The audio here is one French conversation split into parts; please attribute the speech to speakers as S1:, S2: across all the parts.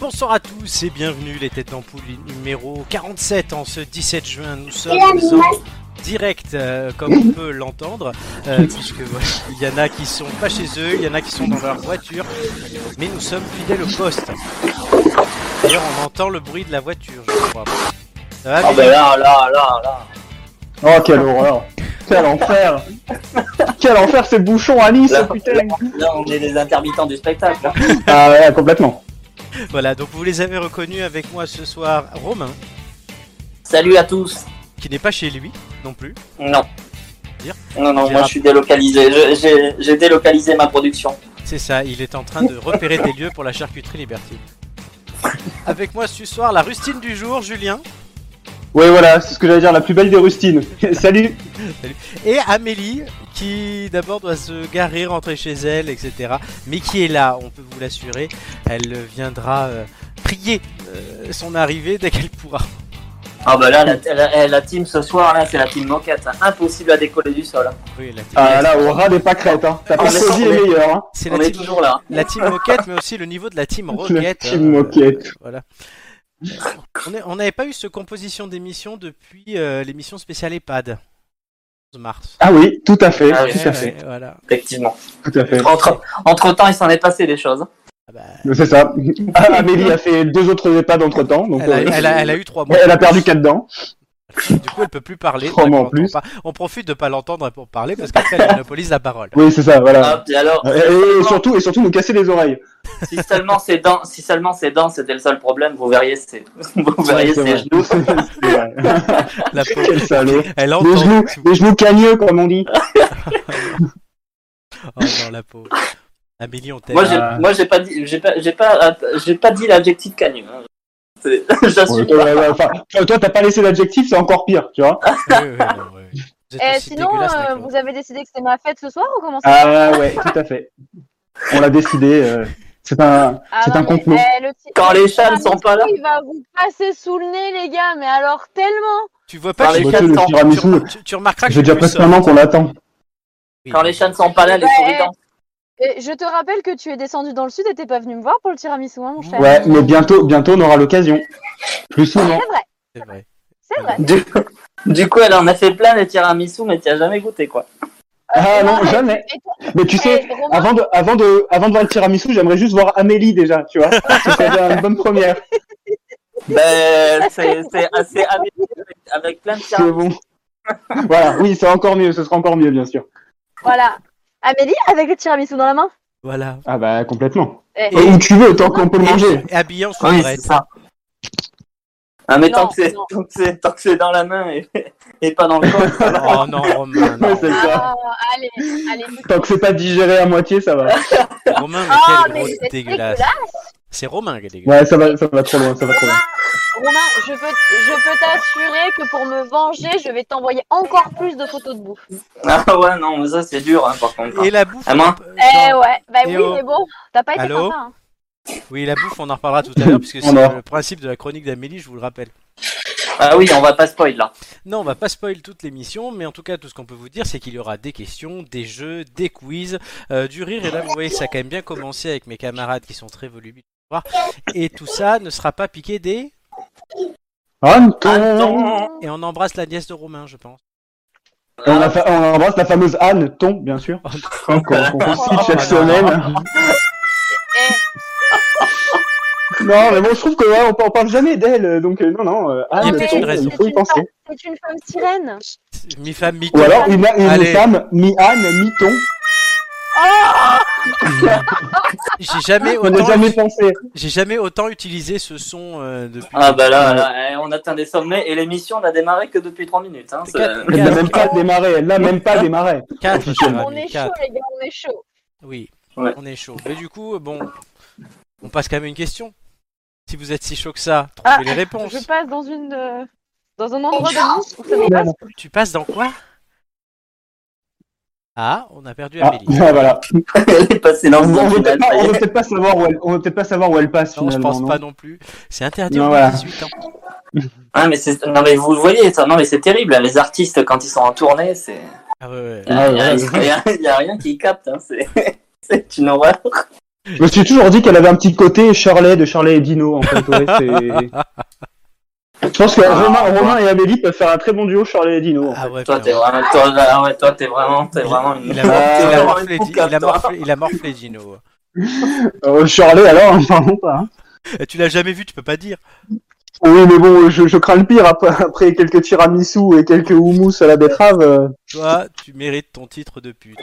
S1: Bonsoir à tous et bienvenue les têtes d'ampoule numéro 47 en ce 17 juin. Nous sommes en direct euh, comme on peut l'entendre euh, puisque voilà, il y en a qui sont pas chez eux, il y en a qui sont dans leur voiture, mais nous sommes fidèles au poste. D'ailleurs on entend le bruit de la voiture je crois. Ça va
S2: Ah
S1: Billy
S2: ben là, là, là, là.
S3: Oh, quelle horreur Quel enfer Quel enfer ces bouchons à Nice,
S2: Là,
S3: putain
S2: Là, on est des intermittents du spectacle. hein. là.
S3: Ah ouais, complètement.
S1: Voilà donc vous les avez reconnus avec moi ce soir Romain
S2: Salut à tous.
S1: qui n'est pas chez lui non plus.
S2: Non.
S1: Dire
S2: Non, non,
S1: J'ai
S2: moi
S1: rap-
S2: je suis délocalisé. Je- j'ai- J'ai délocalisé ma production.
S1: C'est ça, il est en train de repérer des lieux pour la charcuterie libertine. Avec moi ce soir la rustine du jour Julien
S3: Ouais, voilà, c'est ce que j'allais dire, la plus belle des rustines. Salut
S1: Et Amélie, qui d'abord doit se garer, rentrer chez elle, etc. Mais qui est là, on peut vous l'assurer. Elle viendra euh, prier euh, son arrivée dès qu'elle pourra.
S2: Ah bah là, la, la- la team ce soir, là, c'est la team moquette. hein. Impossible à décoller du sol. hein.
S1: Oui, la team-
S3: Ah là, au ras des pâquerettes, hein. T'as pas
S2: Ah, mais
S3: choisi
S2: sans-
S3: les meilleurs, hein.
S1: C'est
S2: on
S1: la
S2: est
S1: team,
S2: toujours là.
S1: la team moquette, mais aussi le niveau de la team roquette.
S3: La team
S1: hein.
S3: moquette.
S1: Voilà. On est- on n'avait pas eu ce composition d'émission depuis euh, l'émission spéciale EHPAD. 11 mars.
S3: Ah oui, tout à fait,
S2: Ah oui,
S3: tout à
S1: Ouais,
S3: fait,
S1: ouais, voilà.
S2: Effectivement.
S3: tout à fait.
S2: Entre, entre temps, il s'en est passé des choses. hein.
S1: Ah bah,
S3: C'est ça. Ah, Amélie a fait deux autres EHPAD entre temps, donc
S1: elle, a,
S3: euh,
S1: elle a- elle a eu trois mois.
S3: ouais, elle a perdu quatre dents.
S1: Du coup, elle peut plus parler.
S3: Trois
S1: donc
S3: mois
S1: on
S3: en plus.
S1: l'entend pas. On profite de pas l'entendre pour parler parce qu'après, elle monopolise la parole.
S3: Oui, c'est ça, voilà.
S2: Hop, et alors,
S3: Et, et surtout, et surtout nous casser les oreilles.
S2: si seulement ses dents, si seulement ses dents, c'était le seul problème, vous verriez ses, vous verriez
S3: C'est
S2: ses
S3: vrai.
S2: genoux.
S3: C'est vrai.
S1: La pauvre,
S3: Quel salaud.
S1: elle
S3: Des
S1: entend
S3: genoux,
S1: tout.
S3: des genoux cagneux, comme on dit.
S1: Oh non, la pauvre. Amélie, on t'aime.
S2: Moi, j'ai,
S3: Euh.
S2: moi, j'ai pas dit, j'ai pas, j'ai pas, j'ai pas dit l'adjectif cagneux. hein. C'est- J'assume.
S3: Ouais, ouais, ouais, enfin, toi, toi, t'as pas laissé l'adjectif, c'est encore pire, tu vois.
S1: Oui, oui, non, oui, oui. Vous êtes
S4: Eh,
S1: aussi
S4: sinon,
S1: dégueulasse,
S4: euh,
S1: Macron.
S4: vous avez décidé que c'était ma fête ce soir ou comment ça
S3: Ah ouais, tout à fait. On l'a décidé. euh, c'est un,
S4: Ah
S3: c'est
S4: non,
S3: un
S4: mais,
S3: complot.
S4: eh, le ti-
S2: Quand les chats
S4: Ah,
S2: ne sont
S4: mais
S2: pas là.
S4: Il va vous passer sous le nez, les gars, mais alors tellement
S1: Tu vois pas
S2: Par
S1: que
S2: les
S1: tu,
S3: Bah, tu sais, le
S2: 400,
S3: tiramisu.
S1: tu- tu remarqueras que
S3: Ça fait déjà
S1: tu
S3: presque
S1: sors.
S3: un an qu'on l'attend.
S1: Oui.
S2: Quand les chats ne sont pas là, les
S4: Ouais.
S2: souris dansent.
S4: Et Je te rappelle que tu es descendu dans le sud et t'es pas venu me voir pour le tiramisu, hein, mon cher.
S3: Ouais, mais bientôt, bientôt, on aura l'occasion. Plus souvent.
S4: C'est vrai,
S1: C'est vrai.
S4: c'est vrai.
S2: Du, du coup, elle en a fait plein de tiramisu, mais tu as jamais goûté, quoi.
S3: Ah non, jamais.
S4: Et
S3: Mais tu sais,
S4: eh, Romain,
S3: avant de, avant de, avant de voir le tiramisu, j'aimerais juste voir Amélie déjà, tu vois. Ça serait déjà une bonne première.
S2: Ben, c'est c'est assez amélioré avec, avec plein de
S3: C'est
S2: tiramisu.
S3: bon. Voilà, oui, c'est encore mieux, ce sera encore mieux, bien sûr.
S4: Voilà. Amélie, avec le tiramisu dans la main
S1: Voilà.
S3: Ah bah, complètement.
S4: Eh,
S3: Et où tu veux, tant qu'on peut le manger.
S1: Et habillé en
S2: Oui,
S1: soubrette.
S2: c'est ça. Ah, mais
S4: Non,
S2: tant que c'est-
S4: non.
S2: tant que c'est tant que c'est dans la main et, et pas dans le corps, ça va.
S1: Oh non, Romain. non.
S3: Ouais, c'est ça.
S4: Ah, allez, allez.
S3: Tant que c'est pas digéré à moitié, ça va.
S1: Romain, mais
S4: Ah,
S1: quel
S4: mais
S1: rôle
S4: vous êtes
S1: dégueulasse.
S4: dégueulasse.
S1: C'est Romain qui est dégueulasse.
S3: Ouais, ça va, ça va trop loin, ça va trop loin.
S4: Romain, je peux, je peux t'assurer que pour me venger, je vais t'envoyer encore plus de photos de bouffe.
S2: Ah ouais, non, mais ça c'est dur, hein, par contre.
S1: Et la bouffe.
S2: À moi
S1: euh,
S4: Eh
S1: genre-
S4: ouais, bah
S1: Et
S4: oui,
S1: oh.
S4: mais bon, t'as pas été
S1: Allô
S4: sympa. hein.
S1: Oui, la bouffe, on en reparlera tout à l'heure puisque c'est
S3: On en-
S1: le principe de la chronique d'Amélie, je vous le rappelle.
S2: Ah oui, on va pas spoil là.
S1: Non, on va pas spoil toute l'émission, mais en tout cas, tout ce qu'on peut vous dire, c'est qu'il y aura des questions, des jeux, des quiz, euh, du rire. Et là, vous voyez, ça a quand même bien commencé avec mes camarades qui sont très volubiles. ce soir. Et tout ça ne sera pas piqué des.
S2: Ah
S3: Anton
S2: Attends.
S1: Et on embrasse la nièce de Romain, je pense.
S2: Ah,
S3: Et on, a fa- on embrasse la fameuse Anne Ton, bien sûr,
S1: Oh,
S3: qu'on qu'on- qu'on cite chaque
S1: Oh, non,
S3: semaine.
S4: Eh,
S3: Non, mais bon, je trouve que ouais, on, par- on parle jamais d'elle, donc euh, non, non, euh, Anne,
S1: Il y a peut-être
S3: Thon,
S1: une raison.
S3: il faut y penser.
S4: C'est une femme sirène.
S1: Mi-femme, mi
S3: Ou alors une, une
S1: Allez.
S3: femme mi-Anne, mi-Ton,
S1: J'ai jamais,
S3: on n'a
S1: autant...
S3: jamais pensé.
S1: j'ai jamais autant utilisé ce son euh, depuis.
S2: Ah bah là, là, eh, on atteint des sommets et l'émission n'a démarré que depuis 3 minutes. Hein, c'est-
S1: Quatre-
S3: Elle n'a même pas démarré, elle n'a même
S1: Hein
S3: pas démarré.
S1: Quatre, cher
S4: On
S1: ami,
S4: est
S1: Ah, quatre.
S4: chaud, les gars, on est chaud.
S1: Oui,
S2: Ouais.
S1: on est chaud. Mais du coup, euh, bon, on passe quand même une question. Si vous êtes si chaud que ça, trouvez
S4: Ah,
S1: les réponses.
S4: Je passe dans une. euh, Dans un endroit de Nice où ça se passe.
S1: Tu passes dans quoi Ah, on a perdu
S3: Ah,
S1: Amélie.
S3: voilà.
S2: Elle est passée dans
S3: On
S2: le
S3: ne
S2: zone
S3: veut
S2: finale,
S3: peut-être pas,
S2: ça y
S3: on
S2: est.
S3: veut peut-être pas savoir où elle, on veut peut-être pas savoir où elle passe
S1: Non, je
S3: finalement.
S1: pense
S3: non.
S1: pas non plus. C'est interdit
S3: Non,
S1: aux
S3: voilà.
S1: 18 ans.
S2: Ah, mais c'est, non, mais vous le voyez, ça, non, mais c'est terrible, là, les artistes, quand ils sont en tournée, c'est,
S1: Ah ouais, ouais.
S2: il
S3: Ah ouais,
S2: y a-
S3: ouais.
S2: il y a- il y a rien qui capte, hein, c'est, c'est une horreur.
S3: Je me suis toujours dit qu'elle avait un petit côté Charlet de Charlet et Dino en fait. ouais, c'est- Je pense que Romain, Romain et Amélie peuvent faire un très bon duo Charlet et Dino. en fait.
S1: Ah ouais,
S2: Toi,
S1: putain.
S2: t'es vraiment, toi, là, ouais, toi, t'es vraiment, t'es vraiment une.
S1: il a
S3: Ah,
S1: morflé- il a
S2: vraiment
S1: morflé
S2: une
S1: Di- il a
S2: poucave, toi.
S1: morflé- il a morflé Gino.
S3: Euh, Charlet alors, hein, pardon pas. hein.
S1: Et Eh, Tu l'as jamais vu, tu peux pas dire.
S3: Oui mais bon, je, je crains le pire après, après quelques tiramisu et quelques houmous à la betterave. euh,
S1: Toi, tu mérites ton titre de pute.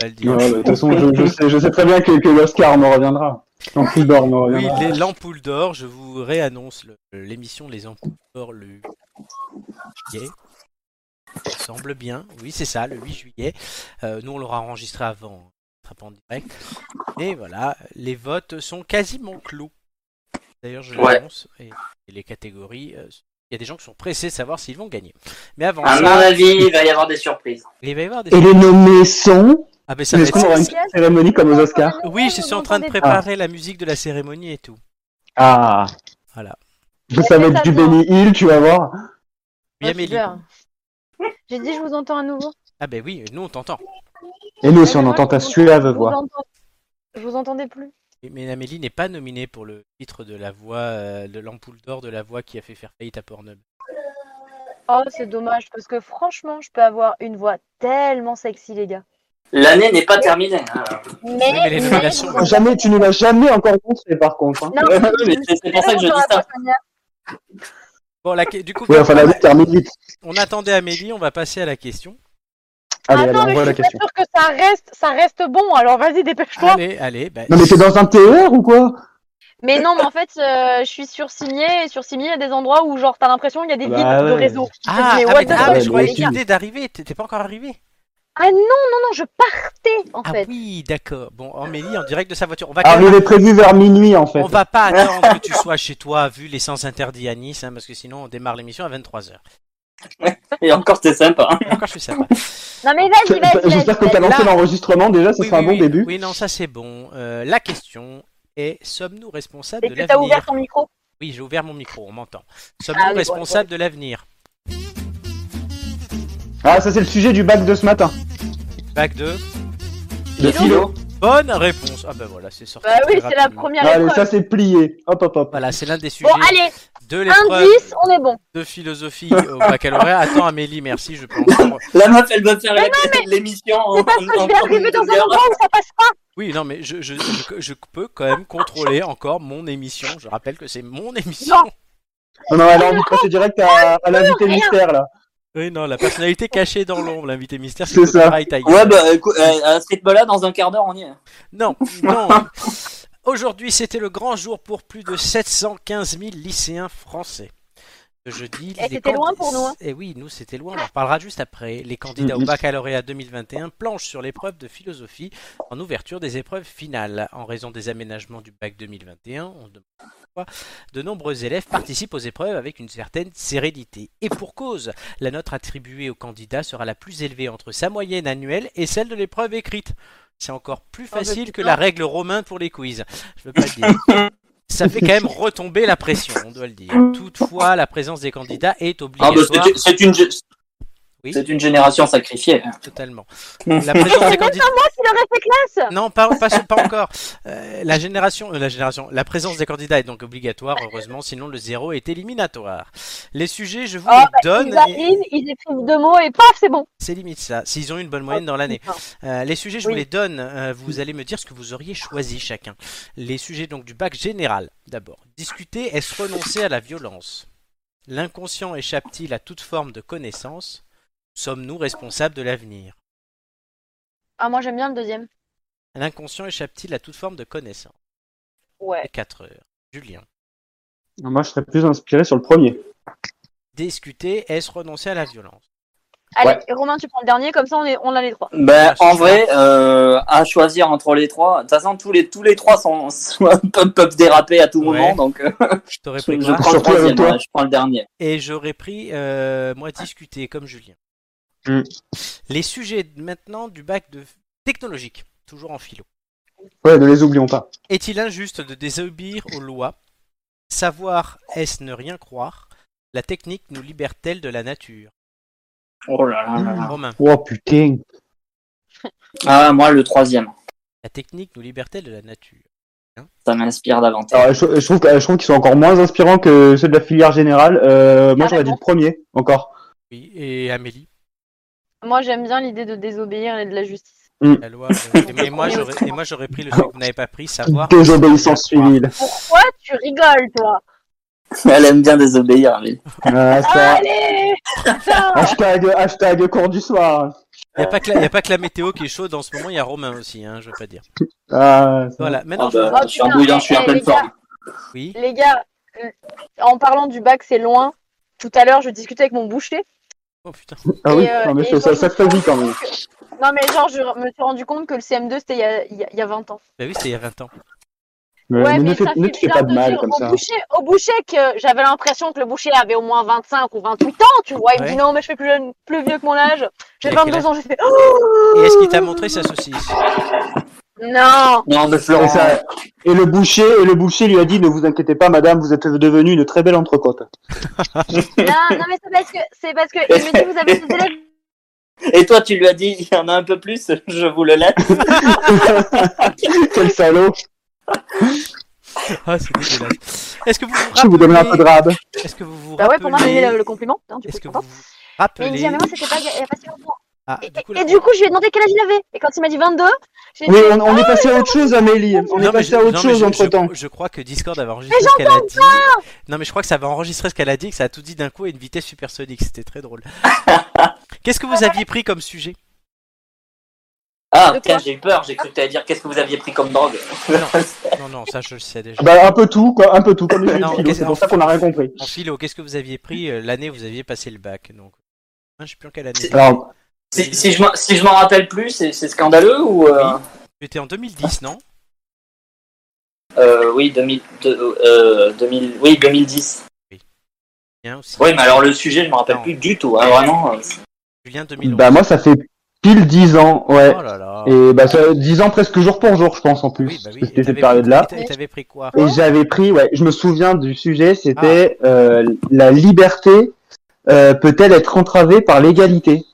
S1: Pas le dire.
S3: ouais, bah, de toute façon, je, je sais, je sais très bien que, que l'Oscar me reviendra. En plus d'or me
S1: Oui,
S3: reviendra.
S1: les- l'ampoule d'or, je vous réannonce le- l'émission Les ampoules d'or le 8 juillet. Il me semble bien, oui, c'est ça, le 8 juillet. Euh, nous, on l'aura enregistré avant, on sera pas en direct. Et voilà, les votes sont quasiment clos. D'ailleurs, je
S2: Ouais.
S1: l'annonce, et, et les catégories. euh, il y a des gens qui sont pressés de savoir s'ils vont gagner. Mais avant
S2: À mon
S1: ça,
S2: avis, il va y avoir des surprises.
S1: il va y avoir des.
S3: Ah, Et les nommés sont.
S1: Ah, mais ça
S3: Mais
S1: va
S3: Est-ce qu'on
S1: être...
S3: aura Ah, une petite cérémonie comme aux Oscars
S1: Oui, je suis en train de préparer la musique de la cérémonie et tout.
S3: Ah
S1: Voilà.
S3: Je savais du Benny Hill, tu vas voir.
S1: Oui,
S4: Moi,
S1: Amélie.
S4: je pleure. J'ai dit, je vous entends à nouveau.
S1: Ah, ben oui, nous, on t'entend.
S3: Et nous aussi on entend ta suave
S4: Je vous,
S3: voix.
S4: entends- je vous entendais plus.
S1: Et- Mais Amélie n'est pas nominée pour le titre de la voix, euh, de l'ampoule d'or de la voix qui a fait faire faillite à Pornhub.
S4: Oh, c'est dommage parce que franchement, je peux avoir une voix tellement sexy, les gars.
S2: L'année n'est pas terminée. hein.
S1: Oui, mais les nominations.
S3: Jamais, tu ne l'as jamais encore montré par contre. hein.
S4: Non,
S2: Ouais, ouais, mais c'est- c'est pour ça que je dis ça.
S1: Bon, la... que- du coup,
S3: Ouais, enfin
S4: Ah,
S3: la vie termine vite.
S1: on attendait Amélie, on va passer à la question.
S3: Allez,
S4: Attends,
S3: allez,
S4: ah, mais
S3: on voit
S4: je
S3: la
S4: suis pas
S3: question.
S4: sûre que ça reste, ça reste bon. Alors vas-y, dépêche-toi.
S1: Allez, allez. bah,
S3: Non mais t'es dans un TER ou quoi
S4: Mais non, mais en fait, euh, je suis sursignée et sursignée, il y a des endroits où, genre, t'as l'impression qu'il y a des
S3: Bah
S4: guides de
S3: ouais.
S4: réseau. Je me
S1: Ah,
S4: dis,
S1: ah,
S4: mais what
S1: mais,
S4: the
S1: ah,
S4: fuck,
S1: mais
S3: Ouais,
S1: je
S4: les
S1: croyais
S4: gars.
S1: l'idée d'arriver, t'es t'es pas encore arrivé.
S4: Ah non, non, non, je partais, en
S1: Ah
S4: fait.
S1: oui, d'accord. Bon, Amélie en direct de sa voiture. On va, quand même-
S3: Arrivé prévu vers minuit en fait.
S1: on va pas attendre que tu sois chez toi, vu les sens interdits à Nice, hein, parce que sinon on démarre l'émission à 23h.
S2: Et encore, c'est sympa. hein.
S1: Encore, je suis sympa.
S4: Non, mais vas-y, vas-y, vas-y.
S3: J'espère que t'as
S1: Là-
S3: lancé l'enregistrement déjà, ce
S1: Oui,
S3: sera un
S1: oui,
S3: bon
S1: oui.
S3: début.
S1: Oui, non, ça c'est bon. Euh, la question est sommes-nous responsables
S4: Et
S1: de hein.
S4: que t'as
S1: l'avenir
S4: ouvert ton micro.
S1: Oui, j'ai ouvert mon micro, on m'entend. Sommes-nous
S4: Ah oui, bon,
S1: responsables de l'avenir
S3: Ah ça c'est le sujet du bac de ce matin.
S1: Bac 2.
S3: De philo.
S1: Bonne réponse. Ah ben voilà, c'est sorti.
S4: Bah
S1: très
S4: oui, c'est la
S1: rapidement.
S4: première
S3: Ah, Allez,
S4: épreuve.
S3: ça c'est plié. Hop hop hop.
S1: Voilà, c'est l'un des sujets
S4: Bon, allez,
S1: de l'épreuve
S4: indice, on est bon.
S1: de philosophie au baccalauréat. Attends, Amélie, merci, je peux encore.
S2: La meuf, elle veut faire la- l'émission en
S4: C'est parce que je vais arriver dans un endroit où ça passe pas.
S1: Oui, non, mais je, je, je, je peux quand même contrôler encore mon émission. Je rappelle que c'est mon émission.
S4: Non.
S3: Non, non, elle a envie de passer direct
S4: Ah,
S3: à, à l'invité
S4: rien.
S3: mystère là.
S1: Oui, non, la personnalité cachée dans l'ombre, l'invité mystère,
S3: C'est ça.
S1: Copyright Tiger.
S2: Ouais, bah, écoute, euh, à ce rythme-là, dans un quart d'heure, on y est.
S1: Non, non. Aujourd'hui, c'était le grand jour pour plus de 715 000 lycéens français. Ce jeudi,
S4: Eh,
S1: les
S4: c'était
S1: candid-
S4: loin pour nous, hein.
S1: Eh oui, nous, c'était loin. On en reparlera juste après. Les candidats au
S3: Mhm.
S1: baccalauréat 2021 planchent sur l'épreuve de philosophie en ouverture des épreuves finales. En raison des aménagements du bac 2021, on demande pourquoi de nombreux élèves participent aux épreuves avec une certaine sérénité. Et pour cause, la note attribuée aux candidats sera la plus élevée entre sa moyenne annuelle et celle de l'épreuve écrite. C'est encore plus
S4: Oh, mais
S1: facile que
S4: putain.
S1: la règle romaine pour les quiz. Je veux pas le dire. Ça fait quand même retomber la pression, on doit le dire. Toutefois, la présence des candidats est
S2: Ah, bah,
S1: obligatoire.
S2: c'est- c'est une, gé-
S1: Oui.
S2: c'est une génération sacrifiée. hein.
S1: Totalement. La présence des
S4: C'est
S1: candidats.
S4: même pas moi qui l'aurais fait classe.
S1: Non, pas, pas, pas encore. Euh, la génération, euh, la génération, la présence des candidats est donc obligatoire, heureusement, sinon le zéro est éliminatoire. Les sujets, je vous
S4: Ah,
S1: les donne.
S4: Ils
S1: et
S4: arrivent, ils écrivent deux mots et paf, c'est bon.
S1: C'est limite ça. S'ils ont une bonne moyenne dans l'année. Euh, les sujets, je vous
S4: Oui.
S1: les donne. Euh, vous allez me dire ce que vous auriez choisi chacun. Les sujets donc du bac général. D'abord, discuter est-ce renoncer à la violence L'inconscient échappe-t-il à toute forme de connaissance Sommes-nous responsables de l'avenir
S4: Ah, moi j'aime bien le deuxième.
S1: L'inconscient échappe-t-il à toute forme de connaissance
S4: Ouais.
S1: 4 heures. Julien.
S3: Moi je serais plus inspiré sur le premier.
S1: Discuter est-ce renoncer à la violence
S4: Allez, Romain, tu prends le dernier, comme ça on, est, on a les trois.
S2: Ben,
S1: Ah,
S2: en
S1: c'est
S2: vrai, euh, à choisir entre les trois, de toute façon, tous les, tous les trois sont, sont- peuvent, peuvent déraper à tout
S1: Ouais.
S2: moment, donc euh,
S1: Je t'aurais
S2: je,
S1: pris
S2: je
S1: quoi
S2: prends le
S3: Surtout avec
S2: troisième,
S3: toi.
S2: ouais, je prends le dernier.
S1: Et j'aurais pris, euh, moi, discuter comme Julien.
S3: Mm.
S1: Les sujets maintenant du bac de technologique, toujours en philo.
S3: Ouais, ne les oublions pas.
S1: Est-il injuste de désobéir aux lois Savoir est-ce ne rien croire La technique nous libère-t-elle de la nature
S2: Oh là là là là.
S3: Ah.
S1: Romain,
S3: Oh putain.
S2: Ah, moi, le troisième.
S1: La technique nous libère-t-elle de la nature
S2: Ça m'inspire davantage.
S3: Alors, je, je trouve, que- je trouve qu'ils sont encore moins inspirants que ceux de la filière générale. Euh, moi,
S4: Ah,
S3: j'aurais dit
S4: bon
S3: le premier, encore.
S1: Oui, et Amélie,
S4: Moi, j'aime bien l'idée de désobéir et de la justice.
S1: la loi. de- Mais moi, j'aurais- et moi, j'aurais pris le truc que vous n'avez pas pris, savoir.
S3: Désobéissance civile.
S4: Pourquoi tu rigoles, toi
S2: Elle aime bien désobéir, mais.
S3: Ah, ça.
S4: Allez Putain
S3: Hashtag, hashtag cours du soir.
S1: Il n'y a, pas que la- il y a pas que la météo qui est chaude en ce moment, il y a Romain aussi, hein, je veux pas dire.
S3: Ah, ça.
S1: Voilà,
S2: Ah
S1: maintenant je
S2: bah,
S4: vois.
S2: je suis en
S4: Putain,
S2: bouillant, je suis en
S4: eh,
S2: pleine
S4: les gars.
S2: forme.
S1: Oui.
S4: Les gars, euh, en parlant du bac, c'est loin. Tout à l'heure, je discutais avec mon boucher.
S1: Oh putain.
S3: Ah
S4: Et,
S3: oui,
S4: euh,
S3: non, mais
S4: et
S3: ça,
S4: genre,
S3: ça,
S4: je me
S3: ça
S4: suis
S3: se hein, dit
S4: rendu
S3: quand même.
S4: compte que- Non, mais genre, je me suis rendu compte que le CM2, c'était il y a- il y, a- il y a 20 ans.
S1: Bah oui, c'était il y a 20 ans.
S3: Mais, mais ne, fais, ne te fais
S4: bizarre
S3: pas de mal
S4: dire
S3: comme
S4: au
S3: ça.
S4: Boucher, au boucher que j'avais l'impression que le boucher avait au moins 25 ou 28 ans, tu vois. Il me
S1: Ouais.
S4: dit non, mais je fais plus, jeune, plus vieux que mon âge. J'ai
S1: Et à quel
S4: 22 ans, j'ai fait. oh!
S1: Et est-ce qu'il t'a montré sa saucisse
S4: Non
S2: Non, mais
S3: Et,
S2: Florent,
S3: ça- et le boucher, et le boucher lui a dit ne vous inquiétez pas, madame, vous êtes devenue une très belle entrecôte.
S4: Non, non, mais c'est parce que, c'est parce que, il me dit, vous avez des élèves.
S2: Et toi, tu lui as dit, il y en a un peu plus, je vous le laisse.
S3: Quel salaud
S1: Ah, c'est dégueulasse. Est-ce que vous vous
S3: Je vous donne un peu de
S1: rappelez
S3: rade.
S1: Est-ce que vous vous
S4: Bah ouais, pour moi, j'ai
S1: rappelez-
S4: le, le compliment. hein, du coup,
S1: Est-ce
S4: je suis
S1: que vous
S4: contente.
S1: vous
S4: Mais
S1: rappelez
S4: il me dit, ah, mais moi, c'était pas, il y a il y a pas si longtemps.
S1: Ah,
S4: Et,
S1: du coup,
S4: et-
S1: la-
S4: et du coup, je lui ai demandé quel âge il avait. Et quand il m'a dit 22, j'ai dit,
S3: Oui, on, on est passé à autre chose, Amélie. On
S1: Non,
S3: est
S1: mais
S3: passé
S1: je-
S3: à autre
S1: non, mais
S3: chose
S1: je-
S3: entre temps.
S1: Je, je crois que Discord avait enregistré ce qu'elle a dit. Non, mais je crois que ça avait enregistré ce qu'elle a dit, que ça a tout dit d'un coup à une vitesse supersonique. C'était très drôle. Qu'est-ce que vous aviez pris comme sujet
S2: Ah,
S4: De
S2: putain,
S4: quoi
S2: j'ai eu peur, j'ai cru que t'allais dire qu'est-ce que vous aviez pris comme drogue.
S1: Non, non, ça je le sais déjà.
S3: Bah, un peu tout, quoi, un peu tout, comme les jeux de
S1: Non,
S3: philo,
S1: qu'est-ce-
S3: c'est pour ça qu'on a rien compris.
S1: En philo, qu'est-ce que vous aviez pris euh, l'année où vous aviez passé le bac donc Hein, Je sais plus en quelle année.
S3: Alors,
S2: Si, si je m'en- si je m'en rappelle plus, c'est c'est scandaleux ou. euh,
S1: C'était en 2010, non
S2: euh, oui, 2000, de- euh, 2000 oui, 2010.
S1: Julien aussi.
S2: Oui, mais alors le sujet, je me rappelle
S1: Non.
S2: plus du tout, hein, vraiment. euh, c'est-
S1: Julien 2011.
S3: bah, moi, ça fait pile 10 ans, ouais.
S1: Oh là là.
S3: Et bah, ça, 10 ans presque jour pour jour, je pense, en plus.
S1: Oui, bah oui.
S3: C'était
S1: Et
S3: cette
S1: t'avais
S3: période-là.
S1: pris- et T'avais pris quoi
S3: Et j'avais pris, ouais, je me souviens du sujet, c'était euh, la liberté euh, peut-elle être entravée par l'égalité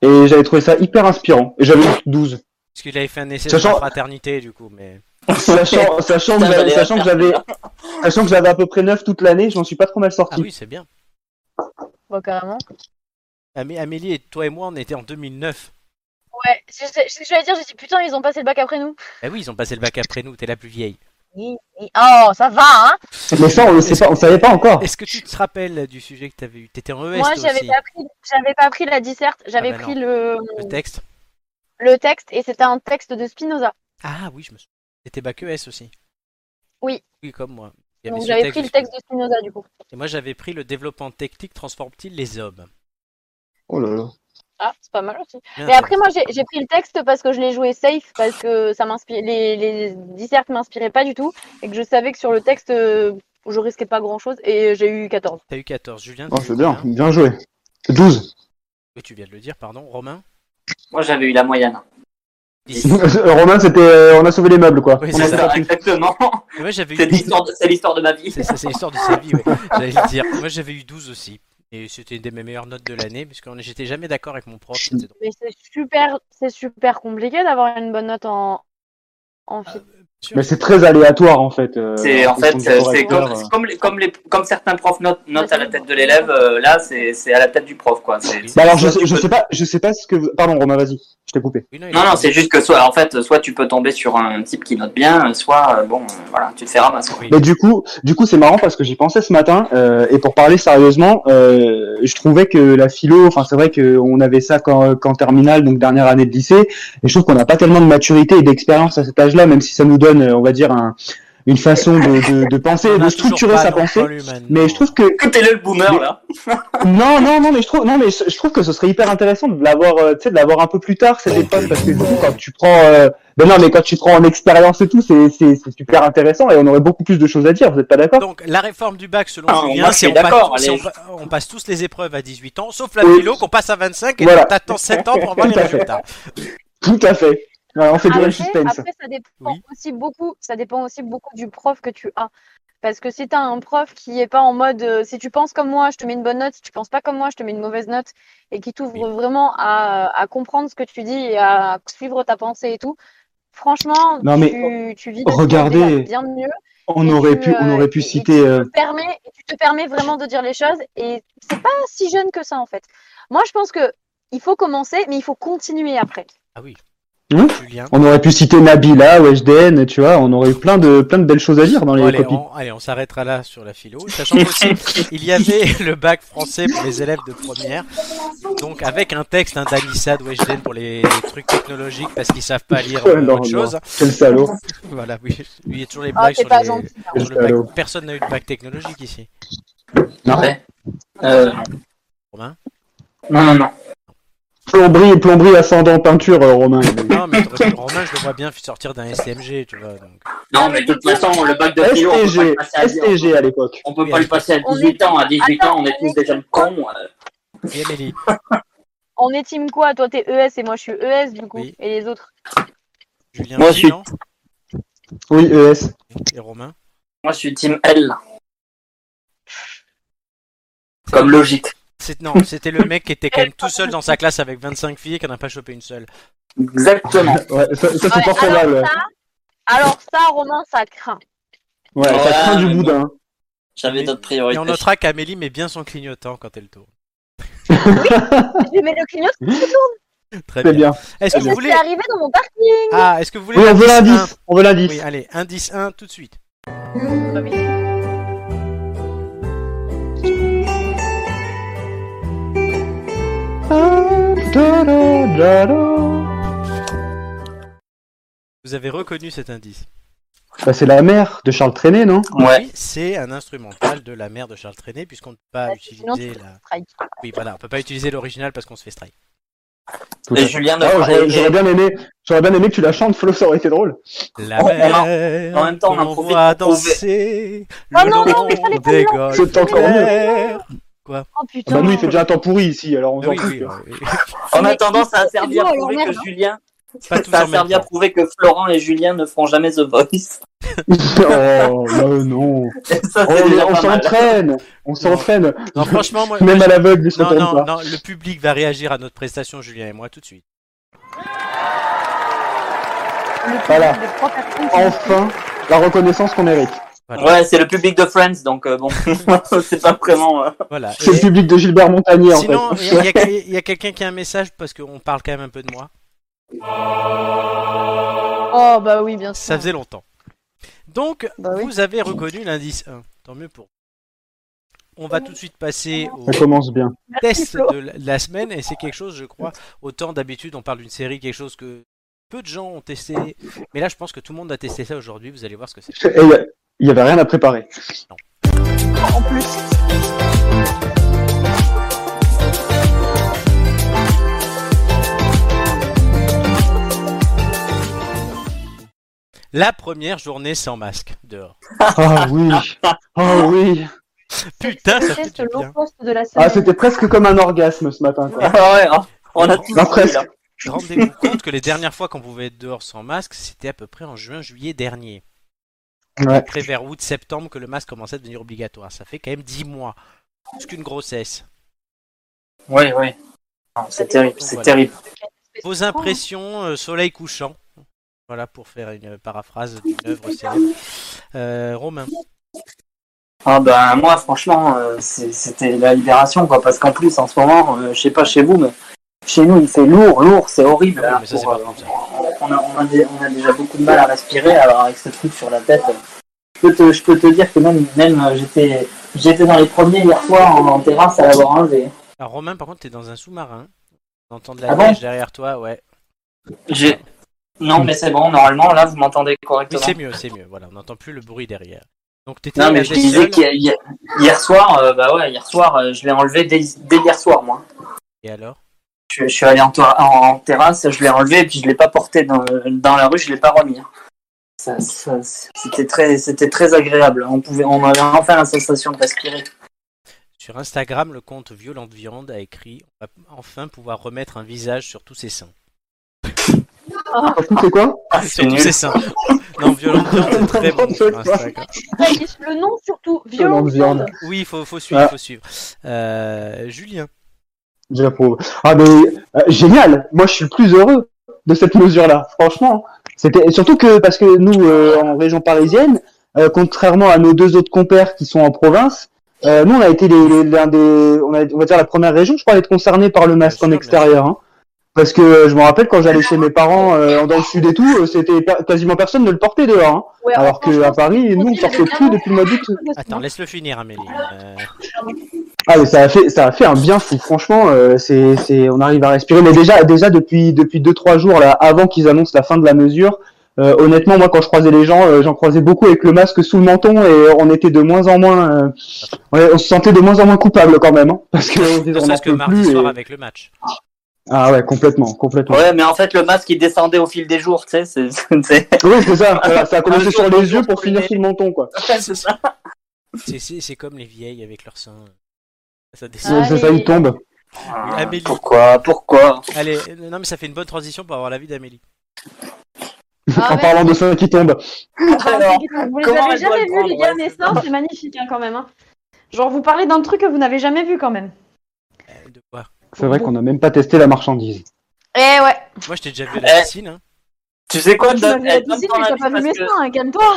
S3: Et j'avais trouvé ça hyper inspirant. Et j'avais 12.
S1: Parce qu'il avait fait un essai
S3: Sachant-
S1: sur la fraternité, du coup, mais.
S3: Sachant, sachant que
S2: Putain,
S3: j'avais-
S2: j'allais
S3: sachant que j'avais sachant que j'avais à peu près 9 toute l'année, je m'en suis pas trop mal
S1: Ah
S3: sorti.
S1: oui, c'est bien.
S4: Bon, carrément.
S1: Amé- Amélie et toi et moi, on était en 2009.
S4: Ouais, c'est c'est- c'est ce que j'allais dire, j'ai dit, putain, ils ont passé le bac après nous.
S1: Bah oui, ils ont passé le bac après nous, t'es la plus vieille.
S4: Et- et- Oh, ça va, hein
S3: Mais ça, on le sait pas, on savait pas encore.
S1: Est-ce que tu te rappelles du sujet que t'avais eu T'étais en ES
S4: Moi,
S1: toi
S4: j'avais
S1: aussi,
S4: pas pris, j'avais pas pris la disserte, j'avais
S1: Ah bah
S4: pris le,
S1: le texte
S4: le texte et c'était un texte de Spinoza.
S1: Ah oui, je me souviens. T'étais bac ES aussi
S4: Oui.
S1: Oui, comme moi. Il y avait
S4: Donc
S1: ce
S4: j'avais pris
S1: de
S4: le texte de Spinoza du coup.
S1: Et moi, j'avais pris le développement technique transforme-t-il les hommes
S3: Oh là là.
S4: Ah, c'est pas mal aussi.
S1: Bien
S4: Mais après, moi, j'ai j'ai pris le texte parce que je l'ai joué safe, parce que ça m'inspire, les, les dissertes m'inspiraient pas du tout et que je savais que sur le texte, euh, je risquais pas grand chose et j'ai eu 14.
S1: T'as eu 14. Julien,
S3: Oh,
S1: t'as eu
S3: c'est bien,
S1: combien
S3: bien joué. 12.
S1: Oui, tu viens de le dire, pardon. Romain
S2: Moi, j'avais eu la moyenne.
S1: Dix.
S3: Romain, c'était euh, on a sauvé les meubles quoi.
S1: Oui,
S3: on a
S1: c'est ça.
S3: sorti.
S2: exactement.
S1: Et Moi, j'avais eu
S2: C'est
S1: 12.
S2: l'histoire de, c'est l'histoire de ma vie.
S3: euh,
S1: C'est ça, c'est l'histoire de sa vie, ouais. J'allais le dire. Moi, j'avais eu 12 aussi. Et c'était une de mes meilleures notes de l'année, puisque j'étais jamais d'accord avec mon prof. c'était drôle.
S4: Mais c'est super, c'est super compliqué d'avoir une bonne note en, en
S3: Ah,
S4: philo.
S3: Mais c'est très aléatoire en fait. euh,
S2: C'est en fait,
S3: fonction du
S2: euh, c'est
S3: correcteur,
S2: comme,
S3: euh.
S2: c'est comme, les, comme, les, comme certains profs notent, notent à la tête de l'élève, euh, là, c'est c'est à la tête du prof, quoi. C'est-
S1: Bah
S2: c'est-
S3: Bah alors je,
S2: soit
S3: sais-
S2: tu
S3: je
S2: peux-
S3: sais pas, je sais pas ce que vous... Pardon Romain, vas-y, je t'ai coupé.
S1: Oui, il
S2: Non,
S1: a-
S2: non, c'est juste que soit, en fait, soit tu peux tomber sur un type qui note bien, soit, euh, bon, euh, voilà, tu te fais ramasser. quoi.
S1: Oui.
S3: Mais du coup, du coup c'est marrant parce que j'y pensais ce matin euh, et pour parler sérieusement, euh, je trouvais que la philo, enfin c'est vrai qu'on avait ça qu'en qu'en terminale, donc dernière année de lycée, et je trouve qu'on n'a pas tellement de maturité et d'expérience à cet âge-là, même si ça nous donne, euh, on va dire, un, une façon de, de, de penser,
S1: On a
S3: de
S1: toujours
S3: structurer
S1: pas
S3: sa
S1: non
S3: pensée.
S1: plus l'humain, non.
S3: Mais je trouve que
S2: Écoutez-le, le boomer, là.
S3: Non, non, non, mais je trouve, non, mais je je trouve que ce serait hyper intéressant de l'avoir, euh, tu sais, de l'avoir un peu plus tard cette époque, parce que du coup, quand tu prends, euh, ben non, mais quand tu prends en expérience et tout, c'est, c'est, c'est super intéressant et on aurait beaucoup plus de choses à dire. Vous êtes pas d'accord
S1: Donc, la réforme du bac, selon
S2: Ah,
S1: Julien,
S2: moi, je
S1: c'est
S2: suis
S1: on, passe-
S2: d'accord,
S1: c'est
S2: allez.
S1: on pa- on passe tous les épreuves à 18 ans, sauf la
S3: Oui.
S1: philo qu'on passe à 25 et
S3: Voilà.
S1: t'attends 7 ans pour voir les
S3: Tout à fait.
S1: résultats.
S3: Tout à fait. Voilà, on fait du
S4: Après,
S3: suspense.
S4: après, ça dépend
S1: Oui.
S4: aussi beaucoup. Ça dépend aussi beaucoup du prof que tu as. Parce que si tu as un prof qui est pas en mode euh, si tu penses comme moi, je te mets une bonne note, si tu penses pas comme moi, je te mets une mauvaise note, et qui t'ouvre vraiment à, à comprendre ce que tu dis et à suivre ta pensée et tout, franchement,
S3: Non,
S4: tu,
S3: mais
S4: tu vis des choses
S3: regardez-
S4: déjà bien mieux.
S3: On
S4: Et
S3: aurait
S4: tu,
S3: pu, on
S4: euh,
S3: aurait pu
S4: et- et
S3: citer. euh,
S4: te permets- tu te permets vraiment de dire les choses et c'est pas si jeune que ça en fait. Moi je pense que il faut commencer mais il faut continuer après.
S1: Julien.
S3: hein On aurait pu citer Nabila, Weshden, tu vois, on aurait eu plein de, plein de belles choses à dire dans les
S1: Bon, allez,
S3: copies.
S1: on, allez, on s'arrêtera là sur la philo. Sachant qu'aussi, il y avait le bac français pour les élèves de première. Donc, avec un texte, hein, un d'Anissa, de Weshden pour les, les trucs technologiques parce qu'ils savent pas lire euh,
S3: Non,
S1: autre
S3: non.
S1: chose.
S3: Quel salaud.
S1: Voilà, oui. Il y a toujours les
S4: Ah
S1: blagues
S4: c'est
S1: sur,
S4: pas
S1: les-
S4: gentil. hein.
S1: sur le bac. Personne n'a eu de bac technologique ici.
S3: Non.
S2: Ouais. Euh, non.
S1: Romain
S2: non, non, non.
S3: Plomberie, plomberie, ascendant, peinture, euh, Romain.
S1: Non, mais t'aurais pu- Romain, je le vois bien sortir d'un STMG, tu vois. donc.
S2: Non, mais de toute façon, le bac de philo, on peut pas le
S3: STG,
S2: passer à dire.
S3: STG à l'époque.
S2: On peut pas le passer à 18 ans. À 18 ans, on est tous des jeunes cons. euh.
S1: Et Amélie
S4: On est team quoi Toi t'es ES et moi je suis ES du coup
S1: Oui.
S4: et les autres.
S1: Julien
S2: Moi,
S1: aussi,
S2: je suis-
S1: non
S3: Oui, E ES.
S1: Et Romain
S2: Moi, je suis team L. Comme logique.
S1: C'est- Non, c'était le mec qui était quand même tout seul dans sa classe avec 25 filles et qui n'en a pas chopé une seule.
S2: Exactement.
S3: Ouais, ça, ça,
S4: Ouais,
S3: c'est fort probable.
S4: alors,
S3: Ouais,
S4: ça, alors ça Romain ça craint.
S3: Ouais, ça
S2: Ouais,
S3: craint du
S2: mais bon.
S3: boudin.
S2: J'avais
S1: Et-
S2: d'autres
S1: Et
S2: priorités.
S1: on notera qu'Amélie met bien son clignotant quand elle tourne.
S4: Je lui mets le clignotant
S1: Très
S3: C'est
S1: bien.
S3: bien.
S1: Est-ce
S4: et
S1: que
S4: je
S1: vous voulez
S4: suis arrivé dans mon parking.
S1: Ah, est-ce que vous voulez
S3: Oui, on veut
S1: un
S3: l'indice. On veut
S1: Oui,
S3: l'indice.
S1: allez, indice 1 tout de suite.
S3: Ah, da, da, da, da.
S1: Vous avez reconnu cet indice
S3: Bah, c'est la mère de Charles Trenet, non
S2: Ouais.
S1: Oui, c'est un instrumental de la mère de Charles Trenet puisqu'on ne peut pas
S4: Bah, sinon,
S1: utiliser
S4: tu-
S1: la
S4: Strike.
S1: Oui, voilà, on peut pas utiliser l'original parce qu'on se fait strike.
S3: Tout à
S2: Et
S3: fait.
S2: Julien
S3: Ah,
S2: notera.
S3: j'aurais-
S2: et-
S3: J'aurais bien aimé, j'aurais bien aimé que tu la chantes, Flo, ça aurait été drôle.
S1: La
S2: Oh, on en-
S1: mère
S2: en même temps, on en
S1: qu'on
S2: profite
S1: voit
S2: pour prouver-
S1: danser
S4: Oh
S1: le
S4: non,
S1: long
S4: non, mais fallait pas
S1: des
S4: le lancer.
S1: golfes
S3: C'est encore mieux.
S1: verts.
S4: Oh
S3: Ah
S4: putain.
S3: bah nous, il fait déjà un temps pourri ici, alors on
S1: Ah
S3: s'en
S1: oui,
S3: fout.
S1: oui,
S3: quoi.
S1: oui, oui.
S2: En attendant, ça a
S4: C'est
S2: servi à
S4: bon, alors,
S2: prouver
S4: merde,
S2: que Julien,
S1: Pas tous
S2: ça
S1: en
S2: a
S1: même
S2: servi à
S1: temps.
S2: prouver que Florent et Julien ne feront jamais The Voice.
S3: oh, bah, non.
S2: Et ça,
S3: Oh,
S2: c'est déjà
S3: on
S2: pas mal.
S3: s'entraîne, on s'entraîne.
S1: Non, franchement, moi,
S3: Même à l'aveugle, ils
S1: non,
S3: s'entraînent
S1: non,
S3: pas.
S1: non, le public va réagir à notre prestation, Julien et moi, tout de suite.
S4: Le
S3: Voilà.
S4: clignotant de trois personnes.
S3: Enfin, la reconnaissance qu'on mérite.
S2: Ouais, c'est le public de Friends, donc euh, bon, c'est pas vraiment. euh,
S1: Voilà.
S3: C'est le
S1: Et-
S3: public de Gilbert Montagnier, en
S1: Sinon, il
S3: fait.
S1: y a- il y a, il y a quelqu'un qui a un message parce qu'on parle quand même un peu de moi.
S4: Oh bah oui bien sûr.
S1: Ça faisait longtemps. Donc,
S4: Bah oui.
S1: vous avez reconnu l'indice 1. Tant mieux pour vous. On va tout de suite passer au
S3: Ça commence bien.
S1: test
S4: Ah Flo.
S1: de la- la semaine et c'est quelque chose, je crois, autant d'habitude on parle d'une série, quelque chose que peu de gens ont testé, mais là je pense que tout le monde a testé ça aujourd'hui, vous allez voir ce que c'est.
S3: Et il y a- il y avait rien à préparer.
S4: En plus.
S1: La première journée sans masque dehors.
S3: Ah oui, ah oui.
S1: Putain, ça fait
S4: test
S1: du bien.
S4: low cost de la semaine.
S3: Ah, c'était presque comme un orgasme ce matin. quoi.
S2: Ah ouais, hein, on a tous
S3: Bah,
S2: vu,
S3: presque.
S2: là.
S1: Rendez-vous compte que les dernières fois qu'on pouvait être dehors sans masque, c'était à peu près en juin-juillet dernier.
S3: Ouais.
S1: après vers août-septembre que le masque commençait à devenir obligatoire. Ça fait quand même 10 mois. Plus qu'une grossesse.
S2: Ouais, ouais. Non, C'est terrible, c'est
S1: Voilà.
S2: terrible.
S1: Vos impressions, euh, soleil couchant. Voilà pour faire une euh, paraphrase d'une œuvre célèbre. Euh, Romain,
S2: Ah ben moi franchement euh, c'est- c'était la libération quoi parce qu'en plus en ce moment euh, je sais pas chez vous mais chez nous il fait lourd lourd c'est horrible
S1: Oui,
S2: là,
S1: mais ça,
S2: pour,
S1: c'est pas
S2: euh,
S1: grave, ça.
S2: on, a, on a dé- on a déjà beaucoup de mal à respirer alors avec ce truc sur la tête euh, je peux te, je peux te dire que même même euh, j'étais j'étais dans les premiers hier soir en, en terrasse à l'avoir enlevé
S1: Alors, Romain par contre, t'es dans un sous-marin. On entend de la
S2: Ah bon
S1: neige derrière toi, ouais.
S2: j'ai non mais c'est bon normalement là vous m'entendez
S1: Oui,
S2: correctement
S1: c'est mieux, c'est mieux. Voilà, on n'entend plus le bruit derrière. Donc, t'étais
S2: non mais
S1: la
S2: je
S1: tête
S2: disais
S1: seule
S2: qu'hier hier soir euh, bah ouais hier soir euh, je l'ai enlevé dès, dès hier soir moi
S1: Et alors
S2: Je, je suis allé en, toi- en- en terrasse, je l'ai enlevé et puis je l'ai pas porté dans, dans la rue, je l'ai pas remis. Ça- ça- c'était très, c'était très agréable. On pouvait, on avait enfin la sensation de respirer.
S1: Sur Instagram, le compte Violente Viande a écrit On va enfin pouvoir remettre un visage sur tous ses seins.
S3: Surtout, c'est quoi
S2: Ah,
S1: sur tous ses seins. Non, Violente Viande, c'est très bon sur Instagram.
S4: Ah, il- Le nom surtout. Violent.
S3: Violente viande.
S1: Oui, il faut, faut suivre,
S3: Ah.
S1: faut suivre. Euh, Julien,
S3: J'approuve. Ah mais euh, génial. Moi, je suis le plus heureux de cette mesure-là. Franchement, C'était surtout que parce que nous euh, en région parisienne, euh, contrairement à nos deux autres compères qui sont en province, euh, nous on a été les- les- l'un des, on, a- on va dire la première région, je crois, à être concernée par le masque
S1: sûr,
S3: en
S1: bien
S3: extérieur. hein. Parce que euh, je me rappelle quand j'allais chez mes parents euh, dans le sud et tout, euh, c'était per- quasiment personne ne le portait dehors. hein.
S4: euh, Ouais,
S3: Alors que
S4: Bah, franchement,
S3: à Paris, nous on sortait plus depuis le mois d'août.
S1: Attends, laisse-le finir, Amélie. Euh,
S3: Ah mais ça a fait ça a fait un bien fou franchement euh, c'est c'est on arrive à respirer mais déjà déjà depuis depuis deux trois jours là avant qu'ils annoncent la fin de la mesure euh, honnêtement moi quand je croisais les gens euh, j'en croisais beaucoup avec le masque sous le menton et on était de moins en moins euh, ouais, on se sentait de moins en moins coupable quand même hein, parce que on,
S1: ne
S3: on en
S1: serait-ce que
S3: peut
S1: mardi
S3: plus
S1: soir
S3: et-
S1: avec le match.
S3: ah ouais complètement complètement
S2: Ouais, mais en fait, le masque, il descendait au fil des jours, tu sais. c'est- c'est-
S3: ouais c'est ça voilà, ça a
S2: Un
S4: Ah,
S3: commencé
S2: jour,
S3: sur
S2: deux
S3: les yeux
S2: jours,
S3: pour finir
S2: mais-
S3: sur le menton quoi
S2: C'est ça.
S1: C'est- C'est c'est comme les vieilles avec leurs seins. Ça descend.
S4: Ah,
S3: c'est ça
S4: Allez.
S3: Euh, il tombe
S1: Amélie.
S2: Ah, Pourquoi Pourquoi
S1: Allez, euh, non mais ça fait une bonne transition pour avoir l'avis d'Amélie.
S4: Ah
S3: en
S4: ouais. Ah,
S3: parlant de ça qui tombe
S2: Alors,
S4: vous les
S2: comment
S4: avez
S2: elle doit
S4: jamais
S2: le
S4: vus, les
S2: prendre,
S4: gars,
S2: ouais,
S4: mais
S2: c'est
S4: ça, c'est magnifique hein, quand même. hein. Genre, vous parlez d'un truc que vous n'avez jamais vu quand même.
S1: Euh, de quoi
S3: c'est vrai qu'on n'a même pas testé la marchandise
S4: Eh ouais,
S1: Moi je t'ai déjà vu à
S3: Euh,
S1: la
S2: Eh.
S1: piscine. Hein.
S2: tu sais quoi
S4: tu m'as
S2: donne,
S4: vu la
S2: eh, donne
S4: piscine,
S2: ton
S4: mais t'as
S2: avis
S4: pas vu mes
S2: parce que-
S4: seins, hein, calme-toi.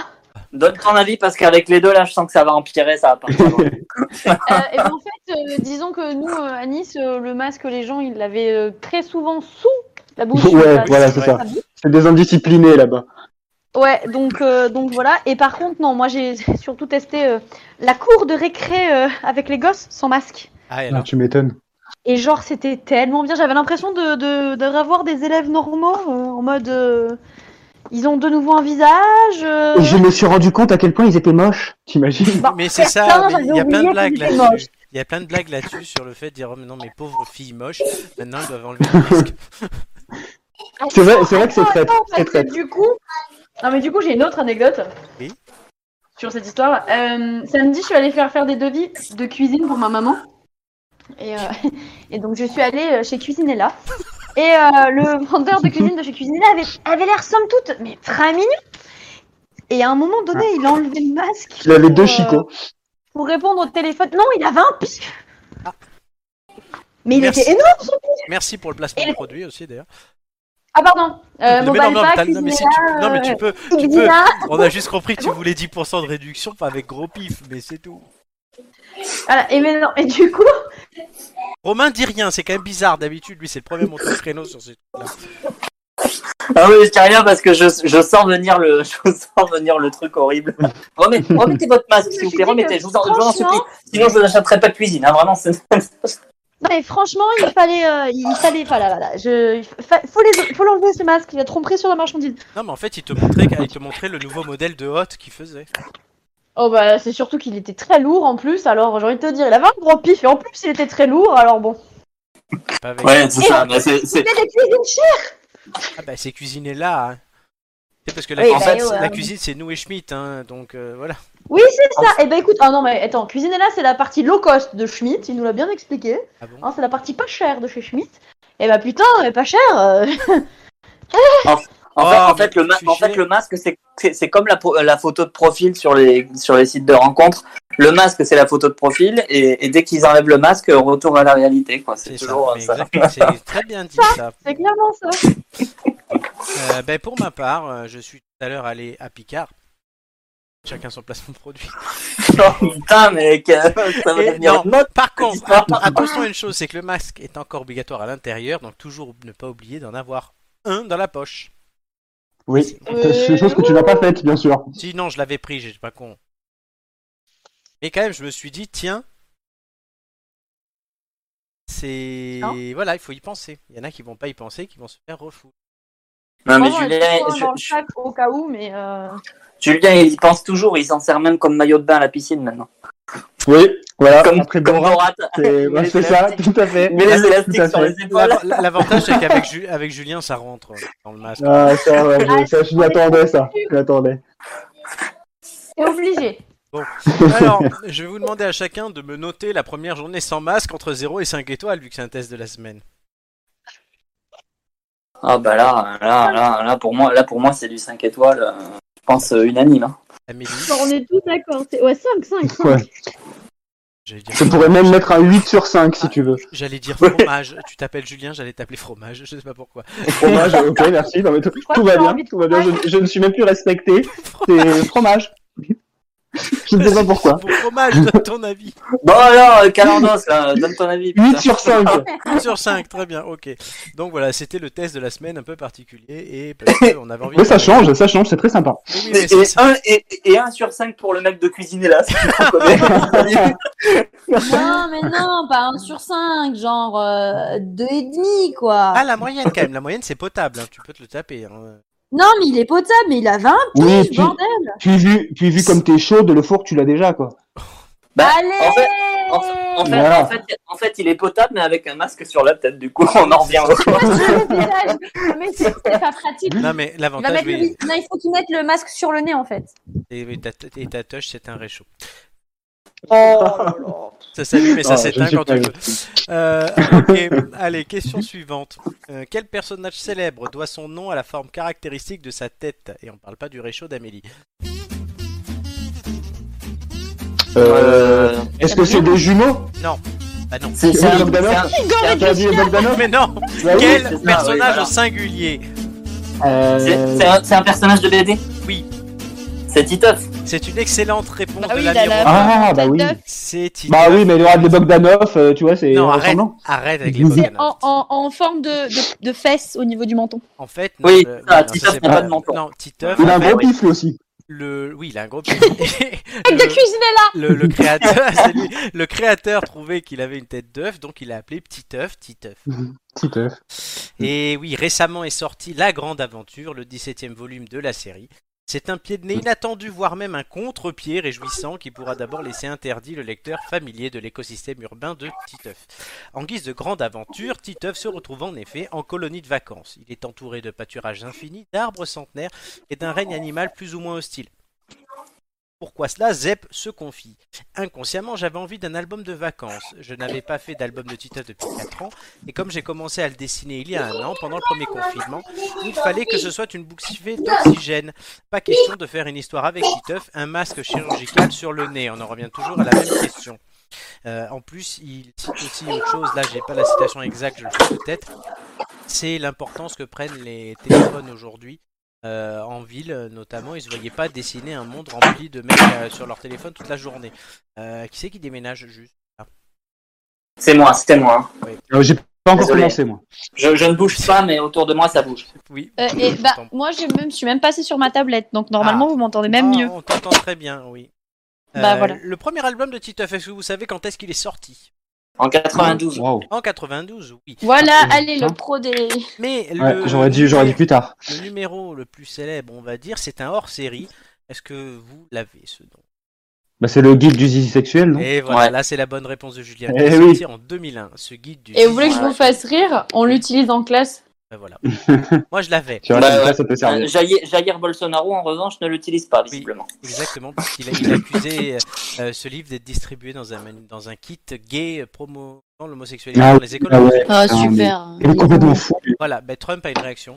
S2: donne ton avis parce qu'avec les deux là, je sens que ça va empirer, ça va pas.
S4: Ah, Euh, et ben, en fait, euh, disons que nous, euh, à Nice, euh, le masque, les gens, ils l'avaient euh, très souvent sous la bouche. Euh,
S3: Ouais,
S4: Ça,
S3: voilà, c'est
S4: ça
S3: ça.
S4: dit.
S3: c'est des indisciplinés là-bas
S4: Ouais, donc, euh, donc voilà. Et par contre, non, moi j'ai surtout testé euh, la cour de récré euh, avec les gosses sans masque.
S1: Ah et
S3: Ah,
S1: alors
S3: tu m'étonnes
S4: Et genre, c'était tellement bien. J'avais l'impression de, de, de revoir des élèves normaux euh, en mode. euh, ils ont de nouveau un visage. euh,
S3: Et je me suis rendu compte à quel point ils étaient moches, t'imagines
S4: Bon,
S1: Mais c'est ça,
S4: certains,
S1: mais il y
S4: j'avais
S1: a plein de
S4: oublié
S1: blagues
S4: qu'ils étaient
S1: là-dessus. Il y a plein de blagues là-dessus sur le fait de dire oh, mais non mais pauvres filles moches, maintenant elles doivent enlever le masque.
S3: C'est vrai, c'est vrai que c'est traître,
S4: Attends,
S3: c'est
S4: parce que
S3: traître.
S4: Ah, du coup, non mais du coup j'ai une autre anecdote
S1: Oui.
S4: sur cette histoire. Euh, samedi, je suis allée faire faire des devis de cuisine pour ma maman, et, euh, et donc je suis allée euh, chez Cuisinella. Et euh, le vendeur de cuisine de chez Cuisinella avait, avait l'air somme toute, mais très mignon. Et à un moment donné, il a enlevé le masque.
S3: Il avait deux
S4: euh,
S3: chicots.
S4: pour répondre au téléphone. Non, il avait un pic.
S1: Ah.
S4: Mais il
S1: Merci.
S4: était énorme. son-
S1: Merci pour le placement
S4: Et-
S1: de produit aussi d'ailleurs.
S4: Ah pardon. Euh,
S1: Mais
S4: mon
S1: non, non,
S4: balpac,
S1: t'as- non, mais si
S4: Cuisinella,
S1: tu- non, mais
S3: euh,
S1: tu peux, tu peux.
S4: Cuisinella.
S1: On a juste compris que tu voulais 10% de réduction, pas avec gros pif, mais c'est tout.
S4: Voilà, et, mais non, et du coup,
S1: Romain dit rien, c'est quand même bizarre d'habitude, lui c'est le premier montant de créneau sur ces trucs-là.
S2: Ah oui, je dis rien parce que je, je sens venir le, je sens venir le truc horrible. Remets- remettez votre masque, s'il vous plaît,
S4: Je me suis dit
S2: remettez,
S4: que
S2: je vous en, je vous en
S4: franchement-
S2: supplie. Sinon, je n'achèterai pas de cuisine, hein, vraiment. c'est-
S4: non, mais franchement, il fallait, euh, il fallait, voilà, voilà, je, il fa- faut les, faut l'enlever ce masque, il a tromperie sur la marchandise.
S1: Non mais en fait il te montrait, il te montrait le nouveau modèle de Hot qu'il faisait.
S4: Oh bah, c'est surtout qu'il était très lourd en plus, alors j'ai envie de te dire, il avait un gros pif et en plus il était très lourd, alors bon.
S1: Pas avec-
S2: Ouais, c'est
S4: Et
S2: ça.
S4: en
S2: mais c'est- c'est-
S4: C'était des cuisines chères.
S1: Ah bah c'est cuisiné là. Hein. C'est parce que la,
S4: Oui,
S1: cuisine,
S4: bah,
S1: c'est-
S4: ouais.
S1: la cuisine c'est nous et Schmitt, hein, donc euh, voilà.
S4: Oui, c'est ça. Et bah écoute, ah non mais attends, cuisiner là, c'est la partie low cost de Schmitt, il nous l'a bien expliqué.
S1: Ah bon
S4: Hein, c'est la partie pas chère de chez Schmitt. Et bah putain, mais pas cher. euh.
S2: En, fait, en, fait,
S1: Oh, mais
S2: le ma-
S1: tu
S2: en fait,
S1: sais.
S2: le masque, c'est- c'est c'est comme la, pro- la photo de profil sur les, sur les sites de rencontres. Le masque, c'est la photo de profil, et, et dès qu'ils enlèvent le masque, retour à la réalité. quoi. C'est
S1: C'est ça,
S2: toujours
S1: mais
S2: euh, ça.
S1: exactement, c'est très bien dit ça.
S4: C'est clairement ça.
S1: Euh, ben, pour ma part, euh, je suis tout à l'heure allé à Picard. Chacun son placement de produit.
S2: Oh, Putain, mais que- ça va
S1: Et
S2: devenir
S1: non,
S2: une mode.
S1: Par
S2: cette
S1: contre,
S2: histoire.
S1: attention à une chose, c'est que le masque est encore obligatoire à l'intérieur, donc toujours ne pas oublier d'en avoir un dans la poche.
S3: Oui,
S4: euh,
S3: c'est chose que tu n'as pas faite, bien sûr.
S1: Sinon, je l'avais pris, j'étais pas con. Et quand même, je me suis dit, tiens, c'est
S4: Non.
S1: voilà, il faut y penser. Il y en a qui vont pas y penser, qui vont se faire refouler.
S2: Non, mais
S4: Vraiment,
S2: Julien,
S4: elle était
S2: je-
S4: dans le
S2: je-
S4: sac au cas où, mais. euh,
S2: Julien, il y pense toujours, il s'en sert même comme maillot de bain à la piscine maintenant.
S3: Oui, voilà.
S2: Comme,
S3: Après
S2: comme
S3: Borat,
S2: Borat.
S3: c'est
S2: Mais
S3: ouais, c'est ça, tout à fait.
S2: Mais les
S3: Tout à
S2: élastiques sur
S3: fait.
S2: les épaules.
S1: L'av- L'avantage, c'est qu'avec Ju- avec Julien, ça rentre hein, dans le masque.
S3: Ah, ça, ouais, je- ça, je l'attendais, ça. Je l'attendais.
S4: C'est obligé.
S1: Alors, je vais vous demander à chacun de me noter la première journée sans masque entre 0 et 5 étoiles, vu que c'est un test de la semaine.
S2: Ah bah là, là, là, là, pour moi, là pour moi c'est du 5 étoiles, euh, je pense euh, unanime. hein.
S1: Amélie,
S4: on est tous d'accord. c'est- Ouais, 5, 5, 5.
S3: Ouais.
S1: J'allais dire,
S3: Je pourrais même mettre un 8 sur 5 si tu veux.
S1: j'allais dire fromage. Tu t'appelles Julien, j'allais t'appeler fromage. Je sais pas pourquoi.
S3: Fromage, euh, ok, merci. Non, mais tout, tout va bien, tout va bien. Je, je ne suis même plus respecté. C'est fromage. Je ne sais pas pourquoi.
S1: Pour fromage, donne ton avis.
S2: Bon alors, euh, Calandos, là, donne ton avis.
S3: 8
S2: putain.
S3: sur 5.
S1: 1 sur 5, très bien, ok. Donc voilà, c'était le test de la semaine un peu particulier et parce que on avait envie
S3: Oui, ça
S1: de-
S3: change, ça change, c'est très sympa.
S1: Oui, oui, mais
S2: Et,
S1: c'est-
S2: et,
S1: c'est-
S2: un, et, et un sur 5 pour le mec de cuisiner là, si tu le reconnais.
S5: Non, mais non, pas un sur 5, genre euh, deux et demi, quoi.
S1: Ah, la moyenne quand même, la moyenne c'est potable, hein, tu peux te le taper. hein.
S5: Non, mais il est potable, mais il a 20
S3: Oui,
S5: piges,
S3: puis,
S5: bordel.
S3: puis vu, puis vu comme t'es chaud, de le four, tu l'as déjà, quoi.
S2: Bah,
S5: Allez
S2: en fait- En, fait- en fait,
S3: Voilà.
S2: en, fait, en fait, il est potable, mais avec un masque sur la tête. Du coup, on en revient au
S4: Mais c'est c'est pas pratique.
S1: Non, mais
S4: Il va
S1: l'avantage,
S4: mettre
S1: oui,
S4: le vis- non, il faut qu'il mette le masque sur le nez en fait.
S1: et, et ta, et ta touche c'est un réchaud.
S2: Oh,
S1: Ça s'allume et ça
S3: Ah, je
S1: s'éteint
S3: suis
S1: quand
S3: pas
S1: tu veux. Euh, ok, allez, question suivante. Euh, quel personnage célèbre doit son nom à la forme caractéristique de sa tête Et on parle pas du réchaud d'Amélie.
S3: Euh, Est-ce que c'est des jumeaux
S1: Bah non.
S2: C'est
S3: c'est un- Bogdanov
S2: c'est
S3: T'as dit Bogdanov
S1: Mais non
S3: Bah oui.
S1: Quel
S2: c'est ça,
S1: personnage
S2: oui, voilà.
S1: au singulier
S3: Euh,
S2: un- c'est un personnage de BD
S1: Oui.
S2: C'est Titeuf.
S1: C'est une excellente réponse
S6: Bah
S1: de
S6: oui,
S1: la
S6: il a la-
S1: miroir.
S3: Ah, bah oui.
S1: C'est Titeuf.
S3: Bah oui, mais le rad de Bogdanov, euh, tu vois, c'est
S1: Non, arrête,
S3: ressemblant.
S1: arrête avec les
S3: C'est
S6: C'est
S1: Bogdanov.
S6: en, en, en forme de, de, de fesses au niveau du menton.
S1: En fait,
S2: Oui,
S1: euh,
S2: ça,
S1: non,
S2: Titeuf
S1: ça, c'est
S2: n'a pas de menton.
S1: Non, Titeuf,
S3: Il a un
S1: en fait,
S3: gros pif, lui aussi.
S1: le... oui, il a un gros
S6: De
S1: le,
S6: cuisiner là
S1: le, le créateur, c'est lui. le créateur trouvait qu'il avait une tête d'œuf, donc il a appelé Petit œuf, Petit œuf.
S3: Petit œuf.
S1: Et oui, récemment est sorti La Grande Aventure, le 17e volume de la série. C'est un pied de nez inattendu, voire même un contre-pied réjouissant qui pourra d'abord laisser interdit le lecteur familier de l'écosystème urbain de Titeuf. En guise de grande aventure, Titeuf se retrouve en effet en colonie de vacances. Il est entouré de pâturages infinis, d'arbres centenaires et d'un règne animal plus ou moins hostile. Pourquoi cela Zep se confie. Inconsciemment, j'avais envie d'un album de vacances. Je n'avais pas fait d'album de Titeuf depuis 4 ans, et comme j'ai commencé à le dessiner il y a un an, pendant le premier confinement, il fallait que ce soit une bouffée d'oxygène. Pas question de faire une histoire avec Titeuf, un masque chirurgical sur le nez. On en revient toujours à la même question. Euh, en plus, il cite aussi autre chose, là j'ai pas la citation exacte, je le fais de tête. C'est l'importance que prennent les téléphones aujourd'hui. euh, en ville euh, notamment, ils se voyaient pas dessiner un monde rempli de mecs euh, sur leur téléphone toute la journée. Euh, qui c'est qui déménage juste
S2: C'est moi, c'était moi.
S3: Euh, J'ai pas encore
S2: Désolé.
S3: commencé, moi.
S2: Je, je ne bouge pas, mais autour de moi, ça bouge.
S1: Oui.
S6: Euh, et bah,
S1: Tant pis.
S6: moi, je, même, je suis même passée sur ma tablette, donc normalement,
S1: Ah.
S6: vous m'entendez même
S1: Ah,
S6: mieux.
S1: On t'entend très bien, oui. Euh,
S6: Bah, voilà.
S1: Le premier album de Titeuf, est-ce que vous savez quand est-ce qu'il est sorti
S2: En 92.
S3: Waouh.
S1: En 92, oui.
S6: Voilà,
S3: Ah,
S6: allez, le
S3: putain.
S6: pro des.
S1: Mais
S3: Ouais,
S1: le,
S3: j'aurais dit, j'aurais dit plus tard.
S1: le numéro le plus célèbre, on va dire, c'est un hors-série. Est-ce que vous l'avez ce nom
S3: Bah, c'est le guide du zizi sexuel, non
S1: Et voilà,
S2: Ouais.
S1: là c'est la bonne réponse de Julien.
S3: Eh
S1: Il est
S3: oui.
S1: sorti en 2001, ce guide du.
S4: Et vous voulez que je
S1: Ouais,
S4: vous fasse rire On l'utilise en classe.
S1: bah, voilà. Moi je l'avais,
S3: Tu vois,
S2: Bah,
S3: comme ça,
S2: ouais.
S3: ça peut servir.
S2: Euh, Jair, Jair Bolsonaro, en revanche, ne l'utilise pas, visiblement.
S1: exactement, parce qu'il a, il accusait euh, ce livre d'être distribué dans un, manu- dans un kit gay promouvant l'homosexualité
S3: Ah
S1: dans
S3: oui,
S1: les écoles.
S3: ah ouais.
S5: Ah,
S3: Putain,
S5: super.
S3: mais- Il est complètement fou. lui.
S1: Voilà, ben, Trump a une réaction.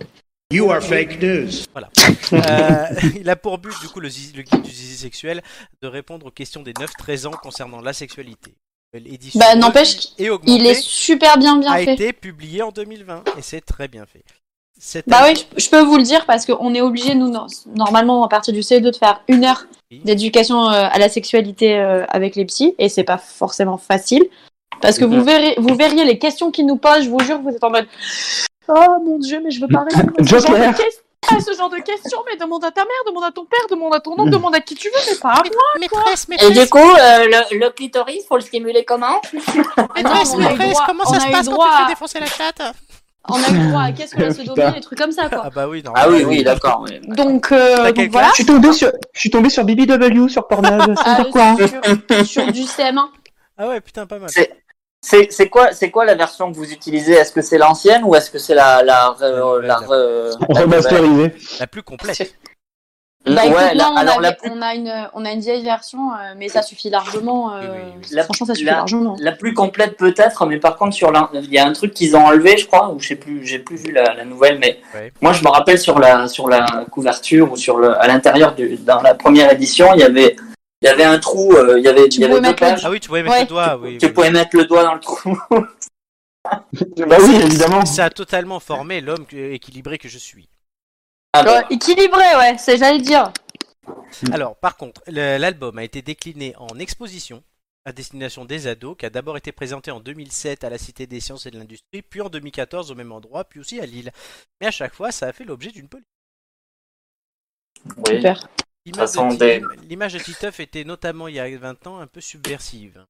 S7: You are fake news.
S1: Voilà. Euh, il a pour but, du coup, le, zizi- le guide du zizi sexuel, de répondre aux questions des 9-13 ans concernant la sexualité. L'édition
S6: Bah, n'empêche,
S1: et augmentée
S6: il est super bien, bien
S1: a
S6: fait.
S1: été publié en 2020 et c'est très bien fait. C'est
S6: Bah oui, je, je peux vous le dire parce qu'on est obligé, nous, no- normalement, à partir du CE2, de faire une heure d'éducation euh, à la sexualité euh, avec les psys et c'est pas forcément facile parce que
S2: Mhm.
S6: vous verrez, vous verriez les questions qu'ils nous posent, je vous jure, vous êtes en mode Oh mon dieu, mais je veux pas répondre à ce, genre
S3: Joker.
S6: de ques- à ce genre de questions, mais demande à ta mère, demande à ton père, demande à ton oncle,
S3: Mhm.
S6: demande à qui tu veux, mais pas à moi.
S1: Maîtresse,
S2: Et du coup, euh, le, le clitoris, faut le stimuler comment
S6: Non, on a eu droit- on a eu droit à-
S1: défoncer la chatte
S6: On a eu droit à qu'est-ce que la sodomie,
S3: Ah, Putain.
S6: des trucs comme ça, quoi.
S1: Ah bah oui, non.
S2: Ah oui, oui, d'accord. oui.
S6: Donc, euh,
S1: T'as
S6: donc
S1: quelqu'un
S6: voilà,
S3: Je suis tombé sur, je suis tombé sur BBW, sur Pornhub,
S6: Ah,
S3: c'est pourquoi.
S6: sur, sur du CM1.
S1: Ah ouais, putain, pas mal.
S2: C'est- C'est c'est quoi, c'est quoi la version que vous utilisez Est-ce que c'est l'ancienne ou est-ce que c'est la la la, la, la-
S3: Remasterisé.
S1: La plus complète.
S2: la-
S6: Bah écoute,
S2: ouais,
S6: là,
S2: la-
S6: on,
S2: alors
S6: a,
S2: la plus
S6: on, a une, on a une vieille version, euh, mais ça suffit largement. euh,
S1: Oui, oui,
S2: oui.
S6: Franchement, ça suffit
S2: La-
S6: largement.
S2: la plus complète peut-être, mais par contre sur la- il y a un truc qu'ils ont enlevé, je crois, ou je sais plus, j'ai plus vu la, la nouvelle, mais
S1: Ouais.
S2: moi je me rappelle sur la sur la couverture ou sur le à l'intérieur du dans la première édition, il y avait Il y avait un trou, euh, il y avait, il y
S6: pouvais
S2: avait deux
S6: mettre le-
S2: pages.
S1: Ah oui, tu pouvais mettre
S6: Ouais.
S1: le doigt, oui.
S2: Tu
S1: oui.
S2: pouvais mettre le doigt dans le trou.
S3: Bah oui, évidemment.
S1: Ça a totalement formé l'homme que- équilibré que je suis.
S2: Ah, bah,
S6: Ouais, équilibré, ouais, c'est j'allais le dire.
S1: Alors, par contre, le- l'album a été décliné en exposition à destination des ados, qui a d'abord été présenté en 2007 à la Cité des Sciences et de l'Industrie, puis en 2014 au même endroit, puis aussi à Lille. Mais à chaque fois, ça a fait l'objet d'une politique.
S2: oui.
S6: Super.
S1: L'image
S2: façon,
S1: de
S2: des-
S1: Tim- L'image de Titeuf était notamment, il y a 20 ans, un peu subversive. Je me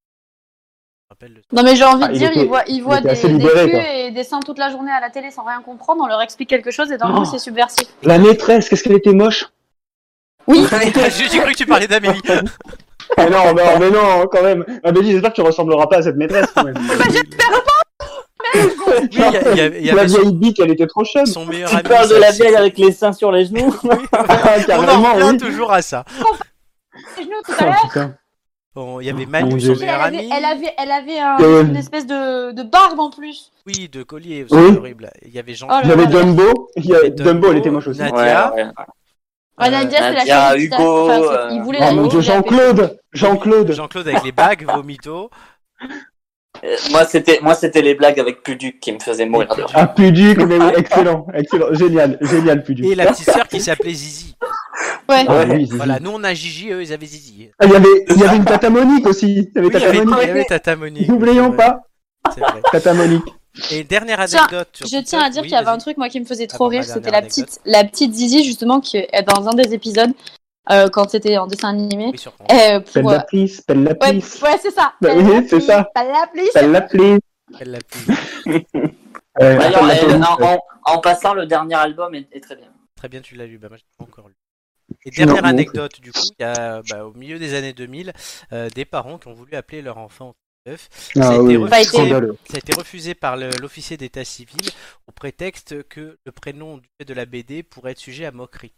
S1: rappelle le-
S6: Non mais j'ai envie
S3: Ah,
S6: de
S3: il
S6: dire,
S3: était-
S6: ils voient, ils voient
S3: était
S6: des,
S3: assez
S6: des
S3: libéré,
S6: culs
S3: quoi.
S6: et des seins toute la journée à la télé sans rien comprendre, on leur explique quelque chose et dans le
S3: Oh.
S6: coup c'est subversif.
S3: La maîtresse, qu'est-ce qu'elle était moche
S1: Ah, J'ai j'ai cru que tu parlais d'Amélie.
S3: Ah non, non, mais non, quand même. Amélie, j'espère que tu ressembleras pas à cette maîtresse, quand même.
S6: Bah,
S1: Oui, il y a- il y a- il y
S3: la
S1: avait son,
S3: vieille bique, elle était trop chum.
S1: son meilleur
S2: Tu
S1: ami.
S2: parles de
S1: ça,
S2: la
S1: c'est-
S2: vieille avec les seins sur les genoux
S3: Ah,
S1: On en
S3: carrément,
S1: revient
S3: oui.
S1: toujours à ça.
S6: Les genoux tout à
S3: Ah,
S6: l'heure,
S3: putain.
S1: Bon, il y avait
S3: Mon
S1: Manu,
S3: Dieu.
S1: son
S6: elle
S1: meilleur
S6: avait,
S1: ami.
S6: elle avait, elle avait un-
S3: Euh.
S6: une espèce de, de barbe en plus.
S1: Oui, de collier, c'est
S3: Oui.
S1: horrible. Il y avait Jean.
S6: Oh là Oh,
S3: Il y avait
S6: là.
S3: Dumbo. Il y a...
S1: Et
S3: Dumbo, elle était moche aussi.
S1: Nadia. Ouais,
S6: Ah, Nadia, c'est la
S2: Nadia,
S6: chérie de Titeuf.
S2: Hugo,
S6: Enfin, c'est-
S2: euh,
S6: il voulait la
S3: Oh mon
S6: il
S3: dieu,
S6: voulait la pécho.
S3: Jean-Claude Jean-Claude
S1: Jean-Claude avec les bagues, vomito.
S2: Euh, Moi, c'était, moi, c'était les blagues avec Puduc qui me faisaient mourir de rire.
S3: Ah, Puduc, mais oui, excellent, excellent, génial, génial, Puduc.
S1: Et la petite sœur qui s'appelait Zizi.
S6: Ouais.
S3: Ah, oui, Zizi.
S1: Voilà, nous on a Gigi, eux ils avaient Zizi.
S3: Ah, Il y avait, il y avait une Tata Monique aussi. Il y
S1: Oui, il
S3: avait
S1: y
S3: Tata
S1: avait, il y
S3: Monique.
S1: avait Tata Monique. C'est
S3: N'oublions
S1: vrai,
S3: pas
S1: c'est vrai.
S3: Tata Monique.
S1: Et dernière
S6: Tiens,
S1: anecdote. sur
S6: Je tiens à
S1: TikTok,
S6: dire
S1: oui,
S6: qu'il y avait
S1: vas-y. Ah
S6: un truc moi qui me faisait
S1: Attends,
S6: trop
S1: ma
S6: rire,
S1: dernière
S6: c'était la
S1: anecdote.
S6: petite, la petite Zizi justement qui est dans un des épisodes euh, quand c'était en dessin animé.
S1: Oui, sur-
S6: Euh,
S3: Pelle
S6: pour, euh,
S3: la prise, pelle la
S6: ouais,
S3: prise.
S6: ouais, c'est ça.
S3: Bah oui, c'est ça.
S6: Pas la police.
S3: Pelle la prise.
S1: elle l'a plus.
S3: Euh,
S2: D'ailleurs,
S3: appelle la
S2: euh,
S3: police.
S2: en, en- en passant, le dernier album est, est très bien.
S1: Très bien, tu l'as lu. Bah, moi, je l'ai pas encore lu. Et
S3: Non,
S1: dernière
S3: non.
S1: anecdote, du coup, il y a, bah, au milieu des années 2000, euh, des parents qui ont voulu appeler leur enfant TF. Ça a
S3: Ah
S1: été
S3: oui,
S1: refusé.
S3: scandaleux.
S1: Ça a été refusé par le- l'officier d'état civil au prétexte que le prénom du fait de la BD pourrait être sujet à moquerie.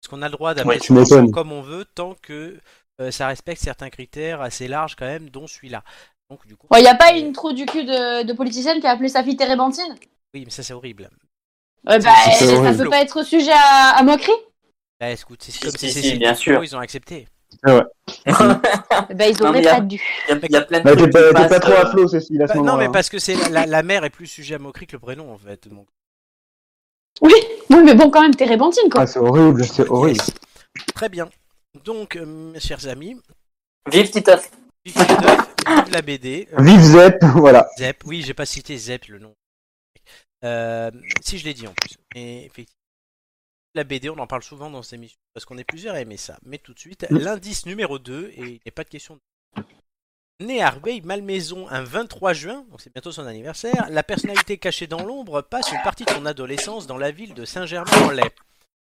S1: Parce qu'on a le droit d'appeler
S2: Ouais,
S3: tu
S1: son enfant
S3: m'étonnes.
S1: comme on veut tant que euh, ça respecte certains critères assez larges quand même, dont celui-là. Donc du coup.
S6: Il n'y a pas une trou du cul de, de politicienne qui a appelé sa fille Térébentine
S1: Oui, mais ça c'est horrible.
S6: Ouais, bah,
S3: c'est
S6: eh, ça
S3: horrible.
S6: peut pas être sujet à, à moquerie
S1: Bah, écoute, c'est
S2: Si,
S1: comme
S2: si,
S1: c'est
S2: si,
S1: Cécile Duflo,
S2: bien sûr.
S1: ils ont accepté.
S6: Bah, ils
S2: Non,
S6: auraient
S2: mais là-
S6: pas dû.
S2: Il y a, il y a plein de
S3: Bah, t'es
S2: trucs
S3: pas,
S2: qui
S3: t'es pas
S2: passent,
S3: trop à
S2: euh,
S3: flot, Cécile, à ce
S1: Bah, non,
S3: moment-là.
S1: mais parce que c'est la, la- la mère est plus sujet à moquerie que le prénom en fait. Donc,
S6: Oui, oui, mais bon, quand même, Térébentine, quoi.
S3: Ah, c'est horrible, c'est horrible.
S1: très bien. Donc, euh, mes chers amis,
S2: Vive Titeuf.
S1: vive les deux, vive la BD. euh,
S3: Vive Zep, voilà.
S1: Zep, oui, j'ai pas cité Zep le nom. Euh, si je l'ai dit en plus. Mais effectivement, la BD, on en parle souvent dans ces émissions parce qu'on est plusieurs à aimer ça. Mais tout de suite, l'indice numéro 2, et il n'est pas de question. de- Né à Rueil-Malmaison un 23 juin, donc c'est bientôt son anniversaire, la personnalité cachée dans l'ombre passe une partie de son adolescence dans la ville de Saint-Germain-en-Laye.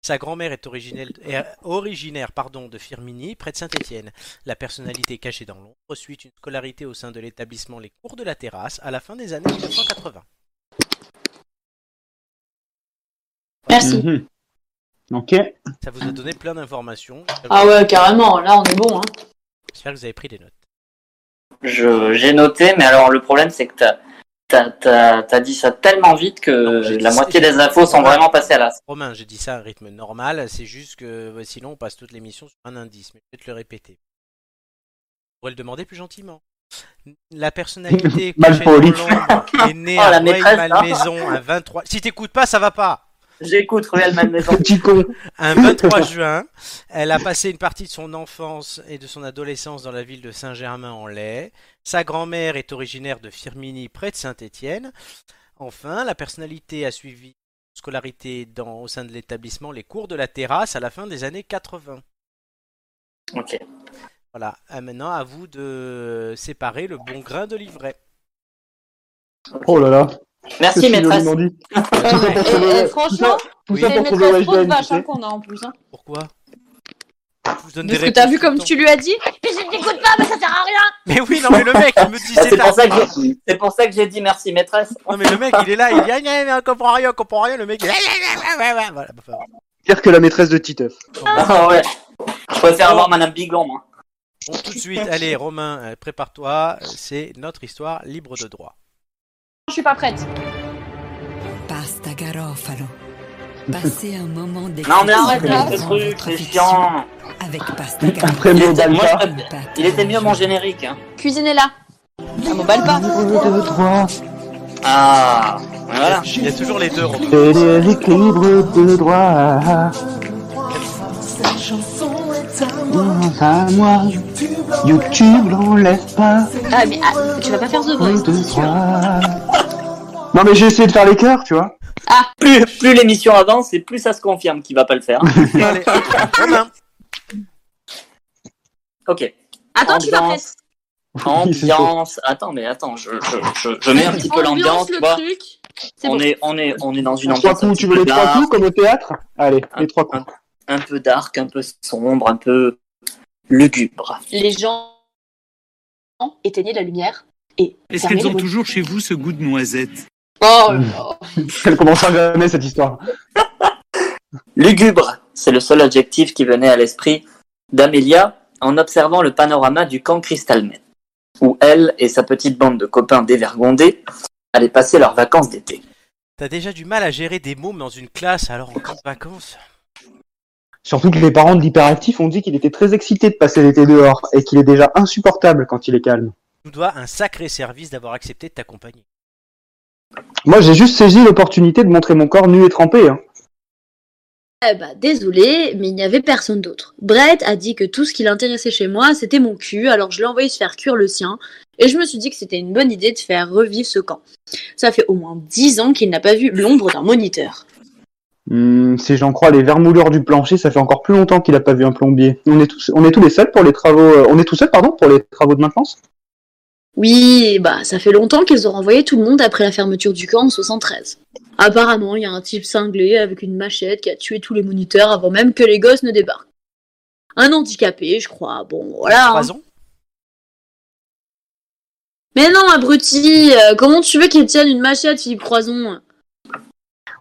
S1: Sa grand-mère est originelle- est originaire pardon, de Firminy, près de Saint-Étienne. La personnalité cachée dans l'ombre suit une scolarité au sein de l'établissement Les Cours de la Terrasse à la fin des années 1980.
S6: Merci.
S3: Mhm. Ok.
S1: Ça vous a donné plein d'informations.
S6: Ah ouais, carrément, là, on est bon, hein.
S1: J'espère que vous avez pris des notes.
S2: Je, j'ai noté, mais alors le problème, c'est que t'as, t'as, t'as, t'as dit ça tellement vite que
S1: Non, j'ai dit
S2: la
S1: ça,
S2: moitié
S1: j'ai-
S2: des infos sont vraiment passées à l'as.
S1: Romain, je dis ça à un rythme normal, c'est juste que ouais, sinon on passe toute l'émission sur un indice, mais je vais te le répéter. Je pourrais le demander plus gentiment. La personnalité
S3: Mal
S1: cachée dans
S3: poli.
S1: l'ombre est née
S2: Oh,
S1: à
S2: la maîtresse,
S6: hein.
S1: Rueil-Malmaison un 23... Si t'écoutes pas, ça va pas
S2: J'écoute Ruel Malmaison.
S3: Petit con.
S1: Un 23 juin, elle a passé une partie de son enfance et de son adolescence dans la ville de Saint-Germain-en-Laye. Sa grand-mère est originaire de Firminy, près de Saint-Étienne. Enfin, la personnalité a suivi une scolarité dans, au sein de l'établissement les cours de la terrasse à la fin des années 80.
S2: ok.
S1: Voilà, Ah, maintenant à vous de séparer le bon grain de l'ivraie.
S3: Oh là là. que
S2: Merci,
S3: c'est
S2: maîtresse.
S3: joliment dit.
S6: Et, et franchement,
S3: Tout
S1: Oui.
S3: ça
S6: c'est une
S3: pour trouver
S6: maîtresse fausse
S3: Weshden, tu
S6: vache hein,
S3: sais.
S6: qu'on a en plus. Hein.
S1: Pourquoi Je vous donne
S6: De ce
S1: des
S6: que t'as
S1: réponses
S6: vu
S1: tout le
S6: comme
S1: temps.
S6: tu lui as dit.
S5: Puis je n'écoute pas, mais ça sert à rien.
S1: Mais oui, non mais le mec, il me dit
S2: Ah, c'est,
S1: c'est
S2: pour
S1: un-
S2: ça que j'ai, c'est pour ça que j'ai dit merci, maîtresse.
S1: Non mais le mec, il est là, il dit ah, non, on comprend rien, on comprend rien, le mec. Il... Voilà, enfin,
S3: Pire que la maîtresse de Titeuf.
S2: Ah ouais. Je préfère avoir Madame Biglon, moi.
S1: Bon, tout de suite, allez, Romain, euh, prépare-toi. C'est notre histoire libre de droit.
S6: Je suis pas prête.
S8: Pasta garofalo, Passez un moment
S2: Non, mais
S8: d'exceptionnel
S2: arrête avec ce
S8: dans
S2: truc,
S8: votre
S2: c'est
S8: affection
S2: chiant.
S8: Avec pasta carbonara.
S3: Après
S2: Il
S3: mot
S2: était, moi, je
S3: d'Alpha.
S2: préfère- il était mieux mon générique. Hein.
S6: Cuisinez-la. Ah, m'emballe pas.
S2: Ah, voilà.
S1: Il y a toujours les deux en tout.
S3: Et les équilibres de droit. Grâce à moi, YouTube l'enlève pas.
S6: Ah, mais ah, tu vas pas faire The
S3: un,
S6: Voice.
S3: deux, trois. Non mais j'ai essayé de faire les cœurs, tu vois.
S2: Plus, plus l'émission avance et plus ça se confirme qu'il va pas le faire.
S1: Allez, Romain.
S2: Ok.
S6: Attends, tu vas faire
S2: Ambiance,
S3: Oui, c'est
S2: ambiance. Attends, mais attends, je, je, je, je mets un petit peu l'ambiance, tu
S1: Bah.
S2: vois.
S6: truc. C'est
S2: On
S6: bon.
S2: est, on est, on est dans une
S3: chaud. Trois
S2: ambiance. un
S3: coups,
S2: petit
S3: tu veux les
S2: peu
S3: trois
S2: dark,
S3: coups comme au théâtre Allez,
S2: Un-
S3: les trois coups.
S2: Un peu dark, un peu sombre, un peu lugubre.
S6: Les gens éteignaient la lumière et.
S9: Est-ce
S6: fermaient
S9: qu'elles ont
S6: les
S9: toujours chez vous ce goût de noisette
S6: Oh là là.
S3: Elle commence à gagner cette histoire.
S2: Lugubre, c'est le seul adjectif qui venait à l'esprit d'Amélia en observant le panorama du camp Crystalmet, où elle et sa petite bande de copains dévergondés allaient passer leurs vacances d'été.
S1: T'as déjà du mal à gérer des mots, mais dans une classe, alors en camp de vacances.
S3: Surtout que les parents de l'hyperactif ont dit qu'il était très excité de passer l'été dehors et qu'il est déjà insupportable quand il est calme.
S1: Tu nous dois un sacré service d'avoir accepté de t'accompagner.
S3: Moi j'ai juste saisi l'opportunité de montrer mon corps nu et trempé. Hein.
S10: Eh bah, désolé, mais il n'y avait personne d'autre. Brett a dit que tout ce qui l'intéressait chez moi, c'était mon cul, alors je l'ai envoyé se faire cuire le sien, et je me suis dit que c'était une bonne idée de faire revivre ce camp. Ça fait au moins dix ans qu'il n'a pas vu l'ombre d'un moniteur.
S3: Hmm, si j'en crois les vermouleurs du plancher, ça fait encore plus longtemps qu'il a pas vu un plombier. On est tous, on est tous les seuls pour les travaux. euh, on est tout seuls pardon pour les travaux de maintenance.
S10: Oui, bah, ça fait longtemps qu'ils ont renvoyé tout le monde après la fermeture du camp en 73. Apparemment, il y a un type cinglé avec une machette qui a tué tous les moniteurs avant même que les gosses ne débarquent. Un handicapé, je crois. Bon, voilà. hein.
S1: Trois ans
S10: Mais non, abruti, euh, comment tu veux qu'il tienne une machette, Philippe Croison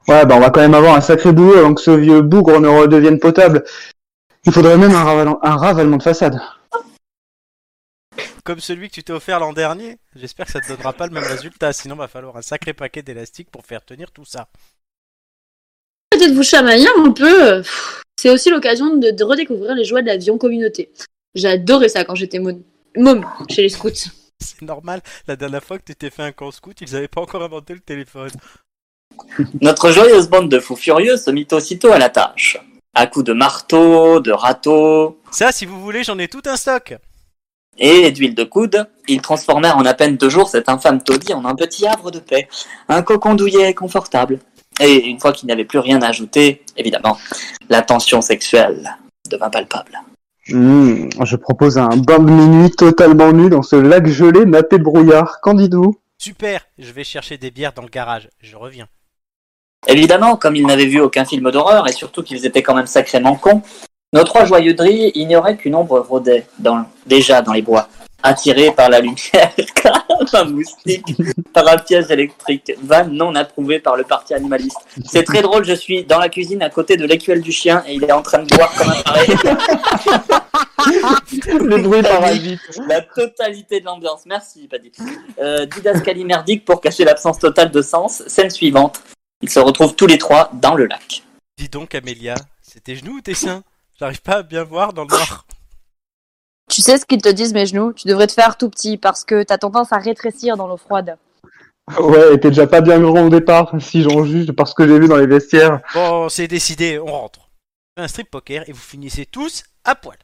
S3: Ouais bah on va quand même avoir un sacré boulot avant que ce vieux bougre ne redevienne potable. Il faudrait même un, raval- un ravalement de façade.
S1: Comme celui que tu t'es offert l'an dernier. J'espère que ça te donnera pas le même résultat, sinon va falloir un sacré paquet d'élastiques pour faire tenir tout ça.
S10: Peut-être vous chamailler un peu. euh, Pff, C'est aussi l'occasion de, de redécouvrir les joies de l'avion communauté. J'adorais ça quand j'étais môme, môme, chez les scouts.
S1: C'est normal, la dernière fois que tu t'es fait un camp scout, ils avaient pas encore inventé le téléphone.
S2: Notre joyeuse bande de fous furieux se mit aussitôt à la tâche. À coups de marteau, de râteau
S1: Ça, si vous voulez, j'en ai tout un stock.
S2: et d'huile de coude, ils transformèrent en à peine deux jours cet infâme taudis en un petit havre de paix, un cocon douillet et confortable. Et une fois qu'il n'y avait plus rien à ajouter, évidemment, la tension sexuelle devint palpable.
S3: Hmm, je propose un bain de minuit totalement nu dans ce lac gelé nappé de brouillard. Qu'en dites-vous
S1: Super, je vais chercher des bières dans le garage. Je reviens.
S2: Évidemment, comme ils n'avaient vu aucun film d'horreur et surtout qu'ils étaient quand même sacrément cons, nos trois joyeux drilles ignoraient qu'une ombre rôdait dans- déjà dans les bois, attirée par la lumière, comme un moustique, par un piège électrique, vanne non approuvée par le parti animaliste. C'est très drôle, je suis dans la cuisine à côté de l'écuelle du chien et il est en train de boire comme un taré.
S3: Les bruits parasites.
S2: La totalité de l'ambiance, merci Paddy. Euh, didascalie merdique pour cacher l'absence totale de sens. Scène suivante, ils se retrouvent tous les trois dans le lac.
S1: Dis donc, Amélia, c'est tes genoux ou tes seins J'arrive pas à bien voir dans le noir.
S6: Tu sais ce qu'ils te disent, mes genoux Tu devrais te faire tout petit parce que t'as tendance à rétrécir dans l'eau froide.
S3: Ouais, et t'es déjà pas bien grand au départ, si j'en juge par ce que j'ai vu dans les vestiaires.
S1: Bon, c'est décidé, on rentre. Un strip poker et vous finissez tous à poil.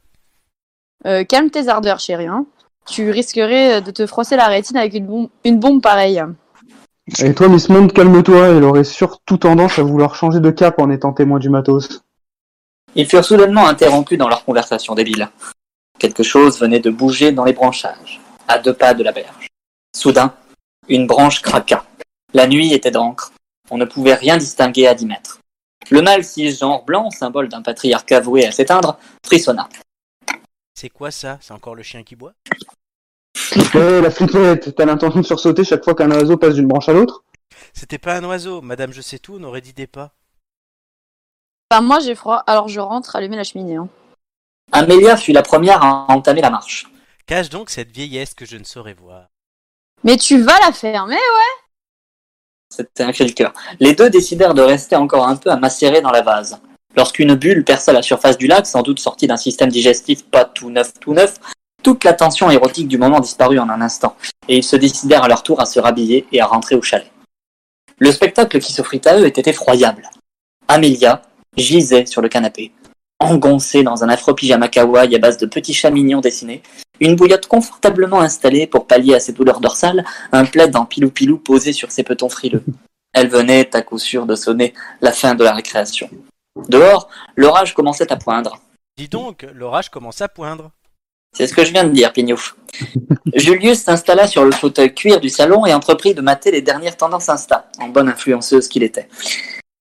S6: Euh, calme tes ardeurs, chérie. hein. Tu risquerais de te froisser la rétine avec une bombe, une bombe pareille.
S3: Et toi, Miss Monde, calme-toi, elle aurait surtout tendance à vouloir changer de cap en étant témoin du matos.
S2: Ils furent soudainement interrompus dans leur conversation débile. Quelque chose venait de bouger dans les branchages, à deux pas de la berge. Soudain, une branche craqua. La nuit était d'encre. On ne pouvait rien distinguer à dix mètres. Le mâle cisgenre blanc, symbole d'un patriarcat voué à s'éteindre, frissonna.
S1: C'est quoi ça C'est encore le chien qui boit
S3: Ouais, la flippette, t'as l'intention de sursauter chaque fois qu'un oiseau passe d'une branche à l'autre
S1: C'était pas un oiseau, madame je sais tout, on aurait dit des pas.
S6: Enfin, moi j'ai froid, alors je rentre allumer la cheminée. hein.
S2: Amélia fut la première à entamer la marche.
S1: Cache donc cette vieillesse que je ne saurais voir.
S6: Mais tu vas la fermer
S2: C'était un cri du cœur. Les deux décidèrent de rester encore un peu à macérer dans la vase. Lorsqu'une bulle perça la surface du lac, sans doute sortie d'un système digestif pas tout neuf tout neuf, toute la tension érotique du moment disparut en un instant, et ils se décidèrent à leur tour à se rhabiller et à rentrer au chalet. Le spectacle qui s'offrit à eux était effroyable. Amélia gisait sur le canapé, engoncée dans un affreux pyjama kawaii à base de petits chats mignons dessinés, une bouillotte confortablement installée pour pallier à ses douleurs dorsales, un plaid en pilou-pilou posé sur ses petons frileux. Elle venait à coup sûr de sonner la fin de la récréation. Dehors, l'orage commençait à poindre.
S1: Dis donc, l'orage commence à poindre.
S2: C'est ce que je viens de dire, Pignouf. Julius s'installa sur le fauteuil cuir du salon et entreprit de mater les dernières tendances Insta, en bonne influenceuse qu'il était.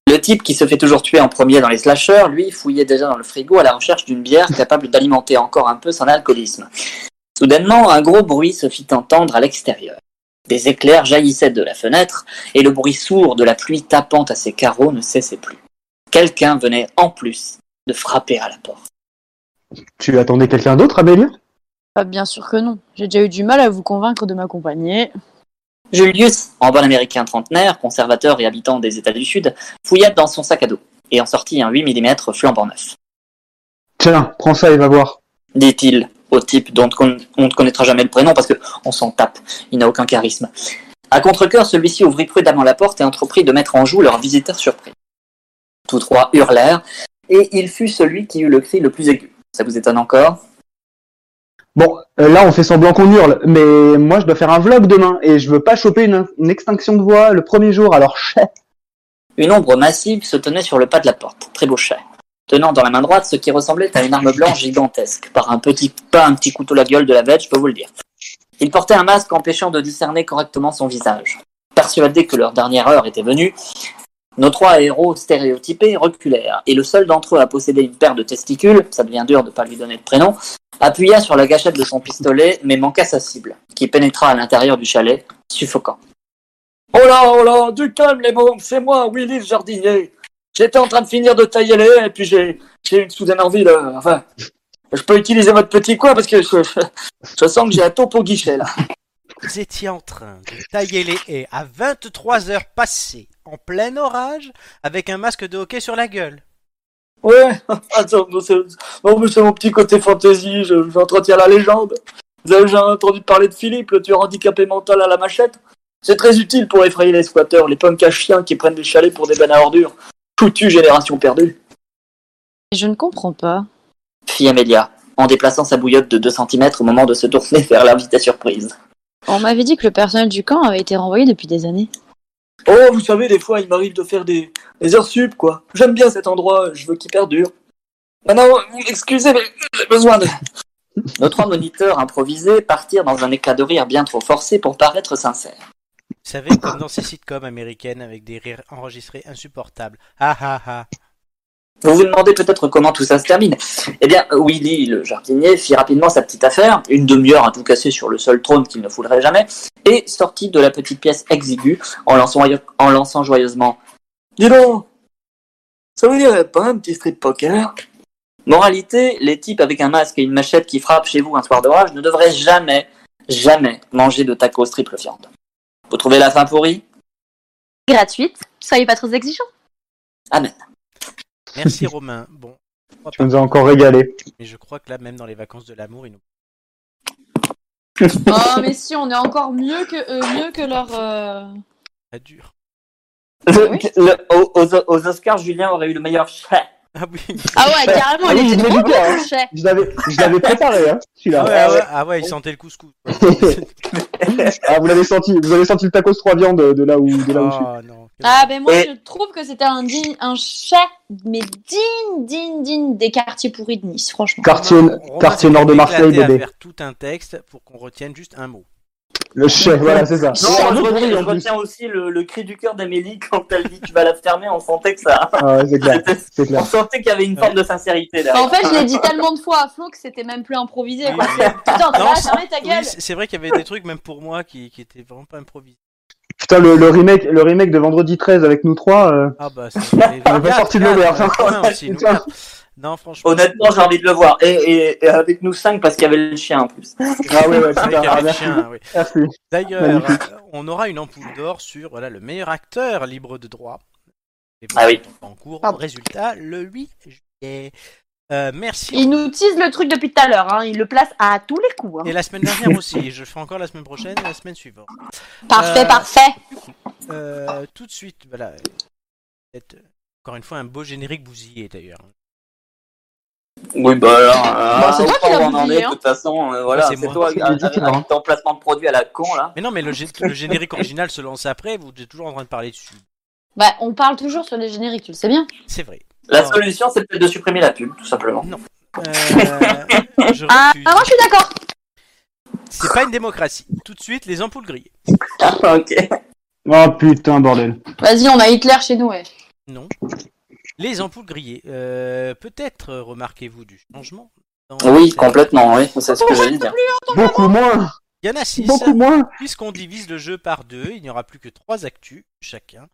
S2: Le type qui se fait toujours tuer en premier dans les slashers, lui, fouillait déjà dans le frigo à la recherche d'une bière capable d'alimenter encore un peu son alcoolisme. Soudainement, un gros bruit se fit entendre à l'extérieur. Des éclairs jaillissaient de la fenêtre, et le bruit sourd de la pluie tapant à ses carreaux ne cessait plus. Quelqu'un venait en plus de frapper à la porte.
S3: Tu attendais quelqu'un d'autre, Amélie
S6: Bah, bien sûr que non. J'ai déjà eu du mal à vous convaincre de m'accompagner.
S2: Julius, en bon américain trentenaire, conservateur et habitant des États du Sud, fouilla dans son sac à dos et en sortit un 8 mm flambant neuf.
S3: Tiens, prends ça et va voir.
S2: Dit-il au type dont on on ne connaîtra jamais le prénom parce que on s'en tape, il n'a aucun charisme. À contre-cœur, celui-ci ouvrit prudemment la porte et entreprit de mettre en joue leurs visiteurs surpris. Tous trois hurlèrent et il fut celui qui eut le cri le plus aigu. Ça vous étonne encore
S3: Bon, euh, là, on fait semblant qu'on hurle, mais moi, je dois faire un vlog demain et je veux pas choper une, une extinction de voix le premier jour, alors chais.
S2: Une ombre massive se tenait sur le pas de la porte, très beau chat, tenant dans la main droite ce qui ressemblait à une arme blanche gigantesque, par un petit pas, un petit couteau à la gueule de la bête, je peux vous le dire. Il portait un masque empêchant de discerner correctement son visage. Persuadés que leur dernière heure était venue, nos trois héros stéréotypés reculèrent, et le seul d'entre eux à posséder une paire de testicules, ça devient dur de pas lui donner de prénom, appuya sur la gâchette de son pistolet, mais manqua sa cible, qui pénétra à l'intérieur du chalet, suffocant. Oh là, oh là, du calme les mômes, c'est moi, Willy le jardinier. J'étais en train de finir de tailler les haies, et puis j'ai, j'ai une soudaine envie, là. Enfin, je peux utiliser votre petit coin parce que je, je, je sens que j'ai un topo guichet, là.
S1: Vous étiez en train de tailler les haies à 23 heures passées, en plein orage, avec un masque de hockey sur la gueule.
S11: Ouais, attends, non, c'est, non, mais c'est mon petit côté fantaisie, je- j'entretiens la légende. Vous avez déjà entendu parler de Philippe, le tueur handicapé mental à la machette C'est très utile pour effrayer les squatteurs, les punks à chiens qui prennent des chalets pour des bennes à ordures. Foutue génération perdue,
S6: Je ne comprends pas.
S2: fit Amélia, en déplaçant sa bouillotte de 2 cm au moment de se tourner vers l'invité surprise.
S6: On m'avait dit que le personnel du camp avait été renvoyé depuis des années.
S11: Oh, vous savez, des fois, il m'arrive de faire des, des heures sup, quoi. J'aime bien cet endroit, je veux qu'il perdure. Maintenant, excusez, mais j'ai besoin de...
S2: Nos trois moniteurs improvisés partirent dans un éclat de rire bien trop forcé pour paraître sincères.
S1: Vous savez, comme dans ces sitcoms américaines avec des rires enregistrés insupportables. Ah ah ah.
S2: Vous vous demandez peut-être comment tout ça se termine. Eh bien, Willy, le jardinier, fit rapidement sa petite affaire, une demi-heure à tout casser sur le seul trône qu'il ne foulerait jamais, et sortit de la petite pièce exiguë en lançant, en lançant joyeusement
S11: Dis donc, ça vous dirait pas un petit strip poker
S2: Moralité, les types avec un masque et une machette qui frappent chez vous un soir d'orage ne devraient jamais, jamais manger de tacos triple viande. Vous trouvez la fin pourrie
S10: Gratuite, soyez pas trop exigeants.
S1: Merci Romain. Bon,
S3: Tu nous as encore régalé.
S1: mais je crois que là, même dans les vacances de l'amour, ils nous.
S6: Oh, mais si, on est encore mieux que, euh, mieux que leur. euh,
S1: Ça dure.
S2: Le- le- aux, aux- aux Oscars, Julien aurait eu le meilleur
S1: Ah oui.
S10: Ah ouais, carrément,
S3: Ah oui,
S10: il
S3: je
S10: était
S3: l'ai
S10: trop
S3: dit,
S10: bon,
S3: hein.
S10: mon chef.
S3: Je l'avais, je l'avais préparé, hein,
S1: Ah
S3: celui-là.
S1: ouais, ah ouais, ah ouais, il sentait le couscous.
S3: Ah, vous l'avez senti, vous avez senti le tacos trois viandes de de là où, de là où je suis.
S1: Oh non.
S6: Ah, ben moi,
S2: Et-
S6: je trouve que c'était un, digne, un chat, mais digne, digne, digne des quartiers pourris de Nice, franchement.
S3: Quartier,
S1: Romain
S3: quartier
S1: s'est
S3: nord de
S1: fait
S3: Marseille,
S1: éclater à
S3: bébé.
S1: faire tout un texte pour qu'on retienne juste un mot.
S3: Le chef, voilà, c'est ça.
S2: Non,
S3: C'est un
S2: je
S3: autre
S2: retiens,
S3: bruit, en
S2: je
S3: plus.
S2: retiens aussi le, le cri du cœur d'Amélie quand elle dit tu vas la fermer, on sentait que ça.
S3: Ah ouais, c'est clair, c'est clair.
S2: On sentait qu'il y avait une forme de sincérité là.
S6: Bah, En fait, je l'ai dit tellement de fois à Flo que c'était même plus improvisé.
S1: Oui,
S6: quoi.
S1: oui.
S6: Putain, t'as
S1: Ah, Non,
S6: là,
S1: c'est-
S6: fermez ta gueule.
S1: Oui, c'est c'est vrai qu'il y avait des trucs, même pour moi, qui, qui étaient vraiment pas improvisés.
S3: Putain, le, le remake, le remake de vendredi 13 avec nous trois, euh,
S1: Ah bah, c'est.
S3: on est pas sorti de l'auberge. hein.
S1: Aussi, nous, quatre. Non, franchement.
S2: Honnêtement, j'ai envie de le voir. Et, et- et avec nous cinq, parce qu'il y avait le chien en plus.
S1: Ah ouais, ouais, c'est vrai qu'il y avait le chien, oui.
S4: Bah
S1: D'ailleurs,
S2: Magnifique.
S1: euh, on aura une ampoule d'or sur voilà, le meilleur acteur libre de droit. Et
S2: Ah oui.
S1: En cours, résultat, le 8 juillet. Euh, merci.
S4: Il nous tease le truc depuis tout à l'heure, hein. il le place à tous les coups. hein.
S1: Et la semaine dernière aussi, je ferai encore la semaine prochaine et la semaine suivante.
S4: Parfait,
S1: Euh,
S4: parfait.
S1: euh, tout de suite, voilà. euh, peut-être, euh, encore une fois, un beau générique bousillé d'ailleurs.
S2: Oui, bah alors, euh,
S1: Bah, c'est
S2: au
S1: toi qui
S2: point
S1: l'as
S2: où on en
S1: bousillé,
S2: est, de
S1: hein.
S2: toute façon, euh,
S1: Ouais,
S2: voilà,
S1: c'est
S2: c'est
S1: moi.
S2: toi
S1: C'est
S2: avec, avec-
S1: Didier,
S2: avec ton placement de produit à la con là.
S1: Mais non, mais le, gé- le générique original se lance après, vous êtes toujours en train de parler dessus.
S6: Bah, on parle toujours sur les génériques, tu le sais bien.
S1: C'est vrai.
S2: La solution, c'est peut-être de supprimer la pub, tout simplement.
S1: Non. Euh, Je refuse.
S6: Ah, moi, je suis d'accord.
S1: C'est pas une démocratie. Tout de suite, les ampoules grillées.
S2: Ah,
S3: Oh putain, bordel.
S6: Vas-y, on a Hitler chez nous, ouais.
S1: Non. Les ampoules grillées. Euh, Peut-être euh, remarquez-vous du changement. dans
S2: Oui,
S1: cette-
S2: complètement, oui, c'est ce que j'allais dire.
S3: Beaucoup moins
S1: Il y en a 6.
S3: Beaucoup moins
S1: Puisqu'on divise le jeu par deux, il n'y aura plus que trois actus chacun.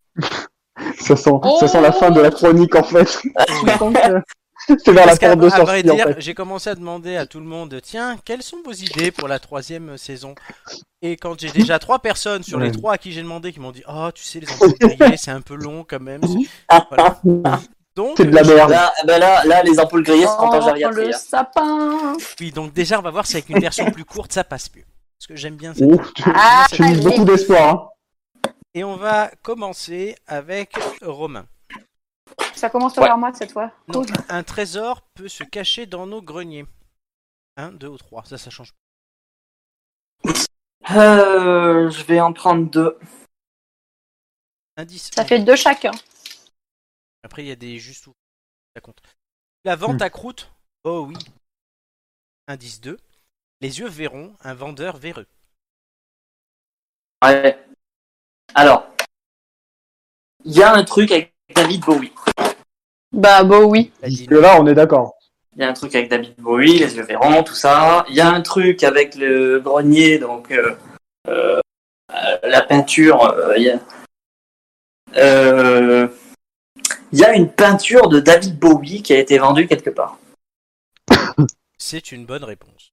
S3: Ça sent, ça sent la fin de la chronique en fait. Je sens que C'est vers la
S1: Oh Ah, Parce qu'à-
S3: porte de
S1: à vrai
S3: sortie en
S1: dire,
S3: fait.
S1: j'ai commencé à demander à tout le monde tiens, quelles sont vos idées pour la troisième euh, saison Et quand j'ai déjà trois personnes sur les
S3: Ouais.
S1: trois à qui j'ai demandé qui m'ont dit oh, tu sais, les ampoules grillées, c'est un peu long quand même. c'est- Voilà. Donc, euh,
S3: C'est de la merde.
S2: Là, bah là, là, les ampoules grillées sont en gériatrie.
S6: le
S2: hein.
S6: sapin.
S1: Oui, donc déjà, on va voir si avec une version plus courte, ça passe mieux. Parce que j'aime bien Ah, ça.
S3: Ouf, tu Ah, tu mises beaucoup d'espoir. hein.
S1: Et on va commencer avec Romain.
S6: Ça commence
S1: Ouais.
S6: par moi cette fois.
S1: Non, un trésor peut se cacher dans nos greniers. Un, deux ou trois, ça, ça change.
S2: Euh, je vais en prendre deux.
S1: Indice.
S6: Ça fait deux chacun.
S1: Après, il y a des juste ou. Ça compte. La vente à croûte. Oh oui. Indice 2. Les yeux verront un vendeur véreux.
S2: Ouais. Alors, il y a un truc avec David Bowie.
S6: Bah, bah oui.
S3: Parce que là, on est d'accord.
S2: Il y a un truc avec David Bowie, les yeux verrons, tout ça. Il y a un truc avec le grenier, donc euh, euh, euh, la peinture. euh, Il y, a... Euh, il y a une peinture de David Bowie qui a été vendue quelque part.
S1: C'est une bonne réponse.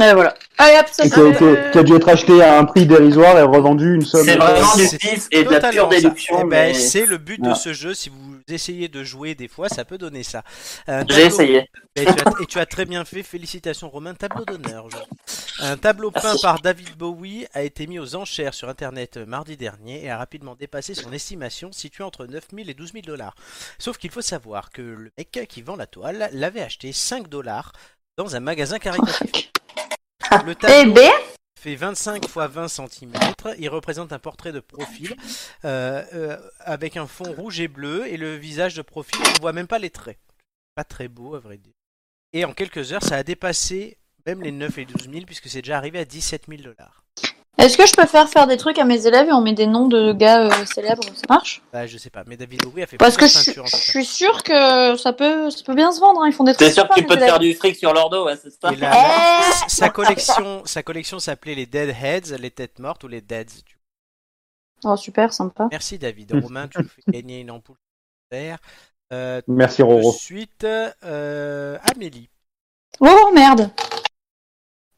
S6: Et voilà. Allez hop, ça
S3: Et qui a, été- qui a dû être acheté à un prix dérisoire et revendu une somme.
S2: C'est vraiment du
S1: C'est
S2: pif et de la pure
S1: totalement ça.
S2: déduction.
S1: Eh ben,
S2: mais-
S1: C'est le but de
S2: Voilà.
S1: ce jeu. Si vous essayez de jouer des fois, ça peut donner ça. Euh, Un
S2: J'ai
S1: tableau-
S2: essayé.
S1: Ben, tu as- et tu as très bien fait. Félicitations, Romain. Tableau d'honneur. je- Un tableau peint par David Bowie a été mis aux enchères sur Internet euh, mardi dernier et a rapidement dépassé son estimation, située entre 9000 et 12 000 dollars. Sauf qu'il faut savoir que le mec qui vend la toile l'avait acheté 5 dollars dans un magasin caritatif.
S6: Eh
S1: Le tableau
S6: ben
S1: fait 25 x 20 cm. Il représente un portrait de profil euh, euh, avec un fond rouge et bleu et le visage de profil. On voit même pas les traits. Pas très beau, à vrai dire. Et en quelques heures, ça a dépassé même les 9 et 12 000 puisque c'est déjà arrivé à 17 000 dollars.
S6: Est-ce que je peux faire faire des trucs à mes élèves et on met des noms de gars euh, célèbres Ça marche
S1: Bah, je sais pas, mais David Bowie a fait
S6: Parce que je,
S1: plusieurs peintures
S6: suis-
S1: en
S6: je
S1: tout cas.
S6: suis sûre que ça peut, ça peut bien se vendre. hein, Ils font des trucs.
S2: T'es sûr que
S6: sympas,
S2: tu
S6: mes
S2: peux te
S6: élèves.
S2: faire du fric sur leur dos, ouais, c'est ça
S1: Et la-
S6: Eh,
S1: sa collection, sa collection s'appelait les Dead Heads, les têtes mortes ou les Deads. tu-
S6: Oh, super, sympa.
S1: Merci David. Romain, tu nous fais gagner une ampoule supplémentaire. Euh,
S3: Merci Roro.
S1: Ensuite, euh, Amélie.
S6: Oh merde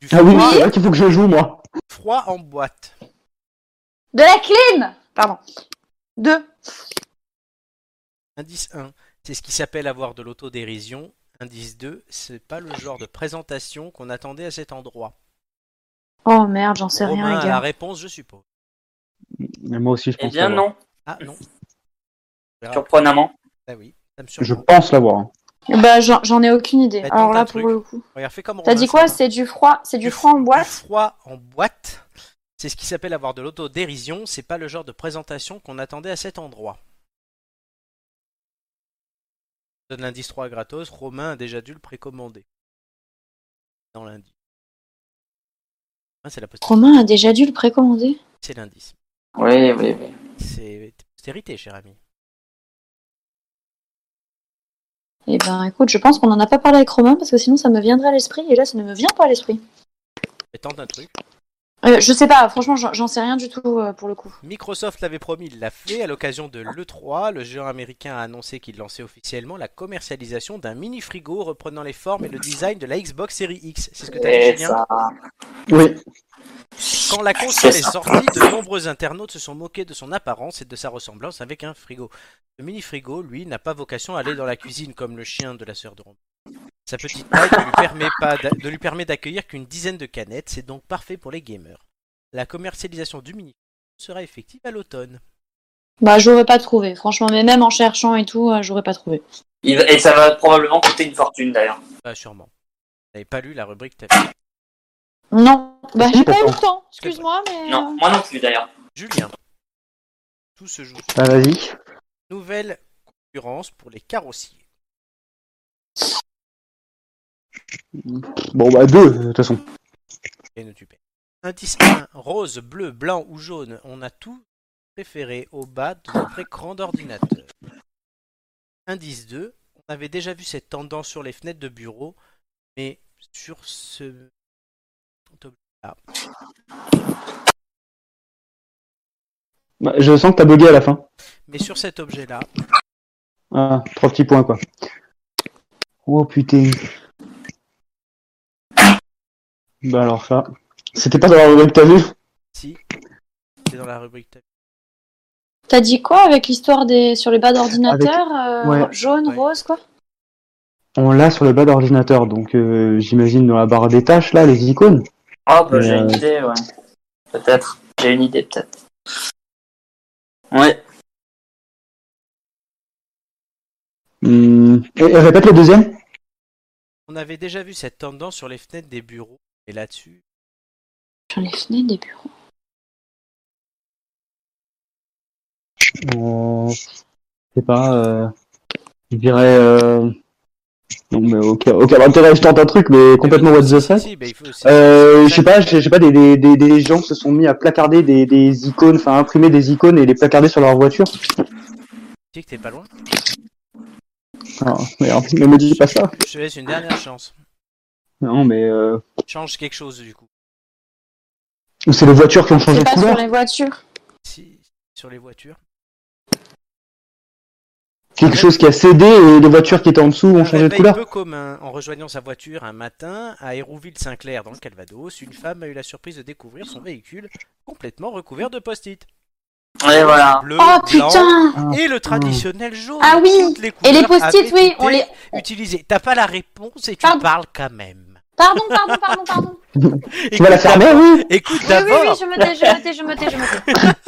S1: Du
S3: Ah oui,
S1: froid-
S3: c'est là qu'il faut que je joue moi.
S1: froid en boîte.
S6: De la clim Pardon. Deux.
S1: Indice 1, c'est ce qui s'appelle avoir de l'autodérision. Indice 2, c'est pas le genre de présentation qu'on attendait à cet endroit.
S6: Oh merde, j'en sais rien,
S1: Romain
S6: les
S1: a la
S6: gars.
S1: réponse, je suppose.
S3: Mais moi aussi, je pense.
S2: Eh bien,
S3: l'avoir.
S2: non,
S1: Ah non.
S2: surprenamment.
S1: Ah oui, ça me surprend.
S3: Je pense l'avoir. hein.
S6: Bah, j'en j'en ai aucune idée.
S1: Bah, tente
S6: Alors
S1: un
S6: là,
S1: truc.
S6: pour le coup.
S1: Regarde, fais comme
S6: T'as
S1: Romain,
S6: dit
S1: ça
S6: quoi
S1: va.
S6: C'est du froid C'est du froid en
S1: Du
S6: boîte
S1: froid en boîte, c'est ce qui s'appelle avoir de l'autodérision. C'est pas le genre de présentation qu'on attendait à cet endroit. Je donne l'indice 3 gratos. Romain a déjà dû le précommander. Dans l'indice. Ah, c'est la postérité,
S6: Romain a déjà dû le précommander.
S1: C'est l'indice.
S2: Oui, oui, oui.
S1: C'est postérité, cher ami.
S6: Eh ben écoute, je pense qu'on en a pas parlé avec Romain parce que sinon ça me viendrait à l'esprit et là ça ne me vient pas à l'esprit.
S1: Mais tente un truc.
S6: Euh, je sais pas, franchement, j'en j'en sais rien du tout euh, pour le coup.
S1: Microsoft l'avait promis, il l'a fait à l'occasion de l'E3. Le géant américain a annoncé qu'il lançait officiellement la commercialisation d'un mini frigo reprenant les formes et le design de la Xbox Series X. C'est ce que tu as dit,
S2: Et
S1: Julien
S2: Eh, ça. Oui.
S1: Quand la console est
S2: C'est ça.
S1: sortie, de nombreux internautes se sont moqués de son apparence et de sa ressemblance avec un frigo. Le mini frigo, lui, n'a pas vocation à aller dans la cuisine comme le chien de la sœur de Ron. Sa petite taille ne lui permet pas d'a- ne lui permet d'accueillir qu'une dizaine de canettes, c'est donc parfait pour les gamers. La commercialisation du mini sera effective à l'automne.
S6: Bah, j'aurais pas trouvé, franchement, mais même en cherchant et tout, euh, j'aurais pas trouvé.
S2: Il va- Et ça va probablement coûter une fortune d'ailleurs.
S1: Bah sûrement. T'avais pas lu la rubrique t'as fait.
S6: Non, bah, j'ai pas eu
S3: Pourtant.
S6: le temps, excuse-moi, mais. euh,
S2: Non, moi non plus d'ailleurs.
S1: Julien. Tout se joue.
S3: Bah vas-y.
S1: Nouvelle concurrence pour les carrossiers.
S3: Bon bah deux, de toute façon.
S1: Et ne tue pas. Indice 1, rose, bleu, blanc ou jaune. On a tout préféré au bas de notre écran d'ordinateur. Indice 2, on avait déjà vu cette tendance sur les fenêtres de bureau, mais sur ce. Ah.
S3: Bah, je sens que t'as bugué à la fin.
S1: Mais sur cet objet-là,
S3: Ah, trois petits points quoi. Oh putain. Bah alors ça. C'était pas dans la rubrique que t'as vu
S1: si, c'est dans la rubrique tab-
S6: T'as dit quoi avec l'histoire des sur les bas d'ordinateur euh,
S3: Ah, ouais.
S6: jaune, rose, quoi
S10: Euh,
S3: On l'a sur le bas d'ordinateur, donc euh, j'imagine dans la barre des tâches là, les icônes.
S2: Ah bah j'ai
S3: Euh,
S2: une idée, ouais. Peut-être. J'ai une idée peut-être. Ouais.
S3: Hmm. Et- et répète le deuxième
S1: On avait déjà vu cette tendance sur les fenêtres des bureaux, et là-dessus,
S6: Sur les fenêtres des bureaux.
S3: Euh, Je sais pas. euh, Je dirais. euh, Non mais ok, ok, bah, peut-être je tente un truc, mais complètement what the fuck.
S1: Si, ben, il faut aussi-
S3: Euh, je sais pas, je je sais pas, des, des, des, des gens se sont mis à placarder des, des icônes, enfin imprimer des icônes et les placarder sur leur voiture.
S1: Tu sais que t'es pas loin.
S3: Ah, merde, ne me dis pas ça.
S1: Je te laisse une dernière chance.
S3: Non, mais euh...
S1: Change quelque chose du coup.
S3: ou c'est les voitures qui ont changé de
S6: C'est pas sur
S3: couleur.
S6: les voitures.
S1: Si, sur les voitures.
S3: Quelque chose qui a cédé et les voitures qui étaient en dessous ont
S1: Un
S3: changé de
S1: réveil
S3: couleur.
S1: peu commun. En rejoignant sa voiture un matin à Hérouville-Saint-Clair dans le Calvados, une femme a eu la surprise de découvrir son véhicule complètement recouvert de post-it.
S2: Et voilà.
S1: Bleu,
S6: Oh
S1: blanc
S6: putain
S1: et le traditionnel jaune.
S6: Ah oui
S1: Toutes
S6: Et les
S1: couleurs
S6: post-it,
S1: avaient
S6: oui,
S1: été
S6: on les.
S1: utilisées. T'as pas la réponse et tu
S6: Pardon.
S1: parles quand même.
S6: Pardon, pardon, pardon, pardon.
S3: Tu vas la fermer, oui
S1: Écoute
S6: Oui, oui,
S1: d'abord.
S6: oui, je me tais, je me tais, je me tais, je me tais.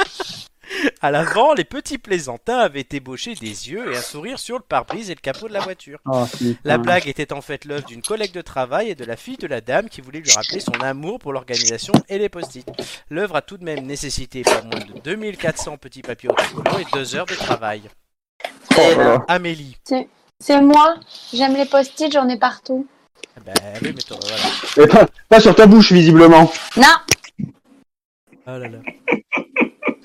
S1: À l'avant, les petits plaisantins avaient ébauché des yeux et un sourire sur le pare-brise et le capot de la voiture.
S3: Ah, putain.
S1: La blague était en fait l'œuvre d'une collègue de travail et de la fille de la dame qui voulait lui rappeler son amour pour l'organisation et les post-it. L'œuvre a tout de même nécessité pas moins de 2400 petits papiers autocollants et deux heures de travail.
S2: Eh ben,
S3: Voilà.
S1: Amélie.
S6: C'est moi, j'aime les post-it, j'en ai partout.
S1: Ah Ben oui, mais toi, voilà.
S3: Et pas, pas sur ta bouche, visiblement.
S6: Non,
S1: Oh là là.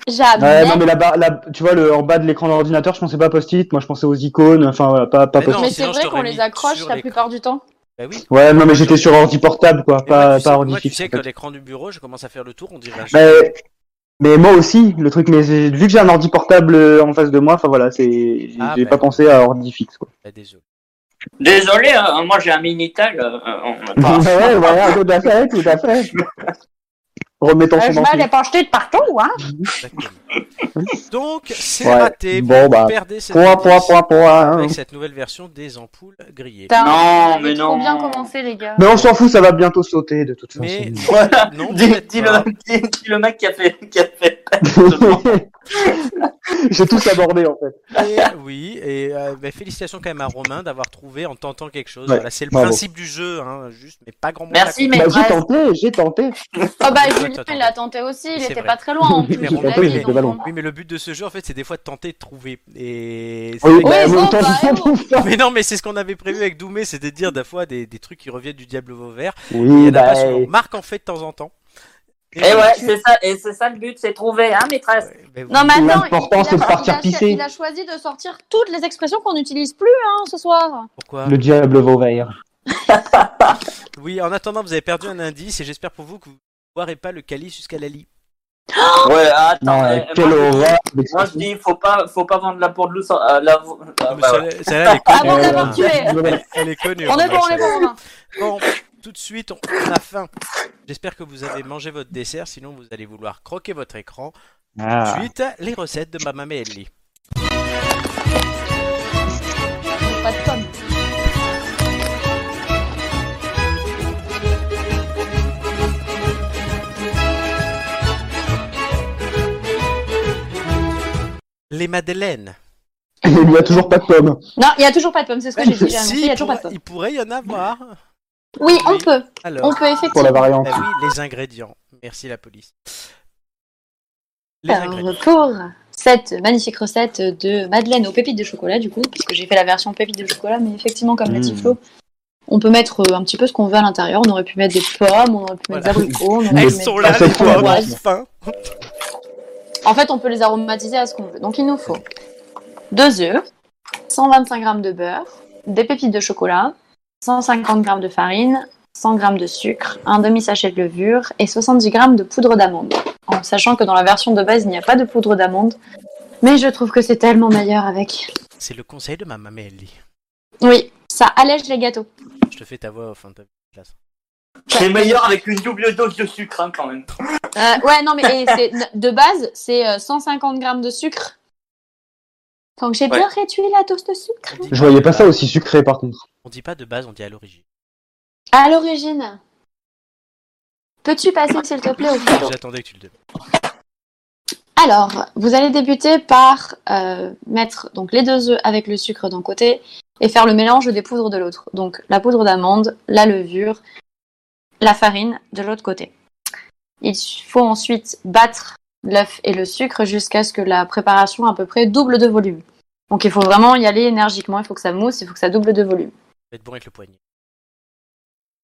S3: Ouais,
S6: jamais.
S3: non, mais la barre, la, tu vois, le, en bas de l'écran de l'ordinateur, je pensais pas post-it, moi je pensais aux icônes, enfin voilà, pas, pas
S1: Mais non.
S3: post-it.
S6: mais c'est
S1: sinon, je
S6: vrai
S1: t'aurais
S6: qu'on
S1: mis
S6: les accroche
S1: sur
S6: la
S1: les-
S6: plupart du temps.
S1: Ben oui.
S3: Ouais, non, mais j'étais sur ordi portable, quoi,
S1: Mais
S3: pas, Bah,
S1: moi, tu sais,
S3: pas
S1: moi,
S3: ordi
S1: tu
S3: fixe.
S1: sais
S3: en
S1: que
S3: fait.
S1: l'écran du bureau, je commence à faire le tour, on dirait. un jeu.
S3: mais, mais moi aussi, le truc, mais j'ai- vu que j'ai un ordi portable euh, en face de moi, enfin voilà, c'est, j'ai
S1: Ah,
S3: j'ai
S1: bah.
S3: pas pensé à ordi fixe, quoi.
S1: Ben, désolé.
S2: Désolé, hein, moi j'ai un Minitel. euh, euh, on n'a
S1: Ah.
S2: pas-
S3: ouais, voilà, tout à fait, tout à fait. Remettons
S6: Euh,
S3: son
S6: je
S3: ordi.
S6: mets les post-it partout, hein.
S1: Exactement. Donc, c'est
S3: Ouais.
S1: raté.
S3: Bon, bah,
S1: Vous perdez cette
S3: Point,
S1: indice
S3: point, point, point. hein.
S1: Avec cette nouvelle version des ampoules grillées.
S4: Putain,
S2: Non,
S4: vous avez
S2: mais
S4: trop
S2: non.
S4: bien commencé, les gars.
S3: Mais on s'en fout, ça va bientôt sauter, de toute façon.
S1: Mais
S2: Voilà.
S1: non,
S2: Dis,
S1: peut-être
S2: dis
S1: pas.
S2: le, dis, dis le mec qui a fait. Qui a fait
S3: j'ai tout abordé, en fait.
S1: Et oui, et euh, bah, félicitations quand même à Romain d'avoir trouvé en tentant quelque chose.
S3: Ouais,
S1: Voilà, c'est le
S3: bravo.
S1: principe du jeu, hein, juste, mais pas grand monde.
S10: Merci,
S1: l'a
S10: mais
S3: Bah, j'ai
S10: bref.
S3: tenté, j'ai tenté.
S10: Oh bah
S1: Attends,
S10: Julien,
S1: attends.
S10: il l'a tenté aussi, il
S1: C'est
S10: était
S1: vrai.
S10: pas très loin en plus.
S1: Mais
S10: on
S1: Romain,
S10: l'a
S1: oui,
S10: dit,
S1: mais-
S10: donc bon.
S1: compris. Oui, mais le but de ce jeu, en fait, c'est des fois de tenter de trouver. Et c'est
S3: Oui,
S1: vrai
S3: bah,
S10: bon,
S3: en même temps,
S10: bah,
S3: j'ai
S10: oh.
S3: tout ça.
S1: que- Mais non, mais c'est ce qu'on avait prévu avec Doumé, c'était de dire des fois des, des trucs qui reviennent du diable vert. Et il y
S3: Oui,
S1: en a
S3: bah,
S1: pas souvent. Marc en fait de temps en temps. Et
S2: Et Eh ouais, c'est ça, et c'est ça le but, c'est trouver, hein, maîtresse.
S1: ouais, mais oui.
S6: Non, mais attends, il,
S3: L'important,
S6: il a,
S3: c'est de partir
S6: il a-
S3: pisser.
S6: il a choisi de sortir toutes les expressions qu'on n'utilise plus hein, ce soir.
S1: Pourquoi
S3: le diable vauvert.
S1: Oui, en attendant, vous avez perdu un indice et j'espère pour vous que vous boirez pas le calice jusqu'à la lit.
S2: Ouais, attends.
S1: Non,
S2: eh,
S1: quelle
S2: moi, je-
S1: horreur
S2: Moi, je dis, faut pas, faut pas vendre la peau de loup sans. euh, la... ah, bah, ouais.
S1: Celle-là, elle est connue.
S6: Ah,
S2: Avant
S3: Euh,
S2: d'avoir tué.
S1: Elle- Elle est connue.
S2: On est bon,
S1: Romain,
S2: on est bon,
S6: hein.
S1: celle-là. Bon, tout de suite, on on a faim. J'espère que vous avez mangé votre dessert, sinon vous allez vouloir croquer votre écran.
S3: Ah.
S1: Ensuite, les recettes de Mamma Melli.
S5: Pas de pommes.
S1: Les madeleines.
S3: Il n'y a toujours pas de pomme.
S6: Non, il y a toujours pas de pommes, c'est ce que j'ai dit. j'ai annoncé,
S1: Si,
S6: il y
S1: il,
S6: a toujours pas de
S1: pourrait-
S6: pommes.
S1: il pourrait y en avoir.
S6: Oui, on peut.
S1: Alors,
S6: on peut effectivement.
S1: Bah oui, les ingrédients. Merci la police. Les
S6: Alors,
S1: ingrédients.
S6: pour cette magnifique recette de madeleine aux pépites de chocolat, du coup, parce que j'ai fait la version pépites de chocolat, mais effectivement, comme l'a dit
S1: Mm.
S6: Flo, on peut mettre euh, un petit peu ce qu'on veut à l'intérieur. On aurait pu mettre des pommes, on aurait pu mettre des abricots, on aurait pu
S1: Elles
S6: mettre
S1: sont
S6: des
S1: là, les pommes,
S6: framboises.
S1: enfin.
S6: En fait, on peut les aromatiser à ce qu'on veut. Donc, il nous faut deux œufs, 125 g de beurre, des pépites de chocolat, 150 g de farine, 100 g de sucre, un demi-sachet de levure et 70 g de poudre d'amande. En sachant que dans la version de base, il n'y a pas de poudre d'amande, mais je trouve que c'est tellement meilleur avec.
S1: C'est le conseil de Mamma Melli.
S6: Oui, ça allège les gâteaux.
S1: Je te fais ta voix, enfin ta classe.
S2: C'est meilleur avec une double dose de sucre, hein, quand même.
S6: Euh, ouais, non, mais et c'est- de base, c'est euh, 150 g de sucre. Donc j'ai
S1: Ouais.
S6: bien réduit la dose de sucre.
S3: Je voyais pas ça aussi sucré par contre.
S1: On dit pas de base, on dit à l'origine.
S6: À l'origine. Peux-tu passer, s'il te plaît, au photo
S1: J'attendais que tu le demandes.
S6: Alors, vous allez débuter par euh, mettre donc les deux œufs avec le sucre d'un côté et faire le mélange des poudres de l'autre. Donc la poudre d'amande, la levure, la farine de l'autre côté. Il faut ensuite battre l'œuf et le sucre jusqu'à ce que la préparation à peu près double de volume. Donc il faut vraiment y aller énergiquement, il faut que ça mousse, il faut que ça double de volume.
S1: Faut être bon avec le poignet.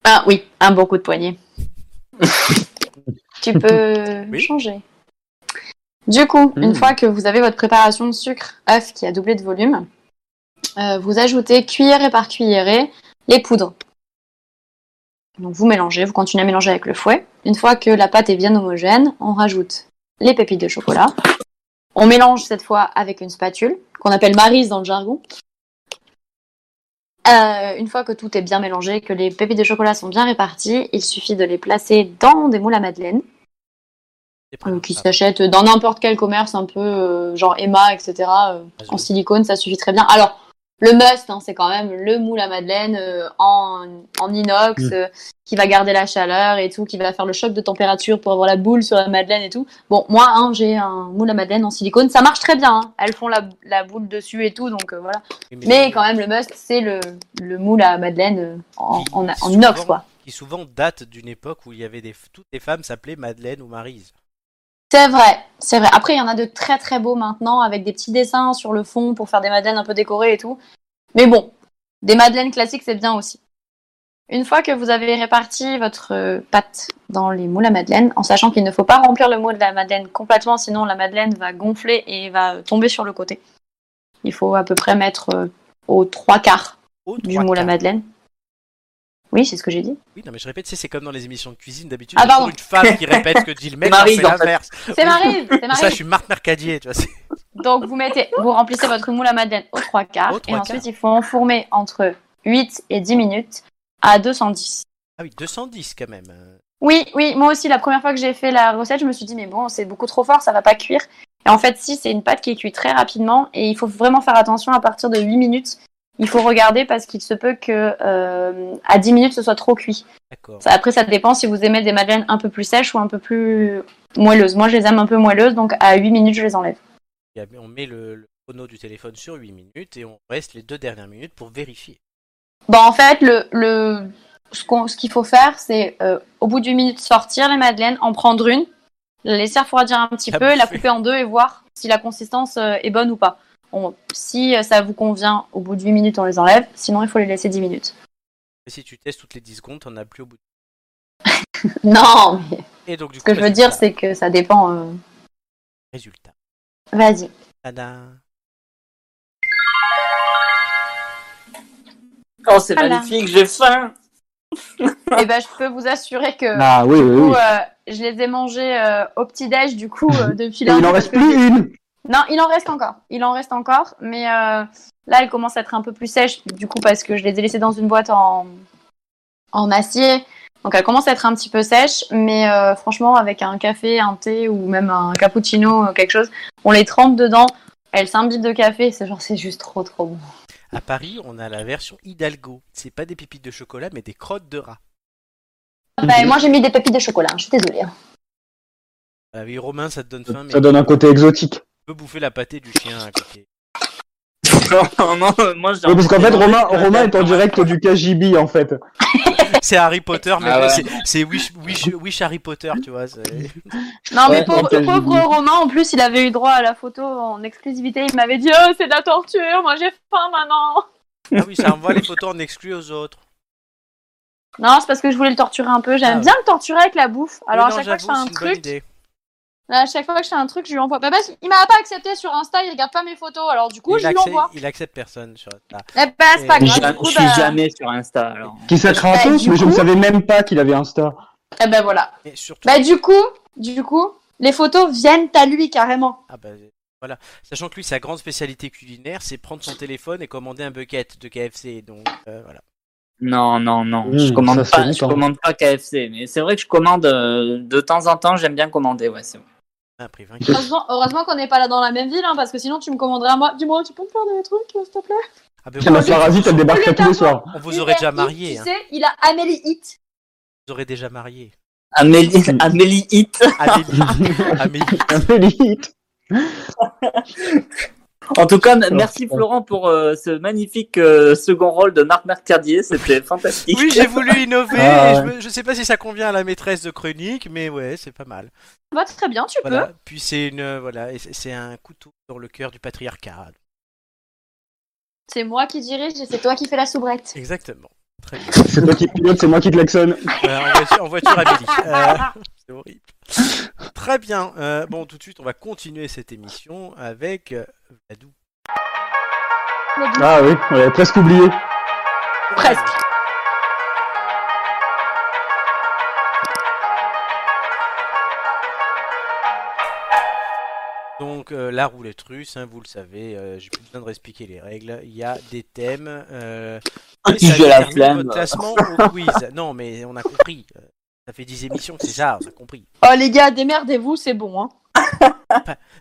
S6: Ah oui, un bon coup de poignet. tu peux changer. Du coup,
S5: Mm.
S6: une fois que vous avez votre préparation de sucre œuf qui a doublé de volume, euh, vous ajoutez cuillerée par cuillerée les poudres. Donc vous mélangez, vous continuez à mélanger avec le fouet. Une fois que la pâte est bien homogène, on rajoute les pépites de chocolat. On mélange cette fois avec une spatule, qu'on appelle marise dans le jargon. Euh, une fois que tout est bien mélangé, que les pépites de chocolat sont bien réparties, il suffit de les placer dans des moules à madeleine. euh,
S1: Ah.
S6: qui s'achètent dans n'importe quel commerce, un peu euh, genre Emma, etc. euh, en silicone, ça suffit très bien. Alors, le must, hein, c'est quand même le moule à madeleine euh, en, en inox,
S5: Mm.
S6: euh, qui va garder la chaleur et tout, qui va faire le choc de température pour avoir la boule sur la madeleine et tout. Bon, moi, hein, j'ai un moule à madeleine en silicone, ça marche très bien. hein. Elles font la, la boule dessus et tout, donc euh, voilà.
S1: Ah, Oui, mais-
S6: Mais quand même, le must, c'est le, le moule à madeleine euh, en, en, en inox, quoi.
S1: Qui souvent date d'une époque où il y avait des... toutes les femmes s'appelaient Madeleine ou Marise.
S6: C'est vrai, c'est vrai. Après, il y en a de très très beaux maintenant, avec des petits dessins sur le fond pour faire des madeleines un peu décorées et tout. Mais bon, des madeleines classiques, c'est bien aussi. Une fois que vous avez réparti votre euh, pâte dans les moules à madeleine, en sachant qu'il ne faut pas remplir le moule de la madeleine complètement, sinon la madeleine va gonfler et va euh, tomber sur le côté. Il faut à peu près mettre euh, aux trois quarts du moule à madeleine. Oui, c'est ce que j'ai dit.
S1: Oui, non, mais je répète, c'est- c'est comme dans les émissions de cuisine. D'habitude,
S6: Ah,
S1: il y a
S6: pardon.
S1: toujours une femme qui répète ce que dit le mec, non,
S6: C'est Maryse,
S1: c'est
S6: en fait.
S1: l'inverse.
S6: C'est Maryse, c'est Maryse.
S1: Ça, je suis Marthe Mercadier, tu vois. c'est-
S6: Donc vous mettez, vous remplissez votre moule à madeleine aux trois quarts
S1: Aux trois
S6: et ensuite
S1: quarts.
S6: il faut enfourner entre 8 et 10 minutes à 210.
S1: Ah oui, 210 quand même. euh.
S6: Oui, oui, moi aussi la première fois que j'ai fait la recette, je me suis dit mais bon, c'est beaucoup trop fort, ça va pas cuire. Et en fait, si c'est une pâte qui est cuite très rapidement et il faut vraiment faire attention à partir de 8 minutes. Il faut regarder parce qu'il se peut que euh, à 10 minutes ce soit trop cuit.
S1: D'accord.
S6: Ça- Après, ça dépend si vous aimez des madeleines un peu plus sèches ou un peu plus moelleuses. Moi, je les aime un peu moelleuses, donc à 8 minutes, je les enlève.
S1: Il y a- On met le, le chrono du téléphone sur 8 minutes et on reste les deux dernières minutes pour vérifier.
S6: Bah, en fait, le, le, ce qu'on- ce qu'il faut faire, c'est euh, au bout d'une minute sortir les madeleines, en prendre une, la laisser refroidir un petit
S1: La
S6: peu, la
S1: bouffer.
S6: couper en deux et voir si la consistance euh, est bonne ou pas. On- si euh, ça vous convient, au bout de 8 minutes, on les enlève. Sinon, il faut les laisser 10 minutes.
S1: Et si tu testes toutes les 10 secondes, t'en as plus au bout.
S6: non, mais
S1: Et donc, du
S6: ce
S1: coup, bah,
S6: que je veux dire, c'est que ça dépend. euh,
S1: Résultat.
S6: Vas-y.
S1: Tada.
S2: Oh, c'est
S6: Voilà.
S2: magnifique, j'ai faim.
S6: et Eh ben, je peux vous assurer que
S3: Ah oui,
S6: du
S3: oui,
S6: coup,
S3: oui.
S6: euh, Je les ai mangés euh, au petit-déj, du coup, euh, depuis
S3: Et il en reste plus une.
S6: Non, il en reste encore. Il en reste encore, mais euh, là, elle commence à être un peu plus sèche, du coup, parce que je les ai laissées dans une boîte en, en acier. Donc, elle commence à être un petit peu sèche, mais euh, franchement, avec un café, un thé ou même un cappuccino, euh, quelque chose, on les trempe dedans. Elle s'imbibe de café, c'est genre, c'est juste trop, trop bon.
S1: À Paris, on a la version Hidalgo. C'est pas des pépites de chocolat, mais des crottes de rat.
S6: Bah, et moi, j'ai mis des pépites de chocolat, hein, je suis désolée. hein.
S1: Ah oui, Romain, ça te donne faim. Mais
S3: Ça donne un côté exotique.
S1: Tu peux bouffer la pâtée du chien à côté.
S2: non, non, moi je
S3: Oui, parce qu'en fait, Romain, Romain est en
S6: euh,
S3: direct du KGB, en fait.
S1: C'est Harry Potter, mais
S3: Ah ouais.
S1: c'est- c'est wish, wish, wish Harry Potter, tu vois. c'est-
S6: Non, mais
S1: Ouais, comme
S6: pauvre,
S1: t'as
S6: pauvre
S1: dit.
S6: Romain, en plus, il avait eu droit à la photo en exclusivité. Il m'avait dit, oh, c'est de la torture, moi j'ai faim maintenant.
S1: Ah oui, ça envoie les photos en exclu aux autres.
S6: Non, c'est parce que je voulais le torturer un peu.
S1: Ah
S6: J'aime
S1: ouais.
S6: bien le torturer avec la bouffe. Alors,
S1: Oui, non,
S6: à chaque fois que je fais
S1: j'avoue,
S6: un
S1: c'est une bonne
S6: truc,
S1: idée.
S6: à chaque fois que je fais un truc, je lui envoie. Bah, parce qu'il m'a pas accepté sur Insta, il regarde pas mes photos. Alors, du coup,
S1: il,
S6: je lui
S1: accepte,
S6: envoie.
S1: il accepte personne sur ah.
S6: Eh ben, c'est pas
S1: Et-
S6: grave, Jamais- du coup, je suis bah- jamais
S2: sur Insta. Alors.
S3: Qui sacre un
S6: Bah,
S3: peu,
S6: du
S3: mais je ne
S6: coup-
S3: savais même pas qu'il avait Insta.
S6: Eh ben voilà.
S1: Et surtout,
S6: Bah, du coup, du coup, les photos viennent à lui carrément.
S1: ah bah, voilà. Sachant que lui, sa grande spécialité culinaire, c'est prendre son téléphone et commander un bucket de KFC. Donc euh, voilà.
S2: Non, non, non.
S3: Hmm,
S11: Mmh,
S2: je commande
S11: ça, c'est
S2: pas. Je
S11: longtemps.
S2: commande pas KFC, mais c'est vrai que je commande euh, de temps en temps. J'aime bien commander, ouais, c'est vrai.
S1: Ah,
S6: Heureusement, heureusement qu'on n'est pas là dans la même ville, hein, parce que sinon, tu me commanderais à moi. Dis-moi, tu peux me faire des trucs, euh, s'il te plaît
S1: Ah bah,
S3: Tiens,
S1: vous-
S3: ma parasite, elle débarque là tous les soirs.
S1: On vous aurait déjà marié.
S6: Tu
S1: hein.
S6: sais, il a Amélie Hit.
S1: Vous aurez déjà marié.
S2: Amélie,
S3: Hmm.
S2: Amélie Hit.
S1: Amélie. Amélie.
S2: En tout cas,
S1: Alors,
S2: merci
S1: bon.
S2: Florent pour euh, ce magnifique euh, second rôle de Marc Mercadier. C'était fantastique.
S1: Oui, j'ai voulu innover.
S2: Ah,
S1: et je,
S2: ouais.
S1: me- je sais pas si ça convient à la maîtresse de chronique, mais ouais, c'est pas mal.
S6: Bah, très bien, tu
S1: Voilà.
S6: peux.
S1: Puis c'est une euh, voilà, et c'est- c'est un couteau dans le cœur du patriarcat.
S6: C'est moi qui dirige et c'est toi qui fais la soubrette.
S1: Exactement. Très bien.
S3: C'est toi qui pilote, c'est moi qui klaxonne.
S1: Voilà, Euh, en voiture, en voiture Amélie. Euh, c'est horrible. Très bien. Euh, bon, tout de suite, on va continuer cette émission avec euh, Vladou.
S3: Ah oui, on l'avait presque oublié.
S6: Presque.
S1: Donc euh, la roulette russe, hein, vous le savez, euh, j'ai plus besoin de réexpliquer les règles. Il y a des thèmes. Euh,
S2: Un
S1: et ça
S2: sujet à la
S1: détermine
S2: flamme.
S1: votre classement au quiz. Non, mais on a compris. Euh, Ça fait 10 émissions, c'est ça, on a compris.
S6: Oh les gars, démerdez-vous, c'est bon. Hein.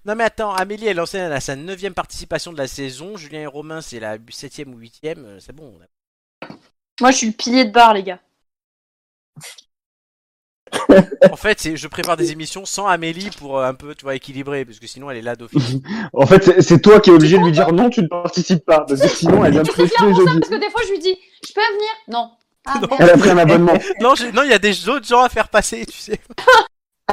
S1: Non mais attends, Amélie elle enseigne à sa neuvième participation de la saison, Julien et Romain c'est la septième ou huitième, euh, c'est bon. on a-
S6: Moi, je suis le pilier de bar, les gars.
S1: En fait, c'est- je prépare des émissions sans Amélie pour euh, un peu, tu vois, équilibrer, parce que sinon elle est là d'office.
S3: En fait, c'est- c'est toi qui es obligé de lui dire non, tu ne participes pas. Parce que sinon, elle vient te
S6: C'est bien
S3: frustrer
S6: pour ça,
S3: jeudi.
S6: parce que des fois, je lui dis, je peux venir Non. Ah, merde.
S3: Elle a pris un abonnement.
S1: non, j'ai- non, il y a des autres gens à faire passer, tu sais.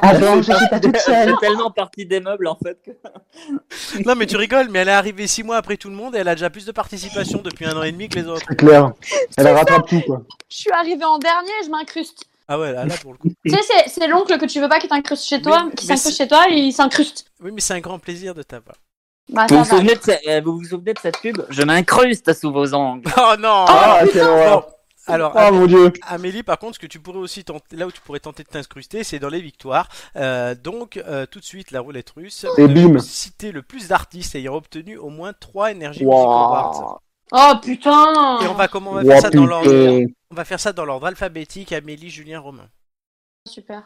S3: Ah non, je suis pas toute
S2: Elle
S3: seule.
S2: fait tellement partie des meubles en fait. que-
S1: Non mais tu rigoles, mais elle est arrivée six mois après tout le monde et elle a déjà plus de participation depuis un an et demi que les autres.
S3: C'est clair. Elle rattrape tout, quoi.
S6: Je suis arrivée en dernier, je m'incruste.
S1: Ah ouais, là, là, pour le coup.
S6: tu sais, c'est- c'est l'oncle que tu veux pas qui t'incruste chez toi, qui
S1: mais
S6: s'incruste
S1: c'est-
S6: chez toi, et il s'incruste.
S1: Oui, mais c'est un grand plaisir de t'avoir.
S6: Bah,
S2: vous,
S6: ça
S2: vous
S6: va.
S2: souvenez de ce- euh, vous vous souvenez de cette pub Je m'incruste sous vos ongles.
S1: Oh non
S3: Ah, quelle horreur.
S1: Alors,
S3: Ah,
S1: Amé-
S3: mon Dieu.
S1: Amélie, par contre, ce que tu pourrais aussi tenter, là où tu pourrais tenter de t'incruster, c'est dans les victoires. Euh, donc, euh, tout de suite, la roulette russe. Euh,
S3: Et bim.
S1: Citer le plus d'artistes ayant obtenu au moins 3 énergies
S3: Wow.
S1: Music Awards.
S6: Oh putain
S1: Et on va comment on va
S3: Wow,
S1: faire ça dans l'ordre
S3: putain.
S1: On va faire ça dans l'ordre alphabétique. Amélie, Julien, Romain.
S6: Super.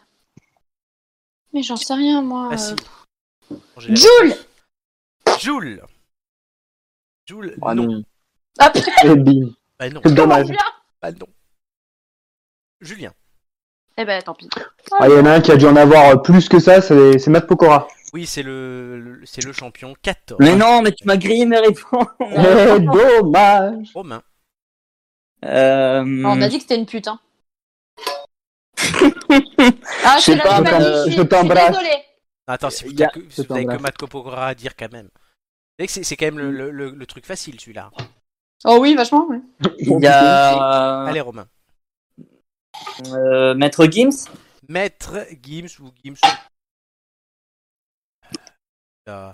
S6: Mais j'en sais rien, moi.
S1: Ah si.
S6: euh.
S1: J'ai la-
S6: Joule
S1: Joule. Joule.
S3: Ah
S1: non.
S3: non.
S6: Ah,
S3: Et bim.
S1: Bah non.
S3: C'est dommage.
S6: bien.
S1: Bah non. Julien.
S6: Eh ben, tant pis.
S3: Ah, il y en a un qui a dû en avoir euh, plus que ça, c'est c'est Matt Pokora.
S1: Oui, c'est le, le- c'est le champion 14.
S2: Mais non, mais tu m'as grillé mes réponses.
S3: Eh, dommage.
S1: Romain.
S2: Euh,
S6: On a dit que c'était une pute, hein. ah,
S2: Je
S6: je
S2: sais
S6: l'avais
S2: pas,
S6: pas
S2: euh,
S6: dit, je suis-
S3: je
S6: je suis
S3: t'embrasse.
S6: désolée.
S1: Attends, si vous,
S2: Y a-
S1: t'avez que- si
S2: c'est
S1: vous avez
S2: un
S1: que
S2: blast.
S1: Matt Copora à dire quand même. Vous savez que C'est c'est quand même le,
S3: Mm.
S1: le- le- le truc facile celui-là.
S6: Oh oui, vachement, oui.
S2: Il y a euh,
S1: Allez Romain.
S2: euh, Maître Gims.
S1: Maître Gims ou Gims. Ah,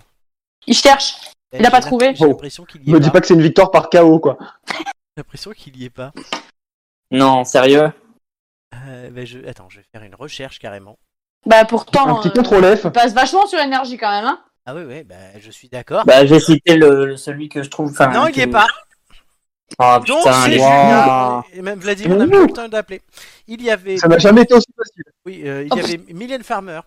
S6: Il cherche. Il a pas trouvé.
S1: J'ai l'impression qu'il y
S3: Oh. Me
S1: est
S3: dis
S1: pas.
S3: pas que c'est une victoire par KO, quoi.
S1: J'ai l'impression qu'il y est pas.
S2: Non, sérieux.
S1: Euh, ben je... Attends, je vais faire une recherche carrément.
S6: Bah pourtant,
S1: Un petit
S6: euh,
S3: contrôle F.
S6: on passe vachement sur l'énergie quand même. Hein
S1: Ah oui, oui, bah, je suis d'accord.
S2: Bah, j'ai cité le, le- celui que je trouve.
S3: Bah,
S2: enfin,
S1: non, il n'y
S2: que-
S1: est pas.
S2: Ah
S1: Donc,
S2: putain,
S1: c'est
S2: les
S1: Julien. Et même Vladimir n'a plus le temps d'appeler. Il y avait.
S3: Ça n'a jamais été aussi facile.
S1: Oui, euh, il
S3: Oh,
S1: y avait Mylène Farmer,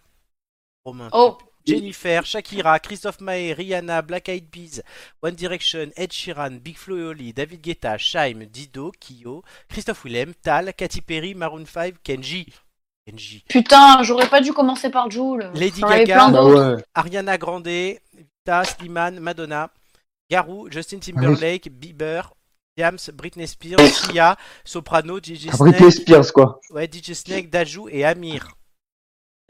S1: Romain,
S6: Oh.
S1: Jennifer, Shakira, Christophe Maé, Rihanna, Black Eyed Peas, One Direction, Ed Sheeran, Big Flo et Oli, David Guetta, Shaim, Dido, Kyo, Christophe Willem, Tal, Katy Perry, Maroon 5, Kenji. Kenji.
S6: Putain, j'aurais pas dû commencer par Joule.
S1: Lady
S6: J'en avais
S1: Gaga,
S6: plein d'autres.
S1: Ariana Grande, Vita, Slimane, Madonna, Garou, Justin Timberlake, Bieber, Diams, Britney Spears, Sia, Soprano, DJ Snake,
S3: Britney Spears, quoi.
S1: ouais, DJ Snake, Dajou et Amir.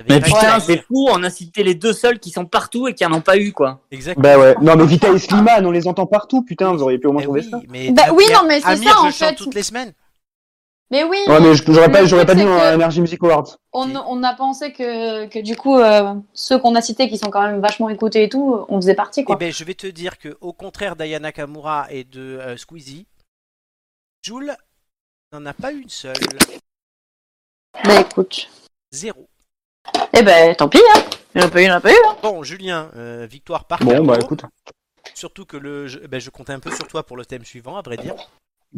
S2: Mais putain, c'est fou, on a cité les deux seuls qui sont partout et qui en ont pas eu, quoi.
S1: Exactement.
S3: Bah ouais. Non, mais Vita et Slimane, on les entend partout, putain, vous auriez pu au
S1: Eh
S3: moins trouver ça.
S6: Bah oui, non, mais c'est
S1: Amir, je
S6: ça en
S1: chante
S6: fait.
S1: toutes les semaines.
S6: Mais oui.
S3: Ouais, mais je- j'aurais pas,
S6: Le
S3: j'aurais pas
S6: truc,
S3: dit
S6: c'est
S3: un
S6: que
S3: Energy Music Awards.
S6: On, on a pensé que, que du coup, euh, ceux qu'on a cités qui sont quand même vachement écoutés et tout, on faisait partie
S1: Eh
S6: quoi.
S1: ben, je vais te dire que au contraire d'Ayana Kamura et de euh, Squeezie, Joule n'en a pas une seule.
S6: Bah écoute.
S1: Zéro.
S6: Eh ben tant pis, hein. Il y en a pas eu, il y en a pas eu. hein.
S1: Bon, Julien, euh, victoire par
S3: Bon,
S1: KO.
S3: bah écoute.
S1: Surtout que le, je, ben, je comptais un peu sur toi pour le thème suivant, à vrai dire.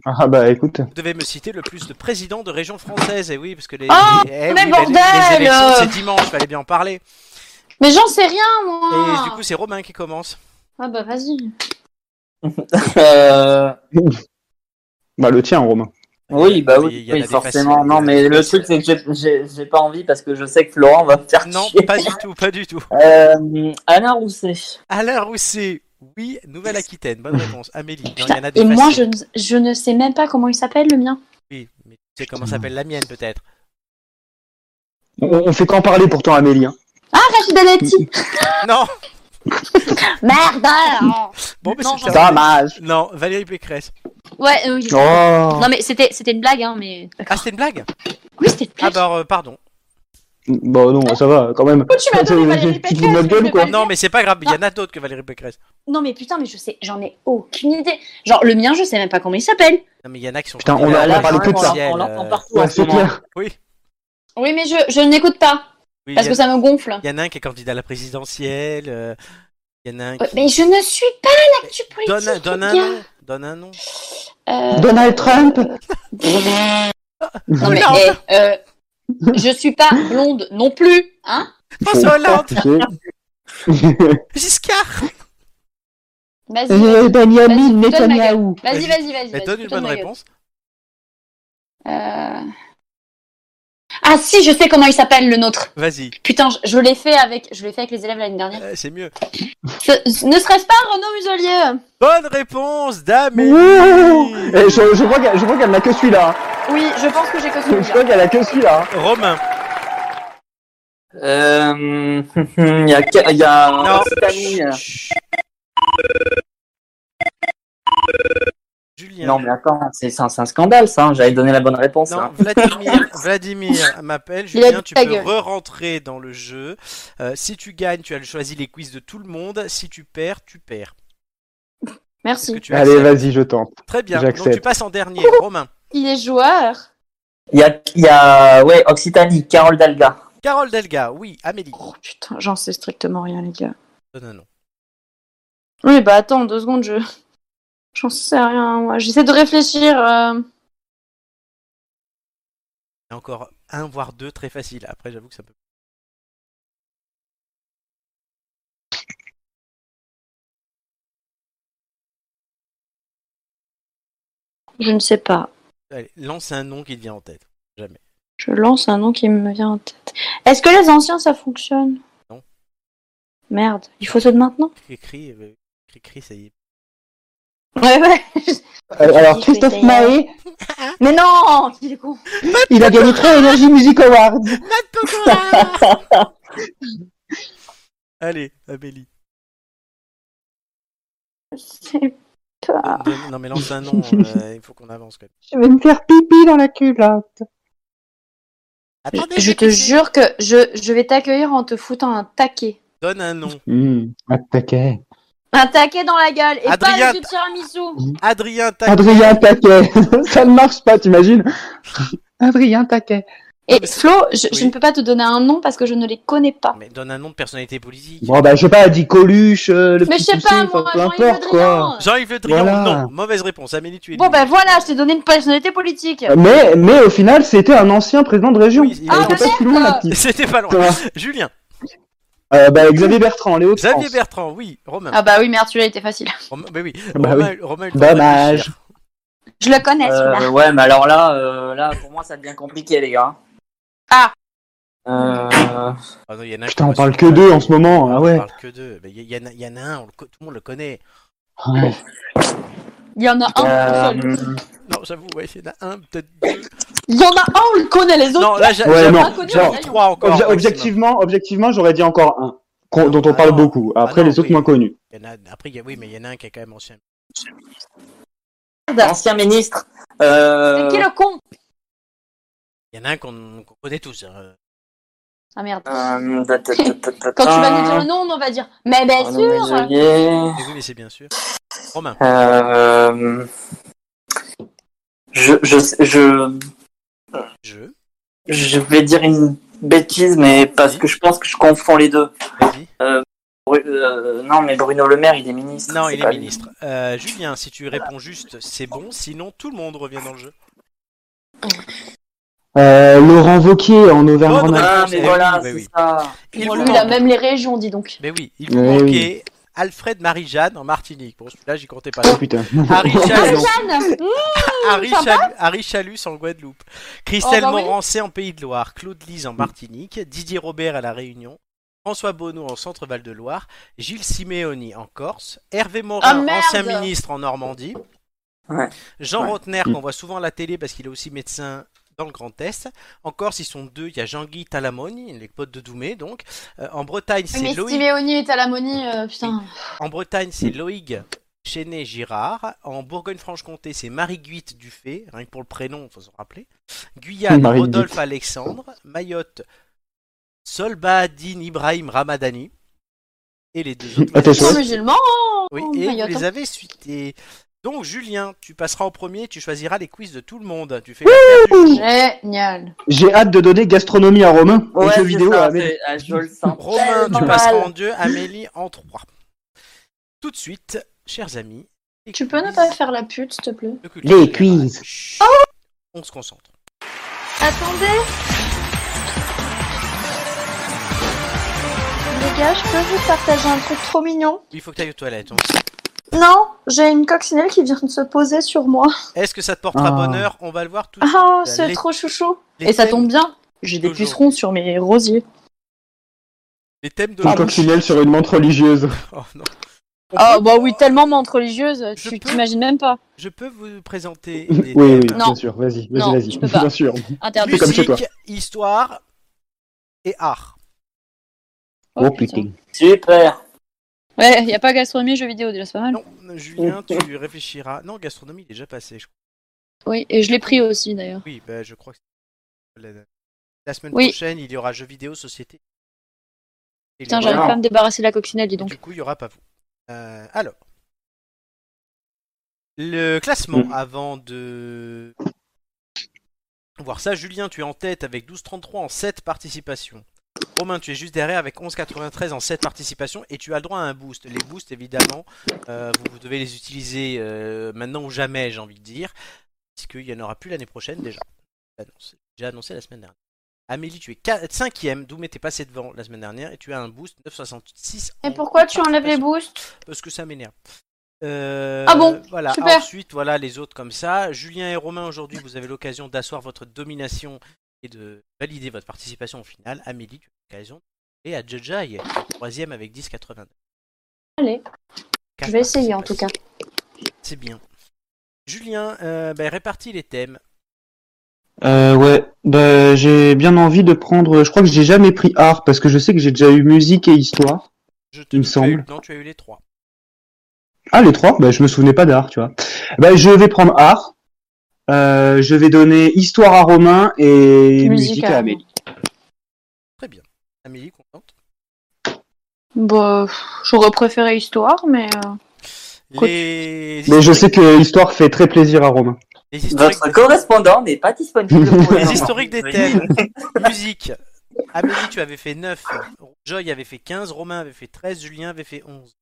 S3: Ah bah écoute.
S1: Vous devez me citer le plus de présidents de régions françaises. Et oui, parce que les,
S6: Oh,
S1: eh
S6: mais
S1: oui, ben, les- les,
S6: bordel
S1: élections, c'est dimanche, fallait bien en parler.
S6: Mais j'en sais rien moi.
S1: Et du coup, c'est Romain qui commence.
S6: Ah bah vas-y.
S3: Euh, Bah le tien, Romain.
S2: Oui, bah
S1: il
S2: oui,
S1: y en a
S2: oui,
S1: des
S2: forcément.
S1: faciles, il y en
S2: Non,
S1: a
S2: mais
S1: des
S2: le truc, c'est que j'ai- j'ai j'ai pas envie parce que je sais que Florent va me faire
S1: Non,
S2: chier.
S1: pas du tout, pas du tout.
S2: Euh, Alain Rousset.
S1: Alain Rousset, oui, Nouvelle-Aquitaine, bonne réponse. Amélie, non, il y en a des
S6: Et moi, je
S1: faciles.
S6: ne, je ne sais même pas comment il s'appelle le mien.
S1: Oui, mais tu sais comment s'appelle la mienne peut-être.
S3: On, on fait qu'en parler pourtant, Amélie. Hein.
S6: Ah, Rachida Dati
S1: Non
S6: Merde alors.
S1: Bon, mais
S6: Non,
S1: c'est
S6: j'en sais
S3: Dommage.
S1: Non, Valérie Pécresse.
S6: Ouais, euh, oui.
S3: Oh.
S6: Non mais c'était c'était une blague, hein, mais.
S1: Ah, c'était une blague
S6: Oui, c'était une
S1: Ah,
S6: blague.
S1: bah, euh, pardon.
S3: Bon non, ça va quand même.
S6: Pourquoi tu m'as donné Valérie
S3: Tu te fous de
S6: Pécresse,
S3: notre gueule ou quoi
S6: je
S1: Non, mais c'est pas grave, il y
S6: Ah.
S1: en a d'autres que Valérie Pécresse.
S6: Non mais putain, mais je sais, j'en ai aucune idée. Genre le mien, je sais même pas comment il s'appelle.
S1: Non, mais il y en a qui sont.
S3: Putain, on a- on a parlé que de ça.
S1: présidentielles,
S2: Euh, On l'entend
S1: euh,
S2: partout en
S3: Ouais,
S2: ce
S3: c'est
S2: moment.
S3: clair.
S1: Oui,
S6: Oui, mais je, je n'écoute pas
S1: oui.
S6: parce que ça me gonfle.
S1: Il y en a un qui est candidat à la présidentielle. euh, Il y en a un
S6: Ouais,
S1: qui.
S6: Euh, Mais je ne suis pas l'actu politique.
S1: Donne, un- donne un
S6: gars.
S1: nom. Donne un nom.
S6: Euh,
S3: Donald Trump.
S6: Non mais eh, euh, je suis pas blonde non plus, hein
S1: François Hollande.
S3: Tu sais.
S1: Giscard.
S6: Vas-y.
S3: Euh, Benjamin
S6: Vas-y, donne ma gueule.
S3: Netanyahou.
S6: Vas-y, vas-y, vas-y.
S1: Mais
S6: vas-y,
S1: donne une bonne
S6: ma gueule.
S1: réponse.
S6: Euh, Ah si, je sais comment il s'appelle le nôtre.
S1: Vas-y,
S6: Putain, je, je l'ai fait avec, je l'ai fait avec les élèves l'année dernière.
S1: euh, c'est mieux.
S6: Ce- ce- ne serait-ce pas Renaud Muselier
S1: Bonne réponse, d'Amélie.
S3: Wouh Eh, je, je vois qu'elle je vois qu'elle n'a que celui-là. hein.
S6: Oui, je pense que j'ai connu.
S3: Je vois qu'elle a que celui-là. hein.
S1: Romain.
S2: Euh, Il y a. Il y a...
S1: Non.
S2: Occitanie.
S1: Chut. Julien.
S2: Non, mais attends, c'est c'est un, c'est un scandale ça. J'avais donné la bonne réponse.
S1: Non,
S2: hein.
S1: Vladimir, Vladimir m'appelle.
S6: Il a
S1: Julien,
S6: dit
S1: tu
S6: ta
S1: peux
S6: gueule.
S1: re-rentrer dans le jeu. Euh, si tu gagnes, tu as choisi les quiz de tout le monde. Si tu perds, tu perds. Est-ce
S6: Merci.
S1: que tu
S3: Allez,
S1: acceptes
S3: vas-y, je tente.
S1: Très bien. Donc
S3: j'accepte.
S1: tu passes en dernier, Romain.
S6: Il est joueur.
S2: Il y a, il y a. Ouais, Occitanie, Carole Dalga.
S1: Carole Delga, oui. Amélie. Oh,
S6: Oh putain, j'en sais strictement rien, les gars.
S1: Donne un nom.
S6: Oui, bah attends, deux secondes, je. J'en sais rien, moi. J'essaie de réfléchir. euh.
S1: Il y a encore un voire deux très faciles. Après, j'avoue que ça peut.
S6: Je ne sais pas.
S1: Allez, lance un nom qui te vient en tête.
S6: Je lance un nom qui me vient en tête. Est-ce que les anciens, ça fonctionne
S1: Non.
S6: Merde, il faut ceux de maintenant
S1: Cri-cri, euh, cri-cri, ça y est.
S6: Ouais, ouais.
S3: Euh, Alors,
S6: Vas-y,
S3: Christophe
S6: je vais
S3: Maé,
S6: Mais non Il est con.
S3: il a gagné trois Energy Music Awards.
S1: Allez, Amélie.
S6: C'est pas...
S1: Donne- Non, mais lance un nom. euh, il faut qu'on avance. Quand même.
S3: Je vais me faire pipi dans la culotte.
S1: Attendez,
S6: Je te
S1: réfléchissez.
S6: jure que je, je vais t'accueillir en te foutant un taquet.
S1: Donne un nom.
S3: Hum, attaqué.
S6: Un taquet dans la gueule et
S1: Adrien-
S6: pas le tiramisu.
S1: Adrien Tac.
S3: Adrien Taquet. ça ne marche pas, t'imagines Adrien Taquet.
S6: Et Flo, je, je ne peux pas te donner un nom parce que je ne les connais pas.
S1: Mais donne un nom de personnalité politique.
S3: Bon, bah, je sais pas, dit Coluche, euh, le
S6: Mais
S3: petit
S6: je sais
S3: poussé,
S6: pas,
S3: enfin,
S6: moi,
S3: peu
S6: Jean-Yves
S3: importe, quoi.
S1: Jean-Yves Le Drian,
S3: Voilà. bah,
S1: non. Mauvaise réponse. Amélie, tu es.
S4: Bon, ben voilà, je t'ai donné une personnalité politique.
S3: Mais, mais au final, c'était un ancien président de région.
S1: Ah,
S3: Elle était pas
S1: merde.
S3: si loin, la petite.
S1: C'était pas loin.
S3: Voilà.
S1: Julien.
S3: Euh, bah, Xavier Bertrand, Léo de
S1: Xavier
S3: France.
S1: Bertrand, oui. Romain.
S6: Ah bah oui, merde, celui-là était facile.
S1: Romain bah oui.
S3: Bah
S1: Romain,
S3: oui.
S1: Romain a eu le temps de
S3: Dommage.
S1: réfléchir.
S6: Je le connais, celui-là.
S2: Euh, ouais, mais alors là, euh, là, pour moi, ça devient compliqué, les gars.
S6: Ah.
S2: Euh,
S1: Ah non, il y en a un
S3: Putain,
S1: qui
S3: on
S1: va
S3: parle
S1: se-
S3: que d'eux en ce moment, ah
S1: On
S3: ouais.
S1: parle que deux. Mais Il y, en a- il y en a un, on le co- tout le monde le connaît.
S3: Ouais.
S6: Il y en a un.
S2: euh,
S1: Non, j'avoue, ouais, il y en a un, peut-être deux.
S6: Il y en a un, on le connaît, les autres.
S1: Non, là, j'a-
S3: Ouais,
S1: j'avoue,
S3: non.
S6: Inconnu,
S3: Genre,
S6: on l'a eu.
S1: trois encore.
S3: Obje-
S1: maximum.
S3: objectivement, objectivement, j'aurais dit encore un, qu'on- dont on
S1: Ah
S3: parle
S1: non.
S3: beaucoup. Après,
S1: Ah non,
S3: les autres
S1: oui.
S3: moins connus.
S1: Il y en a- Après, il y a- oui, mais il y en a un qui est quand même ancien.
S2: ancien ministre. Euh,
S6: C'est qui le con
S1: Il y en a un qu'on qu'on connaît tous. hein.
S6: Ah merde.
S2: euh, ta- ta- ta- ta- ta-
S6: Quand tu vas nous dire le nom, on va dire. Mais bien
S2: Arnaud
S6: sûr
S2: Mezzolier,
S1: Mais oui, mais c'est bien sûr. Romain.
S2: euh, Je, je, je,
S1: Je.
S2: je vais dire une bêtise, mais parce que je pense que je confonds les deux.
S1: Vas-y.
S2: Bru- euh, non, mais Bruno Le Maire, il est ministre.
S1: Non,
S2: c'est
S1: il
S2: pas
S1: est
S2: lui.
S1: ministre. Euh, Julien, si tu réponds juste, c'est bon. Sinon, tout le monde revient dans le jeu.
S3: Euh, Laurent Vauquier en
S1: Bonne
S3: Auvergne.
S2: Ah,
S1: réponse,
S2: mais
S1: eh
S2: voilà,
S1: oui,
S2: c'est
S1: oui.
S2: ça.
S1: Il
S6: Bon,
S1: vous
S6: Lui, il a
S1: manque.
S6: même les régions, dis donc.
S1: Mais oui, il vous
S3: Oui, oui.
S1: manquait Alfred Marie-Jeanne en Martinique. Bon, là, j'y comptais pas.
S3: Oh putain.
S1: Harry Chalus,
S6: Ah, Jeanne
S1: Harry,
S6: sympa.
S1: Chalu- Harry Chalus en Guadeloupe. Christelle
S6: Oh, bah oui.
S1: Morancé en Pays de Loire. Claude Lise en Martinique. Didier Robert à La Réunion. François Bonneau en Centre-Val de Loire. Gilles Siméoni en Corse. Hervé
S6: Ah,
S1: Morin,
S6: merde.
S1: ancien ministre en Normandie.
S2: Ouais.
S1: Jean
S2: Ouais.
S1: Rotner,
S3: Mm.
S1: qu'on voit souvent à la télé parce qu'il est aussi médecin dans le Grand Est. En Corse, ils sont deux. Il y a Jean-Guy Talamogne, les potes de Doumé, donc. Euh, en Bretagne,
S6: Ah, Mais
S1: c'est Loïc.
S6: Simeoni et Talamoni, euh, putain.
S1: En Bretagne, c'est Loïg Chenet Girard. En Bourgogne-Franche-Comté, c'est Marie-Guite Dufay, rien que pour le prénom, faut se rappeler. Guyane,
S3: Marie
S1: Rodolphe
S3: Guite.
S1: Alexandre. Mayotte, Solbadine Ibrahim Ramadani. Et les deux autres.
S3: Ah, t'es
S1: vous
S6: Ils
S3: chouette.
S6: sont musulmans
S1: oui,
S6: Oh,
S1: et vous
S6: Mayotte.
S1: les avez suités. Donc, Julien, tu passeras en premier, tu choisiras les quiz de tout le monde. Tu fais la paire du jour.
S6: Génial.
S3: J'ai hâte de donner gastronomie à Romain et
S2: Ouais,
S3: jeux
S2: c'est
S3: vidéo
S2: ça,
S3: à Amélie.
S2: c'est- ah, je le sens.
S1: Romain, tu
S2: Pas
S1: passeras
S2: mal.
S1: en deux, Amélie en trois. Tout de suite, chers amis. les
S6: Tu peux ne
S1: quiz.
S6: pas faire la pute, s'il te plaît
S1: de culture
S3: Les
S1: générale.
S3: quiz.
S1: Chut. On se concentre.
S4: Attendez Les gars, je peux vous partager un truc trop mignon
S1: Il faut que tu ailles aux toilettes. on-
S4: Non, j'ai une coccinelle qui vient de se poser sur moi.
S1: Est-ce que ça te portera
S3: Ah.
S1: bonheur On va le voir tout de suite.
S4: Ah,
S1: Bah,
S4: c'est
S1: les-
S4: trop chouchou
S1: Les
S6: Et ça
S1: thèmes-
S6: tombe bien. J'ai des
S1: Toujours.
S6: pucerons sur mes rosiers.
S1: Les thèmes de
S3: Une
S1: la
S3: coccinelle sur une montre religieuse.
S1: Oh, non.
S6: Ah bah oui, tellement mente religieuse, euh,
S1: Je
S6: tu
S1: peux-
S6: t'imagines même pas.
S1: Je peux vous présenter
S3: Oui,
S1: les
S3: oui,
S1: thèmes.
S6: Non.
S3: bien sûr. Vas-y,
S6: Non,
S3: vas-y,
S6: tu
S3: vas-y.
S6: peux pas.
S3: Bien sûr.
S6: Interdit.
S3: C'est comme chez toi.
S1: Musique, histoire et art.
S3: Oh putain.
S2: Super.
S6: Ouais, y a pas gastronomie, jeux vidéo déjà, c'est pas mal.
S1: Non, Julien, tu réfléchiras. Non, gastronomie, il est déjà passé. Je...
S6: Oui, et je l'ai pris aussi d'ailleurs.
S1: Oui, bah, je crois que c'est- la- la semaine
S6: Oui.
S1: prochaine, il y aura jeux vidéo, société. Et
S6: Putain,
S1: le-
S6: j'arrive
S2: Voilà.
S6: pas à me débarrasser de la coccinelle, dis
S1: Et
S6: donc.
S1: Du coup, il n'y aura pas vous. Euh, alors, le classement avant de voir ça, Julien, tu es en tête avec 12,33 en 7 participations. Romain, tu es juste derrière avec 11,93 en 7 participations et tu as le droit à un boost. Les boosts, évidemment, euh, vous, vous devez les utiliser euh, maintenant ou jamais, j'ai envie de dire, puisqu'il n'y en aura plus l'année prochaine déjà. Annoncé- J'ai annoncé la semaine dernière. Amélie, tu es 5ème, Doumé t'es passé devant la semaine dernière et tu as un boost 9,66.
S4: Et
S1: en
S4: pourquoi tu enlèves les
S1: participation
S4: boosts
S1: parce que ça m'énerve. Euh,
S6: Ah bon
S1: Voilà.
S6: Super.
S1: Ensuite, voilà les autres comme ça. Julien et Romain, aujourd'hui, vous avez l'occasion d'asseoir votre domination et de valider votre participation au final. Amélie, tu as l'occasion. Et à Jojai, troisième avec 10,82.
S6: Allez,
S1: Quatre
S6: je vais essayer en tout cas.
S1: participations. C'est bien. Julien, euh, ben, répartis les thèmes.
S3: Euh, ouais, bah, j'ai bien envie de prendre. Je crois que j'ai jamais pris art parce que je sais que j'ai déjà eu musique et histoire.
S1: Je te
S3: Il me
S1: tu as eu-
S3: semble.
S1: Non, tu as eu les trois.
S3: Ah, les trois Bah, je me souvenais pas d'art, tu vois. Bah, je vais prendre art. Euh, je vais donner histoire à Romain et
S6: Musique
S3: musique
S6: à
S3: à Amélie.
S1: Très bien. Amélie, contente.
S6: Bah, pff, j'aurais préféré histoire, mais. euh, Écoute.
S1: Les...
S3: Mais je
S1: historiques.
S3: sais que histoire fait très plaisir à Romain.
S1: Les historiques
S2: Votre correspondant n'est pas disponible. pour
S1: Les
S2: moment.
S1: historiques des thèmes. Musique. Amélie, tu avais fait 9. Joy avait fait 15. Romain avait fait 13. Julien avait fait 11.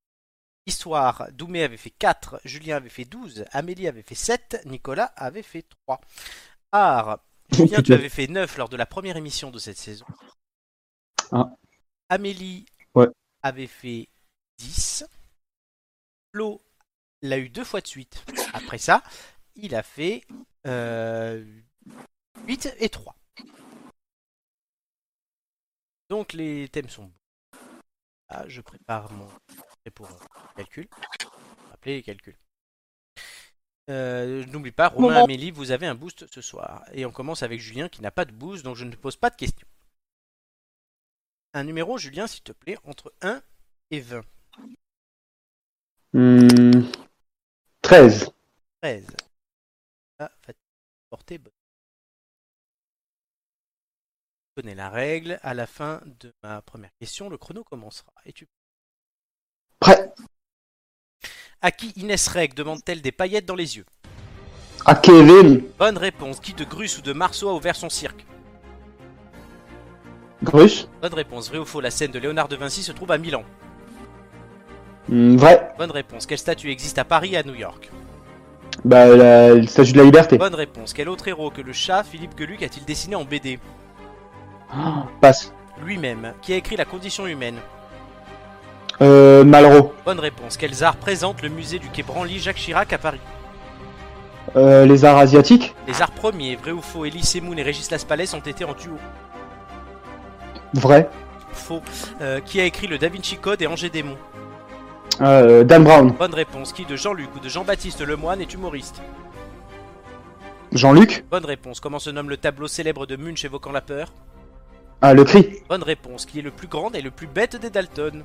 S1: Histoire. Doumé avait fait 4. Julien avait fait 12. Amélie avait fait 7. Nicolas avait fait 3. Art. Julien, tu avais fait 9 lors de la première émission de cette saison.
S3: Ah.
S1: Amélie
S3: Ouais.
S1: avait fait 10. Flo l'a eu deux fois de suite. Après ça, il a fait euh, 8 et 3. Donc les thèmes sont bons. Ah, je prépare mon et pour euh, calcul. Rappelez les calculs. Euh, N'oublie pas, Romain,
S12: Moment.
S1: Amélie, vous avez un boost ce soir. Et on commence avec Julien qui n'a pas de boost, donc je ne pose pas de questions. Un numéro, Julien, s'il te plaît, entre 1 et 20.
S3: Hmm, 13.
S1: 13. Ah, fatigue portée, bonne. Je connais la règle. À la fin de ma première question, le chrono commencera. Et tu...
S3: Prêt.
S1: À qui Inès Reg demande-t-elle des paillettes dans les yeux
S3: À Kevin.
S1: Bonne réponse. Qui de Grus ou de Marceau a ouvert son cirque
S3: Grus.
S1: Bonne réponse. Vrai ou faux, la scène de Léonard de Vinci se trouve à Milan
S3: Hmm, vrai.
S1: Bonne réponse. Quelle statue existe à Paris et à New York
S3: Bah, la, le statut de la liberté.
S1: Bonne réponse. Quel autre héros que le chat Philippe Geluc a-t-il dessiné en BD
S3: Oh, passe.
S1: Lui-même. Qui a écrit La condition humaine
S3: Euh, Malraux.
S1: Bonne réponse. Quels arts présentent le musée du Quai Branly Jacques Chirac à Paris
S3: Euh, les arts asiatiques.
S1: Les arts premiers, vrai ou faux, Elie Semoun et Régis Laspalais ont été en duo.
S3: Vrai.
S1: Faux. Euh, qui a écrit le Da Vinci Code et Angers Démon
S3: Euh, Dan Brown.
S1: Bonne réponse. Qui de Jean-Luc ou de Jean-Baptiste Lemoine est humoriste
S3: Jean-Luc.
S1: Bonne réponse. Comment se nomme le tableau célèbre de Munch évoquant la peur
S3: Ah, le cri.
S1: Bonne réponse. Qui est le plus grand et le plus bête des Dalton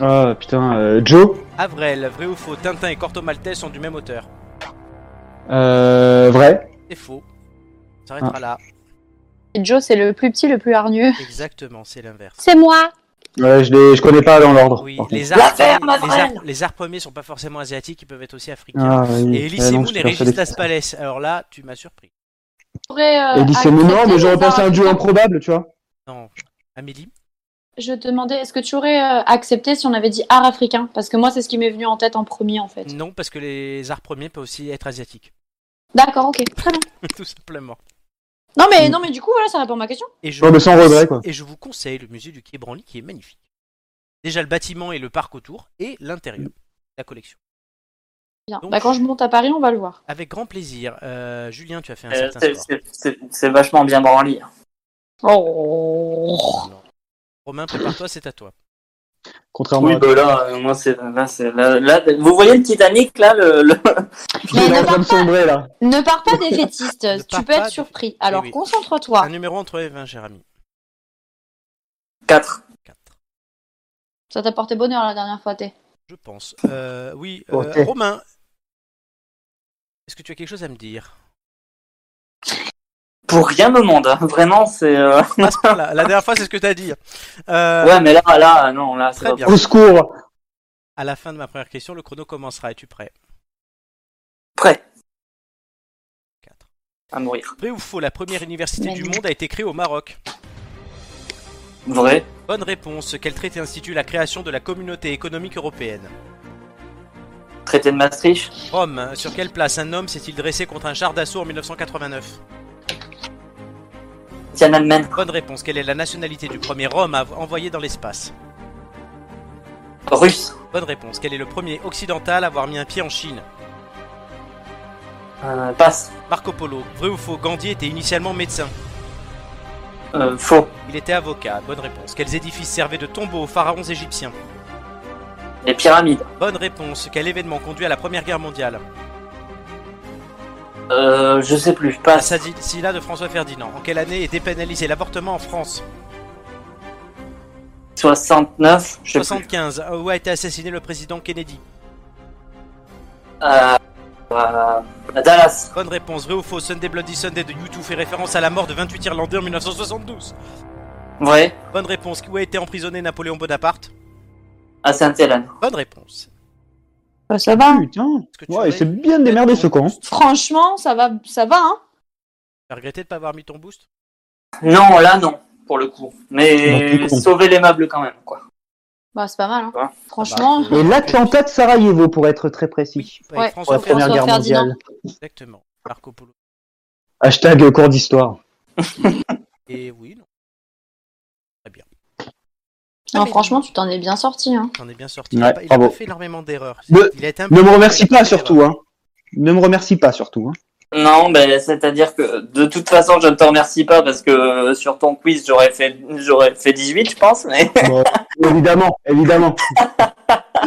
S3: Ah, putain. euh, Joe.
S1: Avrel, vrai ou faux, Tintin et Corto Maltese sont du même auteur
S3: Euh, vrai.
S1: C'est faux. On s'arrêtera
S3: Ah.
S1: là.
S6: Et Joe, c'est le plus petit, le plus hargneux.
S1: Exactement, c'est l'inverse.
S6: C'est moi
S3: Ouais, je, les- je connais pas dans l'ordre.
S1: Oui,
S3: par contre.
S1: les arts, les, arts, les arts premiers sont pas forcément asiatiques, ils peuvent être aussi africains.
S3: Ah, oui.
S1: Et Elie
S3: Ah, non,
S1: Semoun
S3: je suis
S1: et
S3: persuadé
S1: Régis
S3: que-
S1: Laspalais. Alors là, tu m'as surpris.
S6: Euh,
S3: Et dit c'est mon nom, mais j'aurais pensé à un duo improbable, tu vois.
S1: Non. Amélie
S6: Je te demandais, est-ce que tu aurais euh, accepté si on avait dit art africain Parce que moi, c'est ce qui m'est venu en tête en premier, en fait.
S1: Non, parce que les arts premiers peuvent aussi être asiatiques.
S6: D'accord, ok, très bien.
S1: Tout simplement.
S6: Non mais, non, mais du coup, voilà, ça répond à ma question.
S1: Et
S3: Ouais, mais sans
S1: vous-
S3: regret, quoi.
S1: Et je vous conseille le musée du Quai Branly qui est magnifique. Déjà le bâtiment et le parc autour et l'intérieur, la collection.
S6: Bien.
S1: Donc-
S6: Bah, quand je monte à Paris, on va le voir.
S1: Avec grand plaisir. Euh, Julien, tu as fait un
S2: Euh,
S1: certain
S2: c'est-
S1: score.
S2: c'est- c'est- C'est vachement bien branlé. hein.
S6: Oh.
S1: Romain, prépare-toi, c'est à toi.
S3: Contrairement
S2: Oui,
S3: à.
S2: bah là, euh, moi, c'est. Là, c'est- là, là, vous voyez le Titanic, là le, le-
S3: Il est en train de sombrer, là.
S6: Ne pars pas des fétistes,
S1: Mm. pars
S6: tu peux
S1: pas
S6: être
S1: des- Eh
S6: surpris. Alors
S1: oui.
S6: concentre-toi.
S1: Un numéro entre eux et 20, cher ami.
S2: 4.
S6: Ça t'a porté bonheur la dernière fois, t'es.
S1: Je pense. Euh, oui, euh,
S3: Ok.
S1: Romain. Est-ce que tu as quelque chose à me dire
S2: Pour rien au monde, hein. vraiment, c'est. euh,
S1: À ce point-là, La dernière fois, c'est ce que tu as dit. Euh,
S2: Ouais, mais là, là, non, là, c'est
S1: Très
S2: pas
S1: bien.
S3: Au secours.
S1: À la fin de ma première question, le chrono commencera. Es-tu prêt
S2: prêt
S1: 4.
S2: à mourir.
S1: Vrai ou faux, la première université
S6: Mais
S1: du
S6: non.
S1: monde a été créée au Maroc
S2: Vrai,
S1: Bonne réponse. Quel traité institue la création de la communauté économique européenne
S2: traité de Maastricht,
S1: Rome, hein. sur quelle place un homme s'est-il dressé contre un char d'assaut en 1989
S2: Tiananmen,
S1: Bonne réponse. Quelle est la nationalité du premier homme à envoyer dans l'espace
S2: russe,
S1: Bonne réponse. Quel est le premier occidental à avoir mis un pied en Chine
S2: euh, passe,
S1: Marco Polo. Vrai ou faux, Gandhi était initialement médecin.
S2: euh, faux,
S1: Il était avocat. Bonne réponse. Quels édifices servaient de tombeaux aux pharaons égyptiens
S2: les pyramides,
S1: Bonne réponse. Quel événement conduit à la Première Guerre mondiale
S2: euh, je sais plus, passe,
S1: L'assassinat de François Ferdinand. En quelle année est dépénalisé l'avortement en France
S2: 69, je sais plus.
S1: 75. Où a été assassiné le président Kennedy
S2: Euh, euh, Dallas,
S1: Bonne réponse. Vrai ou faux Sunday Bloody Sunday de YouTube fait référence à la mort de 28 Irlandais en 1972.
S2: vrai,
S1: Bonne réponse. Où a été emprisonné Napoléon Bonaparte
S2: à Sainte-Hélène.
S1: Bonne réponse.
S5: Bah, ça va.
S3: Putain. Ouais, il s'est bien démerdé ce con.
S5: Franchement, ça va, ça va, hein.
S1: T'as regretté de pas avoir mis ton boost
S2: Non, là non, pour le coup.
S3: Non, plus
S2: Mais
S3: con.
S2: sauver l'aimable quand même, quoi.
S5: Bah, c'est pas mal, hein. Franchement.
S1: Bah,
S3: Et l'Atlanta de Sarajevo, pour être très précis.
S5: Ouais,
S3: pour la Première Guerre
S5: Ferdinand.
S3: mondiale.
S1: Exactement. Marco Polo.
S3: Hashtag cours d'histoire.
S1: Et oui, non. Très bien.
S5: Non, franchement, tu t'en es bien sorti, hein.
S1: T'en es bien sorti. il
S3: Ouais,
S1: a pas- il a
S3: bravo.
S1: pas fait énormément d'erreurs.
S3: Ne,
S1: Il a été un
S3: ne
S1: peu-
S3: me remercie pas surtout, hein. Ne me remercie pas surtout, hein.
S2: Non, ben c'est-à-dire que de toute façon, je ne te remercie pas parce que euh, sur ton quiz, j'aurais fait j'aurais fait 18, je pense, mais
S3: Bon, évidemment, évidemment.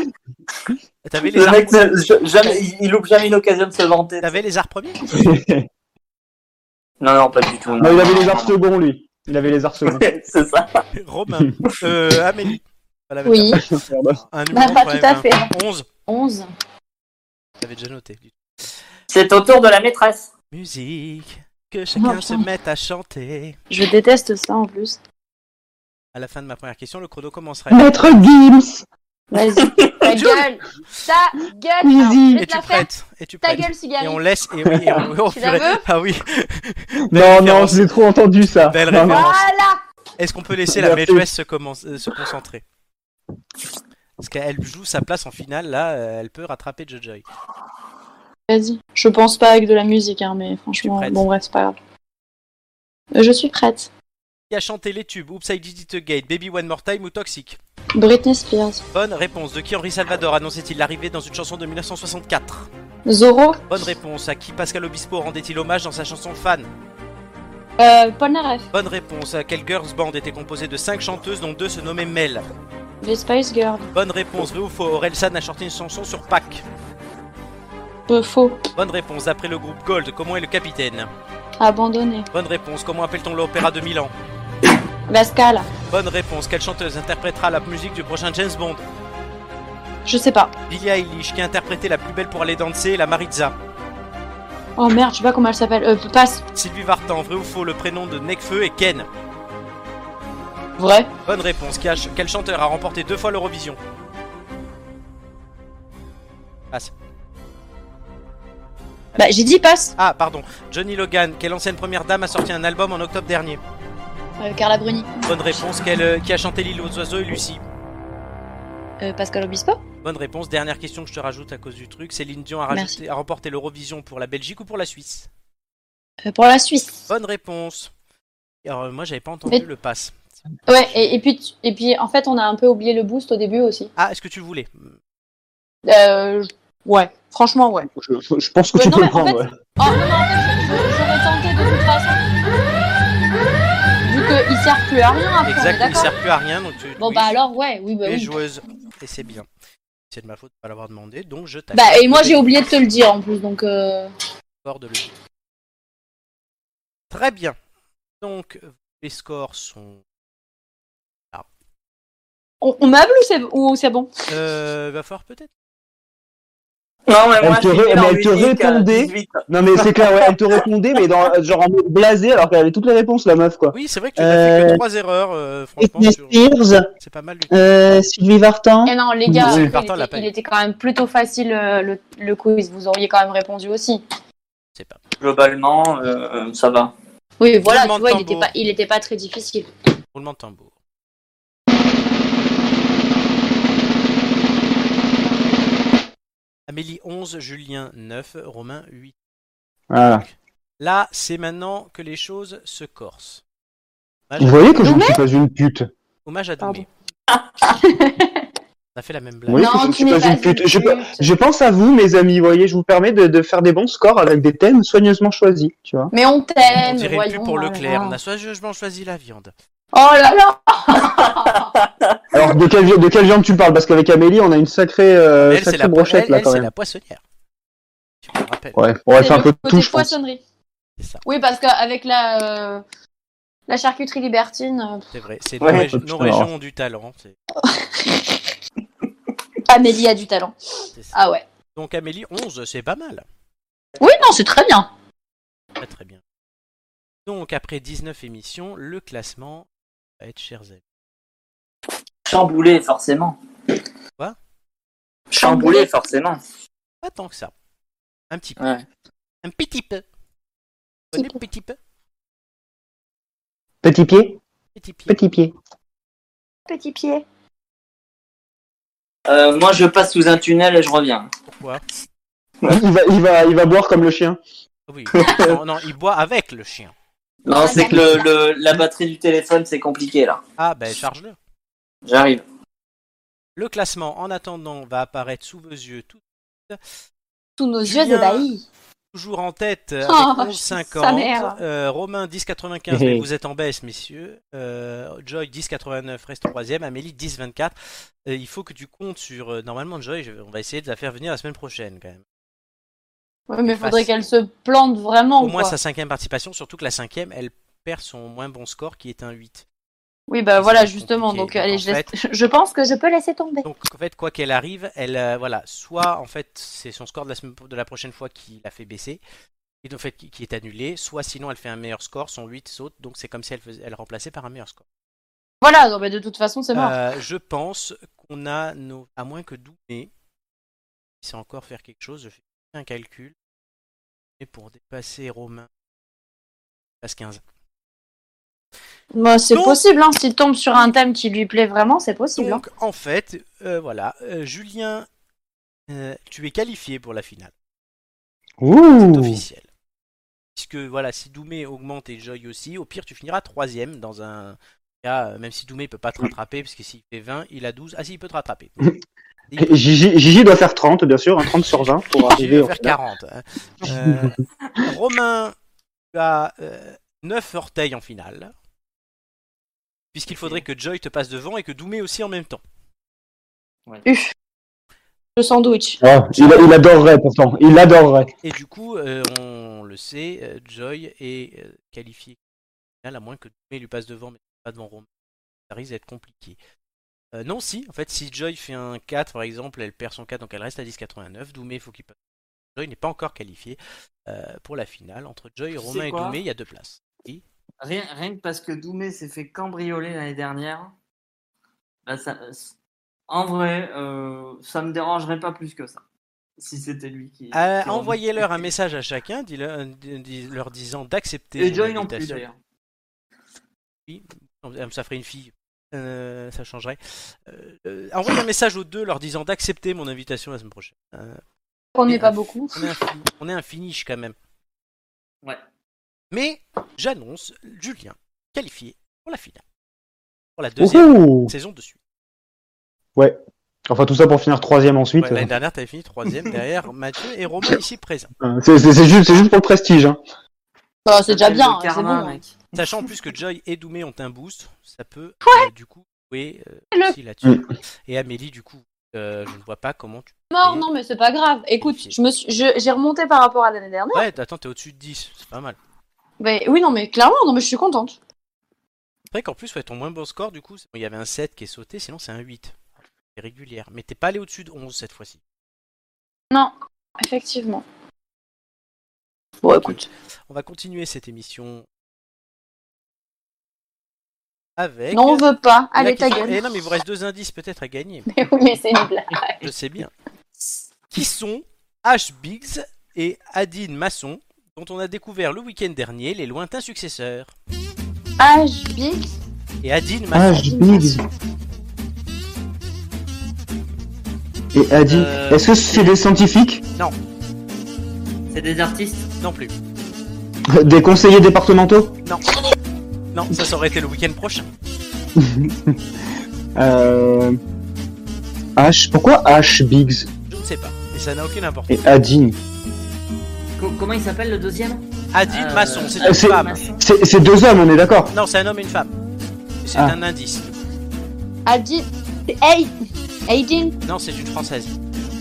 S1: T'avais les
S2: le mec,
S1: arts-
S2: ne- je- jamais- il- il loupe jamais une occasion de se vanter.
S1: T'avais les arts premiers
S2: Non, non, pas du tout.
S3: Non, il avait les arts seconds, lui. Il avait les arts seconds.
S2: C'est ça.
S1: Romain. Euh, Amélie. Voilà,
S5: Oui.
S3: Merde.
S1: Un
S5: Bah,
S1: numéro
S5: pas
S1: quand
S5: tout
S1: même,
S5: à
S1: hein.
S5: fait.
S1: 11.
S5: 11.
S1: T'avais déjà noté.
S2: C'est au tour de la maîtresse.
S1: Musique. Que chacun
S5: Oh,
S1: se
S5: putain.
S1: mette à chanter.
S5: Je déteste ça, en plus.
S1: À la fin de ma première question, le chrono commencerait.
S5: Bah,
S3: Maître Gims.
S5: Vas-y.
S1: Ta
S5: gueule Ta gueule
S3: Easy.
S5: Alors, je vais
S1: Et
S5: te
S1: tu
S5: la faire
S1: prêtes. Et tu
S5: Ta
S1: prêtes.
S5: gueule, Cigari
S1: Et on laisse. Et oui, et on... oh,
S5: Tu la
S1: purée.
S5: veux
S1: Ah oui.
S3: Non, non,
S1: référence.
S3: je l'ai trop entendu, ça.
S1: Belle
S3: Non, non.
S1: référence.
S5: Voilà
S1: Est-ce qu'on peut laisser la
S3: Merci.
S1: maîtresse se, commence- euh, se concentrer Parce qu'elle joue sa place en finale, là, euh, elle peut rattraper Jojoy.
S5: Vas-y. Je pense pas avec de la musique, hein, mais
S1: Je suis
S5: franchement,
S1: prête.
S5: bon, bref, c'est pas grave. Euh, Je suis prête.
S1: Qui a chanté les tubes Oops, I Did It Again, Baby One More Time ou Toxic
S5: Britney Spears.
S1: Bonne réponse. De qui Henri Salvador annonçait-il l'arrivée dans une chanson de 1964
S5: Zorro.
S1: Bonne réponse. À qui Pascal Obispo rendait-il hommage dans sa chanson Fan
S5: Euh, Polnareff.
S1: Bonne réponse. À quelle girls band était composée de 5 chanteuses dont 2 se nommaient Mel
S5: Les Spice Girls.
S1: Bonne réponse. Vrai ou faux Orelsan a chanté une chanson sur Pâques
S5: Peu faux.
S1: Bonne réponse. D'après le groupe Gold, comment est le capitaine
S5: Abandonné.
S1: Bonne réponse. Comment appelle-t-on l'opéra de Milan
S5: Vascal.
S1: Bonne réponse. Quelle chanteuse interprétera la musique du prochain James Bond
S5: Je sais pas.
S1: Billie Eilish, qui a interprété La plus belle pour aller danser, la Maritza.
S5: Oh merde, je sais pas comment elle s'appelle. Euh, passe.
S1: Sylvie Vartan, vrai ou faux, le prénom de Necfeu est Ken.
S5: Vrai.
S1: Bonne réponse. Qui a ch- Quel chanteur a remporté deux fois l'Eurovision Passe.
S5: Bah, j'ai dit passe.
S1: Ah, pardon. Johnny Logan, quelle ancienne première dame a sorti un album en octobre dernier
S5: Euh, Carla Bruni.
S1: Bonne réponse. Quelle, euh, qui a chanté L'île aux oiseaux et Lucie
S5: Euh, Pascal Obispo.
S1: Bonne réponse. Dernière question que je te rajoute à cause du truc. Céline Dion a, rajouté- a remporté l'Eurovision pour la Belgique ou pour la Suisse
S5: Euh, pour la Suisse.
S1: Bonne réponse. Alors, euh, moi, j'avais pas entendu
S5: Et-
S1: le passe.
S5: Ouais, et, et puis, tu- et puis en fait, on a un peu oublié le boost au début aussi.
S1: Ah, est-ce que tu le voulais
S5: Euh, je- ouais, franchement, ouais.
S3: Je, je pense que
S5: Ouais,
S3: tu
S5: non,
S3: peux
S5: mais
S3: le
S5: en
S3: prendre.
S5: fait,
S3: ouais.
S5: Oh non, non, en fait, je- j'aurais tenté de toute façon. Vu qu'il sert plus à rien après, on est
S1: Exact, il
S5: d'accord
S1: sert plus à rien. Donc tu,
S5: Bon,
S1: oui,
S5: bah alors, ouais, oui, bah
S1: tu es
S5: oui.
S1: joueuse. Et c'est bien. C'est de ma faute de pas l'avoir demandé, donc je t'accorde
S5: Bah, et moi, j'ai oublié de te le dire en plus, donc. Euh...
S1: de le dire. Très bien. Donc, les scores sont.
S5: On, on meuble ou c'est ou c'est bon
S1: Euh, il va falloir peut-être.
S2: Non, mais
S3: Elle
S2: moi,
S3: te
S2: je suis
S3: re-
S2: nul en
S3: mais elle te
S2: musique, euh,
S3: répondait.
S2: 18.
S3: Non, mais c'est clair, ouais, elle te répondait, mais dans, genre en mode blasé, alors qu'elle avait toutes les réponses, la meuf, quoi.
S1: Oui, c'est vrai que tu n'as fait que
S3: Euh,
S1: 3 erreurs, euh, franchement.
S3: Britney
S1: sur-
S3: Spears,
S1: C'est pas mal du
S3: euh, Sylvie Vartan.
S5: Eh non, les gars,
S3: Oui.
S5: il,
S1: Partant,
S5: était,
S1: la paille.
S5: il était quand même plutôt facile euh, le, le quiz. Vous auriez quand même répondu aussi.
S2: Globalement, euh, ça va.
S5: Oui, voilà, tu
S1: Roulement de
S5: vois, il
S1: tambour.
S5: était, pas, il était pas très difficile.
S1: Roulement de tambour. Amélie 11, Julien 9, Romain 8.
S3: Voilà.
S1: Là, c'est maintenant que les choses se corsent.
S3: Vous
S1: Hommage,
S3: voyez que je ne suis pas une pute. Vous
S1: hommage à
S5: Pardon.
S1: Doumé. On a fait la même blague.
S3: voyez
S5: Non,
S3: que je ne
S5: tu
S3: suis
S5: n'es
S3: pas
S5: pas
S3: une pute.
S5: une
S3: Je, pe-
S5: pute.
S3: je pense à vous, mes amis, vous voyez, je vous permets de, de faire des bons scores avec des thèmes soigneusement choisis, tu vois.
S5: Eh, Mais on
S1: On
S5: t'aime,
S1: dirait plus
S5: voyons.
S1: pour
S5: voilà.
S1: Leclerc. On a soigneusement choisi la viande.
S5: Oh là là
S3: Alors, de quelle, vi- de quelle viande tu parles Parce qu'avec Amélie, on a une sacrée, euh,
S1: elle, c'est
S3: sacrée
S1: la, po-
S3: brochette,
S1: elle,
S3: là,
S1: elle,
S3: quand
S1: c'est
S3: même.
S1: la poissonnière. Tu me rappelles.
S3: Ouais, on va
S5: C'est
S3: faire un
S5: le
S3: peu de
S5: côté
S3: tout, je pense.
S5: poissonnerie.
S1: C'est ça.
S5: Oui, parce qu'avec la, euh, la charcuterie libertine, euh,
S1: C'est vrai. C'est
S2: Ouais.
S1: nos, régi-
S3: Putain,
S1: nos
S3: alors.
S1: régions ont du talent. c'est-
S5: euh, Amélie a du talent.
S1: c'est ça.
S5: Ah ouais.
S1: Donc Amélie 11, c'est pas mal.
S5: Oui, non, c'est très bien.
S1: Très très bien. Donc après 19 émissions, le classement va être chers amis.
S2: Chamboulé, forcément.
S1: Quoi
S2: Chamboulé, forcément.
S1: Pas tant que ça. Un petit peu.
S2: Ouais.
S1: Un petit peu. Vous connaissez petit peu
S3: Petit pied
S1: Petit pied.
S3: Petit pied.
S4: Petit pied.
S2: Euh, moi, je passe sous un tunnel et je reviens.
S1: Pourquoi
S3: Il va, il, va, il va boire comme le chien.
S1: Oui. non, non, il boit avec le chien.
S2: Non, c'est que le, le- la batterie du téléphone, c'est compliqué là.
S1: Ah, ben charge-le.
S2: J'arrive.
S1: Le classement, en attendant, va apparaître sous vos yeux tout de suite.
S5: Tous nos
S1: Julien,
S5: yeux ébahis.
S1: Toujours en tête euh,
S5: Oh,
S1: avec
S5: sa mère.
S1: 11,50. Euh, Romain, 10,95. mais vous êtes en baisse, messieurs. Euh, Joy, 10,89. Reste troisième. Amélie, 10,24. Euh, il faut que tu comptes sur. euh, normalement, Joy, je- on va essayer de la faire venir la semaine prochaine, quand même.
S5: Ouais, mais
S1: Qu'elle
S5: faudrait
S1: fasse.
S5: qu'elle se plante vraiment.
S1: Au moins
S5: quoi.
S1: sa cinquième participation, surtout que la cinquième, elle perd son moins bon score qui est un 8.
S5: Oui, bah
S1: Ça,
S5: voilà,
S1: c'est
S5: justement.
S1: compliqué.
S5: Donc, allez,
S1: en
S5: je, laisse-
S1: fait-
S5: je pense que je peux laisser tomber.
S1: Donc en fait, quoi qu'elle arrive, elle euh, voilà, soit en fait c'est son score de la, semaine- de la prochaine fois qui l'a fait baisser, et donc fait qui qui est annulé, soit sinon elle fait un meilleur score, son 8 saute, donc c'est comme si elle faisait- elle remplaçait par un meilleur score.
S5: Voilà, non, mais de toute façon, c'est mort.
S1: Euh, je pense qu'on a nos à moins que Doumé si c'est encore faire quelque chose, je fais un calcul, et pour dépasser Romain, il passe 15.
S5: Bah, c'est
S1: Donc-
S5: possible, hein. S'il tombe sur un thème qui lui plaît vraiment, c'est possible.
S1: Donc en fait, euh, voilà, euh, Julien, euh, tu es qualifié pour la finale. C'est
S3: Ouh
S1: officiel. Puisque voilà, si Doumé augmente et Joy aussi, au pire tu finiras troisième dans un cas, euh, même si Doumé peut pas te rattraper, parce que s'il fait 20, il a 12. Ah si, il peut te rattraper.
S3: Gigi, Gigi doit faire 30, bien sûr, hein, 30 sur 20 pour
S1: Il
S3: arriver
S1: va
S3: au
S1: faire
S3: final.
S1: 40. hein. Euh, Romain, tu as 9 orteils en finale. Puisqu'il faudrait que Joy te passe devant et que Doumé aussi en même temps.
S5: Uf. hein. Le sandwich.
S3: Ah, il, il adorerait pourtant, il adorerait.
S1: Et du coup, euh, on le sait, euh, Joy est euh, qualifié final, à moins que Doumé lui passe devant, mais pas devant Romain. Ça risque d'être compliqué. Euh, non, si, en fait, si Joy fait un 4, par exemple, elle perd son 4, donc elle reste à 10,89. Doumé, faut qu'il passe. Joy n'est pas encore qualifié euh, pour la finale. Entre Joy,
S2: Tu sais
S1: Romain et
S2: quoi
S1: Doumé, il y a deux places.
S2: Rien, rien que parce que Doumé s'est fait cambrioler l'année dernière, bah ça, en vrai, euh, ça me dérangerait pas plus que ça. Si c'était lui qui.
S1: Euh,
S2: qui
S1: Envoyez-leur un message à chacun, dis-leur- dis- leur disant d'accepter
S2: Et
S1: son
S2: Joy non plus
S1: invitation.
S2: d'ailleurs.
S1: Oui, ça ferait une fille. Euh, ça changerait. Euh, euh, envoyez un message aux deux leur disant d'accepter mon invitation la semaine prochaine. Euh,
S5: On
S1: Mais-
S5: n'est pas beaucoup.
S1: on, est un, fi- on est un finish quand même.
S2: Ouais.
S1: Mais j'annonce Julien qualifié pour la finale. Pour la deuxième
S3: Ouhou
S1: saison de suite.
S3: Ouais. Enfin, tout ça pour finir troisième ensuite.
S1: Ouais, L'année dernière, t'avais fini troisième derrière Mathieu et Romain ici présents.
S3: Euh, c'est c'est- c'est juste, c'est juste pour le prestige. Hein.
S5: Bah, c'est déjà
S2: Appelle
S5: bien,
S2: le
S5: hein, c'est bon.
S2: karma,
S5: hein.
S2: mec.
S1: Sachant en plus que Joy et Doumé ont un boost, ça peut euh, du coup jouer euh,
S5: Le-
S1: aussi là-dessus. Et Amélie, du coup, euh, je ne vois pas comment tu.
S5: Mort, non, mais c'est pas grave. Écoute, je me suis- je- j'ai remonté par rapport à l'année dernière.
S1: Ouais, attends, t'es au-dessus de 10, c'est pas mal.
S5: Mais, oui, non, mais clairement, non, mais je suis contente.
S1: C'est vrai qu'en plus, ouais, ton moins bon score, du coup, c'est- il y avait un 7 qui est sauté, sinon c'est un 8. C'est régulière. Mais t'es pas allé au-dessus de 11 cette fois-ci.
S5: Non, effectivement. Bon, écoute.
S1: On va continuer cette émission avec.
S5: Non, on veut pas.
S1: la
S5: Allez, ta
S1: question- Eh
S5: gueule.
S1: non, mais il vous reste deux indices peut-être à gagner.
S5: Mais oui, mais c'est une blague.
S1: Je sais bien. Qui sont H. Biggs et Adine Masson, dont on a découvert le week-end dernier les lointains successeurs.
S5: H, Big.
S1: Et Adine
S3: Ah,
S1: Masson.
S3: je dis Biggs. Et Adi,
S2: Euh,
S3: est-ce que c'est des scientifiques,
S2: C'est des artistes.
S1: Non plus.
S3: des conseillers départementaux
S1: Non. Non, ça, ça aurait été le week-end prochain.
S3: euh... H, pourquoi H Biggs
S1: Je ne sais pas. Et ça n'a aucune importance.
S3: et Adine
S2: Co- comment il s'appelle le deuxième
S1: Adine
S2: Euh,
S1: Masson, c'est
S3: euh,
S1: une
S3: c'est-
S1: femme.
S3: C'est c'est deux hommes, on est d'accord
S1: Non, c'est un homme et une femme. C'est
S3: Ah.
S1: un indice.
S5: Adine. Hey Aidin.
S1: Non, c'est une française.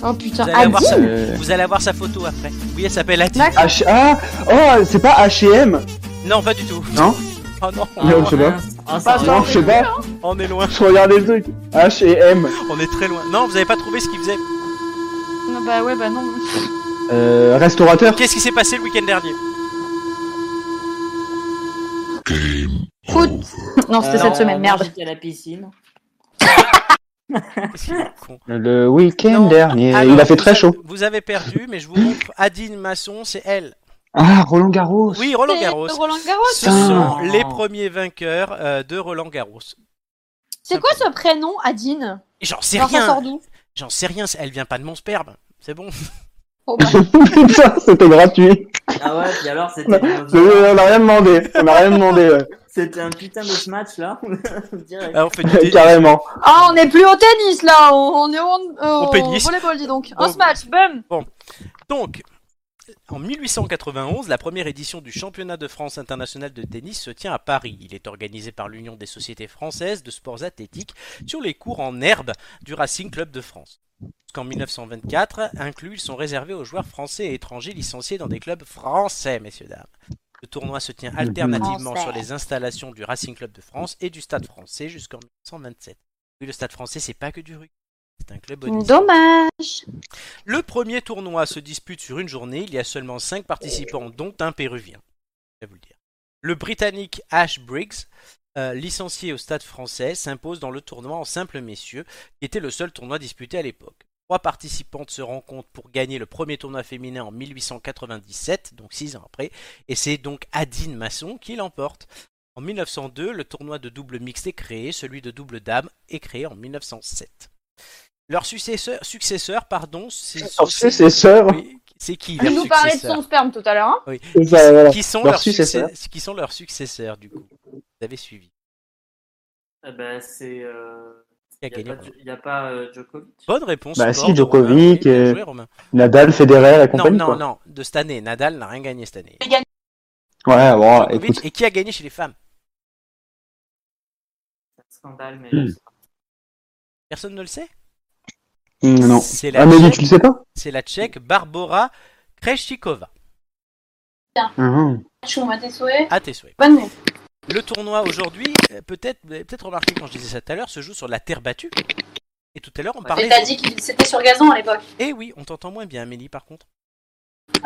S5: Oh putain,
S1: Vous allez avoir
S5: Adine.
S1: ça.
S3: Euh,
S1: Vous allez avoir sa photo après. Oui, elle s'appelle Adine.
S5: D'accord.
S3: H A Oh, c'est pas H&M
S1: Non, pas du tout.
S3: Non
S1: Oh non,
S3: Non, je sais pas.
S2: Ah, ça
S5: Pas
S2: va.
S3: Non, je sais pas.
S1: on est loin.
S3: Je regardais le truc. H&M.
S1: On est très loin. Non, vous avez pas trouvé ce qu'il faisait.
S5: Non, bah ouais, bah non.
S3: Euh, restaurateur.
S1: Qu'est-ce qui s'est passé le week-end dernier
S5: Foot. Non, c'était
S2: Euh,
S5: cette semaine,
S2: on
S3: Euh,
S5: merde.
S2: mange à la piscine.
S3: Le week-end
S1: Non.
S3: dernier,
S1: Alors,
S3: Euh, il a fait
S1: vous
S3: très
S1: avez-
S3: chaud.
S1: Vous avez perdu, mais je vous montre Adine Masson, c'est elle.
S3: Ah, Roland Garros.
S1: Oui, Roland Garros.
S6: Roland Garros.
S1: Ce
S3: Ah.
S1: sont les premiers vainqueurs euh, de Roland Garros.
S6: C'est quoi ce prénom, Adine
S1: J'en sais
S6: Genre, ça
S1: rien.
S6: sort d'où
S1: J'en sais rien, elle vient pas de mon sperme. C'est bon.
S3: Putain, c'était gratuit.
S12: Ah ouais, puis alors c'était
S3: Mais On n'a rien demandé. On n'a rien demandé. euh, ouais.
S12: c'était un putain de ce match là. Direct.
S1: on fait du tennis.
S3: Carrément.
S6: Ah, on n'est plus au tennis là, on on est au,
S1: Au pénis.
S6: volleyball, dis donc.
S1: Bon.
S6: On se match, bum
S1: Bon. Donc, en 1891, la première édition du championnat de France international de tennis se tient à Paris. Il est organisé par l'Union des sociétés françaises de sports athlétiques sur les cours en herbe du Racing Club de France. Jusqu'en 1924, inclus, ils sont réservés aux joueurs français et étrangers licenciés dans des clubs français, messieurs dames. Le tournoi se tient alternativement
S12: Français.
S1: sur les installations du Racing Club de France et du Stade français jusqu'en 1927. Oui, le Stade français, c'est pas que du rugby. C'est un club au
S6: Dommage.
S1: le premier tournoi se dispute sur une journée. Il y a seulement 5 participants, dont un péruvien. Je vais vous le dire. Le Britannique Ash Briggs, euh, licencié au stade français, s'impose dans le tournoi en simple messieurs, qui était le seul tournoi disputé à l'époque. Trois participantes se rencontrent pour gagner le premier tournoi féminin en 1897, donc 6 ans après, et c'est donc Adine Masson qui l'emporte. En 1902, le tournoi de double mixte est créé, celui de double dame est créé en 1907. Leur successeur, successeur pardon, c'est
S3: Leur successeur.
S1: Oui, C'est qui
S6: Il
S1: leur
S6: nous parlait de son
S1: successeur
S6: sperme tout à l'heure. hein
S1: Oui.
S3: C'est ça, voilà.
S1: Qui sont
S3: Leur
S1: leurs
S3: successeur.
S1: succès- qui sont leurs successeurs du coup Vous avez suivi.
S2: Ah
S12: Eh
S2: bah,
S12: ben, c'est. euh,
S1: Qui a
S12: y a
S1: gagné,
S12: pas de- y a pas euh, Djokovic.
S1: Bonne réponse.
S3: Bah
S1: sport
S3: si,
S1: de Romain.
S3: Djokovic,
S1: Oui, bien
S3: euh,
S1: joué, Romain.
S3: Nadal, Federer et
S1: Non,
S3: compagnie.
S1: non,
S3: quoi.
S1: non, de cette année. Nadal n'a rien gagné cette année.
S3: Ouais, bon,
S1: Djokovic,
S3: écoute.
S1: et qui a gagné chez les femmes
S12: Scandale, mais.
S3: Hmm.
S1: Personne ne le sait
S3: Mm, Non.
S1: C'est la
S3: Amélie,
S1: Tchèque-
S3: tu le sais pas
S1: C'est la Tchèque Barbara Krejcikova.
S3: Mhm.
S6: Chouma, tes souhaits
S1: À tes souhaits.
S6: Bonne nuit.
S1: Le tournoi aujourd'hui, euh, peut-être, vous avez peut-être remarqué quand je disais ça tout à l'heure, se joue sur la terre battue. Et tout à l'heure, on parlait.
S6: Mais t'as dit qu'il c'était sur gazon à l'époque.
S1: Eh oui, on t'entend moins bien, Amélie, par contre.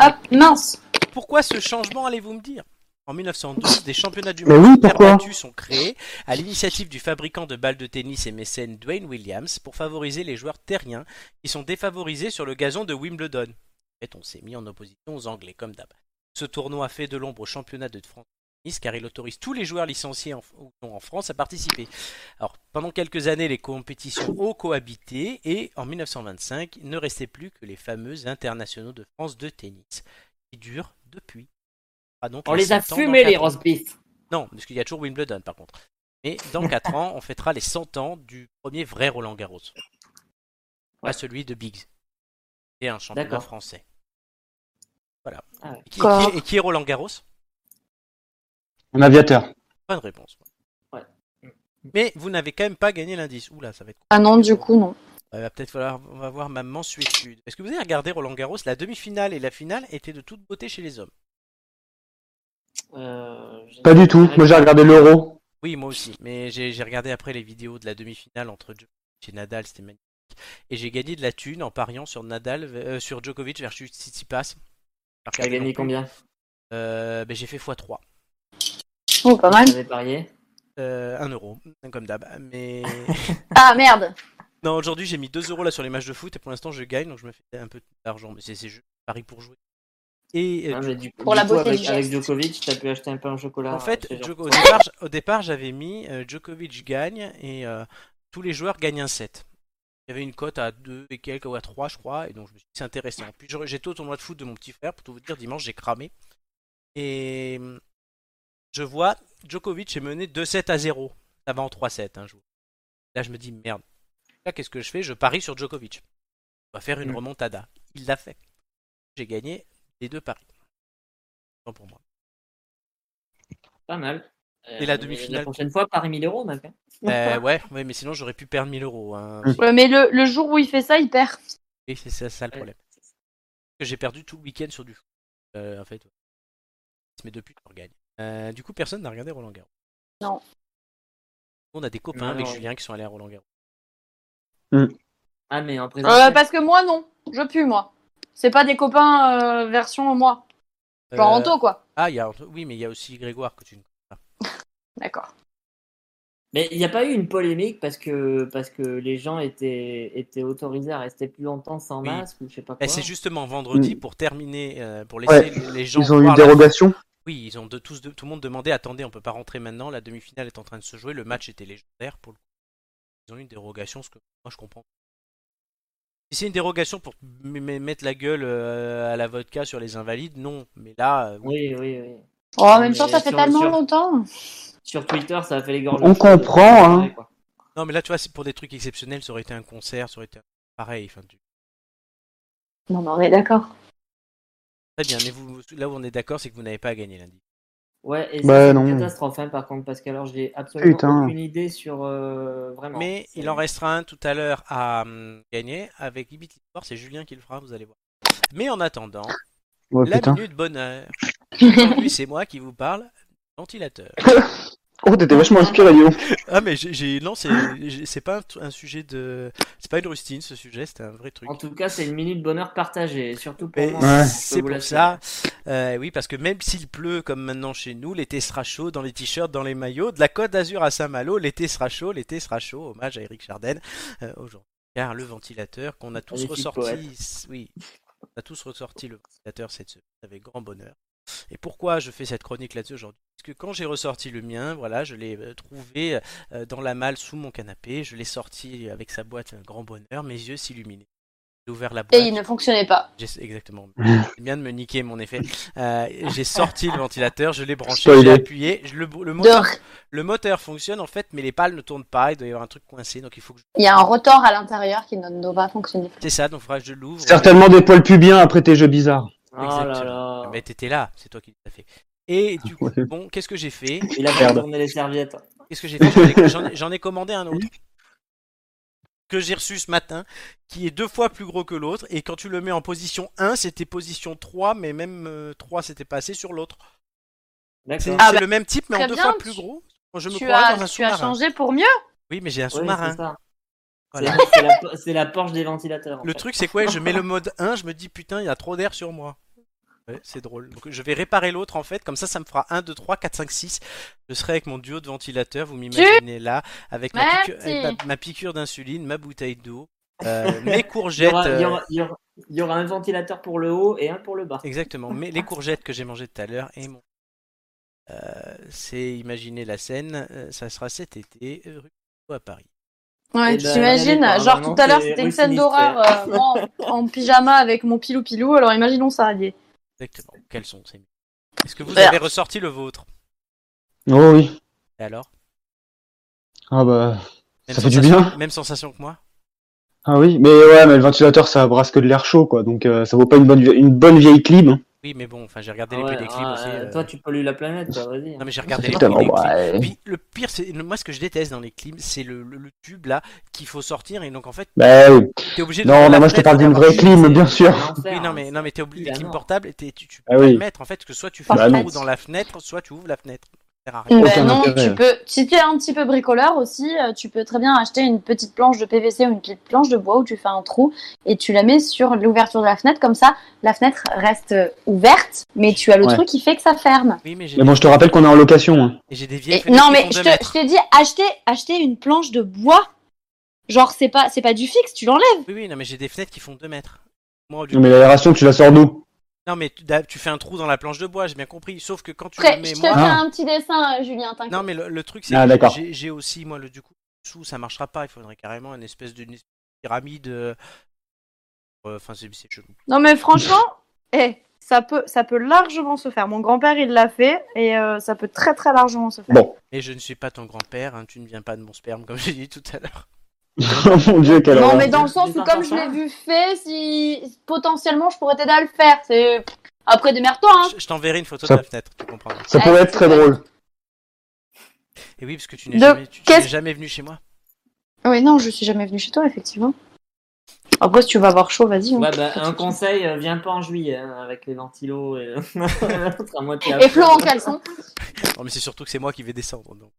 S6: Hop, mince.
S1: Pourquoi ce changement, allez-vous me dire En 1912, des championnats du
S3: Mais
S1: monde
S3: oui,
S1: de terre
S3: pourquoi
S1: battue sont créés à l'initiative du fabricant de balles de tennis et mécène Dwayne Williams pour favoriser les joueurs terriens qui sont défavorisés sur le gazon de Wimbledon. En fait, on s'est mis en opposition aux Anglais, comme d'hab. Ce tournoi fait de l'ombre au championnat de France de tennis car il autorise tous les joueurs licenciés en, ou non en France à participer. Alors, pendant quelques années, les compétitions ont cohabité et en 1925, il ne restait plus que les fameux internationaux de France de tennis qui durent depuis. Ah, donc,
S13: On
S1: les
S13: les a
S1: 100 ans dans
S13: fumés, les
S1: quatre ans.
S13: roast beef.
S1: Non, parce qu'il y a toujours Wimbledon par contre. Mais dans 4 ans, on fêtera les 100 ans du premier vrai Roland Garros. Pas celui de Biggs. C'est un championnat
S12: D'accord.
S1: français. Voilà.
S12: Ah ouais.
S1: et, qui, et qui- et qui est Roland Garros
S3: Un aviateur.
S1: Bonne réponse. Mais vous n'avez quand même pas gagné l'indice. Oula, ça va être.
S6: Ah non, du coup, non.
S1: Il va peut-être falloir on va voir ma mensuétude. Est-ce que vous avez regardé Roland Garros La demi-finale et la finale étaient de toute beauté chez les hommes.
S2: Euh,
S3: Pas du tout. Moi, j'ai regardé l'Euro.
S1: Oui, moi aussi. Mais j'ai j'ai regardé après les vidéos de la demi-finale entre Djokovic et Nadal, c'était magnifique. Et j'ai gagné de la thune en pariant sur Nadal, euh, sur Djokovic versus Tsitsipas.
S12: T'as gagné combien
S1: euh, ben, J'ai fait x3.
S6: Oh, pas mal.
S12: J'avais parié.
S1: Euh, 1 euro, comme d'hab. Mais
S6: Ah merde.
S1: non, aujourd'hui j'ai mis 2 euros là sur les matchs de foot et pour l'instant je gagne, donc je me fais un peu d'argent. Mais c'est c'est juste pari pour jouer. Et euh,
S12: Ah,
S1: du
S12: mais
S1: coup-
S12: du, du coup, avec, avec Djokovic, t'as pu acheter un pain au chocolat.
S1: En fait,
S12: euh, chez
S1: Djo- au
S12: Jean-
S1: départ, j- au départ, j'avais mis euh, Djokovic gagne et euh, tous les joueurs gagnent un set. Il y avait une cote à 2 et quelques ou à 3, je crois, et donc je me suis dit c'est intéressant. Puis je- j'étais au tournoi de foot de mon petit frère, pour tout vous dire, dimanche j'ai cramé. Et hum, je vois Djokovic est mené 2-7 à 0. Ça va en 3-7 un jour. Là je me dis merde. Là qu'est-ce que je fais Je parie sur Djokovic. On va faire une
S12: Mm.
S1: remontada. Il l'a fait. J'ai gagné les deux paris. Tant pour moi.
S12: Pas mal. Euh,
S1: Et la demi-finale
S12: La prochaine fois, parie 1000 euros, mec. hein.
S1: Euh, ouais, ouais, mais sinon j'aurais pu perdre 1000 euros. hein.
S3: Mm.
S6: Ouais, mais le, le jour où il fait ça, il perd.
S1: Oui, c'est ça, ça le problème. Parce que j'ai perdu tout le week-end sur du foot. Euh, en fait, ouais. mais depuis, je regagne. Euh, du coup, personne n'a regardé Roland Garros.
S6: Non.
S1: On a des copains
S12: Non,
S1: avec
S12: non.
S1: Julien qui sont allés à Roland Garros.
S12: Ah, mais en présentiel.
S6: Euh, parce que moi, non. Je pue, moi. C'est pas des copains euh, version moi. Genre
S1: Euh,
S6: Anto, quoi.
S1: Ah, il y a Anto- oui, mais il y a aussi Grégoire que tu ne connais pas.
S6: D'accord.
S2: Mais il n'y a pas eu une polémique parce que, parce que les gens étaient, étaient autorisés à rester plus longtemps sans
S1: Oui.
S2: masque ou je sais pas quoi.
S1: Et Eh, c'est justement vendredi pour terminer, euh, pour laisser
S3: Mm. Ouais.
S1: les- les gens.
S3: Ils ont eu
S1: voir
S3: une
S1: la-
S3: dérogation.
S1: Oui, ils ont de, tous, de, tout le monde demandé attendez, on peut pas rentrer maintenant, la demi-finale est en train de se jouer, le match était légendaire pour le coup. Ils ont eu une dérogation, ce que moi je comprends. Si c'est une dérogation pour m- m- mettre la gueule euh, à la vodka sur les invalides, non. Mais là, euh,
S2: oui. Oui, oui.
S5: Oh, en même
S2: Mais
S5: temps, ça fait
S2: sur-
S5: tellement
S2: sur-
S5: longtemps.
S2: Sur Twitter, ça a fait les gorges.
S3: On comprend, hein.
S1: Non, mais là, tu vois, c'est pour des trucs exceptionnels, ça aurait été un concert, ça aurait été pareil. Enfin, tu-
S5: Non, mais on est d'accord.
S1: Très bien, mais vous, vous- là où on est d'accord, c'est que vous n'avez pas à gagner lundi.
S2: Ouais, et
S3: Bah,
S2: c'est
S3: non.
S2: une catastrophe, hein, par contre, parce qu'alors j'ai absolument
S3: Putain.
S2: aucune idée sur. euh, vraiment.
S1: Mais il en restera un tout à l'heure à hum, gagner avec Ibit l'histoire, c'est Julien qui le fera, vous allez voir. Mais en attendant,
S3: Ouais,
S1: la
S3: Oh, putain.
S1: minute bonheur. Aujourd'hui, c'est moi qui vous parle, ventilateur.
S3: Oh, t'étais vachement inspiré, dis donc.
S1: Ah mais j'ai- j'ai non c'est j'ai- c'est pas un, t- un sujet de c'est pas une rustine ce sujet c'est un vrai truc.
S2: En tout cas, c'est une minute bonheur partagée, surtout pour
S1: Mais
S2: moi. hein, je peux
S1: c'est
S2: vous
S1: pour
S2: l'assurer.
S1: ça euh, oui parce que même s'il pleut comme maintenant chez nous l'été sera chaud dans les t-shirts dans les maillots de la Côte d'Azur à Saint-Malo l'été sera chaud l'été sera chaud hommage à Eric Chardin euh, aujourd'hui car le ventilateur qu'on a tous
S2: Magnifique
S1: ressorti
S2: poète.
S1: s- oui on a tous ressorti le ventilateur cette semaine avec grand bonheur. Et pourquoi je fais cette chronique là-dessus aujourd'hui Parce que quand j'ai ressorti le mien, voilà, je l'ai euh, trouvé euh, dans la malle sous mon canapé, je l'ai sorti avec sa boîte un grand bonheur, mes yeux s'illuminaient. J'ai ouvert la boîte.
S5: Et il ne fonctionnait pas.
S1: j'ai- Exactement.
S3: Mmh.
S1: C'est bien de me niquer mon effet. Euh, j'ai sorti le ventilateur, je l'ai branché,
S3: Spoiler.
S1: j'ai appuyé. je- le, le moteur, le moteur fonctionne en fait, mais les pales ne tournent pas. Il doit y avoir un truc coincé, donc il faut que je...
S5: Il y a un rotor à l'intérieur qui ne doit pas fonctionner.
S1: C'est ça, donc il faudra que je l'ouvre.
S3: Certainement des poils pubiens après tes jeux bizarres.
S2: Oh là
S1: Exactement.
S2: là.
S1: Euh, Mais t'étais là, c'est toi qui l'as fait. Et du coup, bon, qu'est-ce que j'ai fait
S2: Il a fait
S3: Merde.
S2: tourner les serviettes.
S1: Qu'est-ce que j'ai fait J'en ai- J'en ai, commandé un autre que j'ai reçu ce matin, qui est deux fois plus gros que l'autre, et quand tu le mets en position 1, c'était position 3, mais même euh, 3, c'était pas assez sur l'autre. C'est
S2: D'accord.
S1: c'est le même type, mais en
S5: Ah bah, très
S1: deux
S5: bien,
S1: fois
S5: tu-
S1: plus gros. Je me
S5: tu
S1: croirais dans un
S5: as, tu as
S1: sous-marin.
S5: changé pour mieux
S1: Oui, mais j'ai un
S2: Oui,
S1: sous-marin.
S2: c'est ça.
S1: Voilà.
S2: C'est- C'est la, c'est la Porsche des ventilateurs. en
S1: Le
S2: fait.
S1: truc, c'est quoi Je mets le mode 1, je me dis putain, il y a trop d'air sur moi. Ouais, c'est drôle. Donc, je vais réparer l'autre en fait, comme ça, ça me fera 1, 2, 3, 4, 5, 6. Je serai avec mon duo de ventilateurs, vous m'imaginez là, avec ma
S5: Merci.
S1: piqûre, avec ma- ma piqûre d'insuline, ma bouteille d'eau, euh, mes
S2: Il y
S1: courgettes.
S2: aura, il y
S1: euh,
S2: aura- il y aura- il y aura un ventilateur pour le haut et un pour le bas.
S1: Exactement, mais les courgettes que j'ai mangées tout à l'heure et mon. Euh, c'est imaginer la scène, euh, ça sera cet été, euh, rue Picasso à Paris.
S5: Ouais,
S2: Eh
S5: tu
S2: ben,
S5: t'imagines
S2: allez,
S5: Genre
S2: apparemment,
S5: tout à l'heure,
S2: c'est
S5: c'était
S2: rue
S5: une scène
S2: Sinistre.
S5: d'horreur, euh, moi en, en pyjama avec mon pilou-pilou, alors imaginons ça, allié.
S1: Exactement. Quels sont ces. Est-ce que vous
S5: Merde.
S1: avez ressorti le vôtre
S3: Oh oui.
S1: Et alors
S3: Ah bah.
S1: Même
S3: Ça fait du
S1: sensation-
S3: bien.
S1: Même sensation que moi
S3: Ah oui. Mais ouais, mais le ventilateur, ça brasse que de l'air chaud, quoi. Donc euh, ça vaut pas une bonne, vie- une bonne vieille clim. hein.
S1: Oui, mais bon, enfin, j'ai
S2: Ah
S1: regardé les
S2: ouais,
S1: PDX
S2: ah,
S1: aussi.
S2: euh,
S1: euh,
S2: Toi, tu pollues la planète, toi, vas-y. hein.
S1: Non, mais j'ai regardé les
S3: Putain,
S1: prix des
S3: bon,
S1: clims.
S3: ouais.
S1: Puis le pire, c'est moi ce que je déteste dans les clims, c'est le, le- le tube là qu'il faut sortir et donc en fait,
S3: Bah oui.
S1: t'es obligé de.
S3: Non,
S1: prendre
S3: non,
S1: la
S3: moi je te
S1: fenêtre
S3: parle d'une
S1: d'avoir-
S3: vraie clim, bien sûr.
S1: Oui,
S2: hein.
S1: non, mais non, mais t'es obligé des
S2: Il a
S1: clims
S2: mort.
S1: portables, et t'es- tu, tu peux
S3: Ah
S1: pas
S3: oui.
S1: le mettre en fait, parce que soit tu fais
S3: Bah
S1: un
S3: non.
S1: trou dans la fenêtre, soit tu ouvres la fenêtre. Ça sert à rien.
S3: Aucun
S5: Ben non,
S3: intérêt.
S5: tu peux. Si t'es un petit peu bricoleur aussi, euh, tu peux très bien acheter une petite planche de PVC ou une petite planche de bois où tu fais un trou et tu la mets sur l'ouverture de la fenêtre, comme ça la fenêtre reste euh, ouverte, mais tu as le
S3: Ouais.
S5: truc qui fait que ça ferme.
S1: Oui, mais j'ai
S3: Mais bon, je te rappelle qu'on est en location. hein.
S1: et j'ai des vieilles
S5: Et-
S1: fenêtres.
S5: non
S1: qui
S5: mais
S1: font
S5: je
S1: deux
S5: te, je
S1: mètres.
S5: te dis acheter acheter une planche de bois, genre c'est pas c'est pas du fixe, tu l'enlèves.
S1: Oui, oui, non, mais j'ai des fenêtres qui font 2 mètres. Moi, du
S3: Non, mais l'aération, tu la sors d'où
S1: Non, mais tu, d'hab- tu fais un trou dans la planche de bois, j'ai bien compris. Sauf que quand tu
S5: Après,
S1: le
S5: je
S1: mets,
S5: te
S1: moi,
S5: fais
S3: Ah.
S5: un petit dessin, euh, Julien. t'inquiète.
S1: Non, mais le, le truc, c'est
S3: Ah,
S1: que
S3: d'accord.
S1: j'ai- j'ai aussi, moi, le du coup, sous, ça marchera pas. Il faudrait carrément une espèce de une espèce de pyramide. euh, euh, Enfin, c'est c'est chelou.
S14: Non mais franchement, eh, ça peut, ça peut largement se faire. Mon grand-père il l'a fait et euh, ça peut très très largement se faire.
S3: Bon.
S1: Mais je ne suis pas ton grand-père, hein, tu ne viens pas de mon sperme, comme j'ai dit tout à l'heure.
S3: Oh mon dieu, quelle
S5: Non,
S3: horreur.
S5: mais dans le sens
S2: Des
S5: où, comme je
S2: enfants.
S5: l'ai vu fait, si potentiellement je pourrais t'aider à le faire. C'est après démerde-toi. Hein.
S1: Je, je t'enverrai une photo
S3: Ça-
S1: de la fenêtre, tu comprendras.
S3: Ça pourrait être très drôle.
S1: Et oui, parce que tu n'es
S5: De-
S1: jamais, tu- tu n'es
S5: qu'est-ce-
S1: jamais venu chez moi.
S5: Oui, Ah non, je suis jamais venue chez toi, effectivement. Après, si tu vas avoir chaud, vas-y. hein.
S2: Ouais, bah, un conseil, euh, viens pas en juillet hein, avec les ventilos et l'autre à moitié à
S5: Et Flo en
S2: poil.
S5: caleçon.
S1: Non, mais c'est surtout que c'est moi qui vais descendre. donc.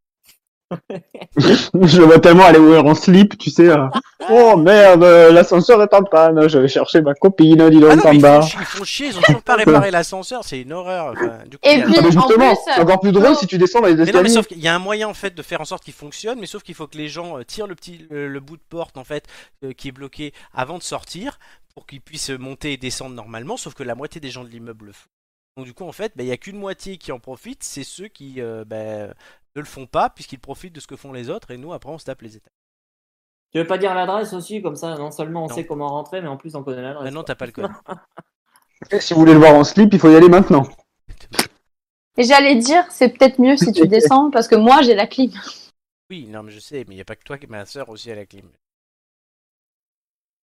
S3: je le vois tellement aller ouvrir en slip, tu sais. euh, Oh merde, euh, l'ascenseur est en panne, je vais chercher ma copine, dis donc,
S1: Ah non, mais
S3: en
S1: ils font,
S3: bas.
S1: chier, ils font chier, ils ont toujours pas réparé l'ascenseur, c'est une horreur. Enfin, du coup,
S6: Et
S1: il y a-
S6: puis,
S3: Ah, mais justement,
S6: en plus,
S3: c'est encore plus drôle si tu descends dans les
S1: Mais non, mais
S3: escaliers.
S1: sauf qu'il y a un moyen en fait de faire en sorte qu'il fonctionne, mais sauf qu'il faut que les gens euh, tirent le petit le, le bout de porte en fait euh, qui est bloqué avant de sortir pour qu'ils puissent monter et descendre normalement. Sauf que la moitié des gens de l'immeuble le font. Donc du coup en fait, bah, il y a qu'une moitié qui en profite, c'est ceux qui euh, bah, ne le font pas puisqu'ils profitent de ce que font les autres et nous après on se tape les étapes.
S12: Tu veux pas dire l'adresse aussi, comme ça, non seulement on
S1: Non.
S12: sait comment rentrer, mais en plus on connaît
S2: Ah,
S12: l'adresse.
S1: Ah non, t'as pas le code.
S3: Et Si vous voulez le voir en slip, il faut y aller maintenant.
S6: Et j'allais dire, c'est peut-être mieux si tu descends, parce que moi, j'ai la clim.
S1: Oui, non mais je sais, mais il y a pas que toi, ma soeur aussi à la clim.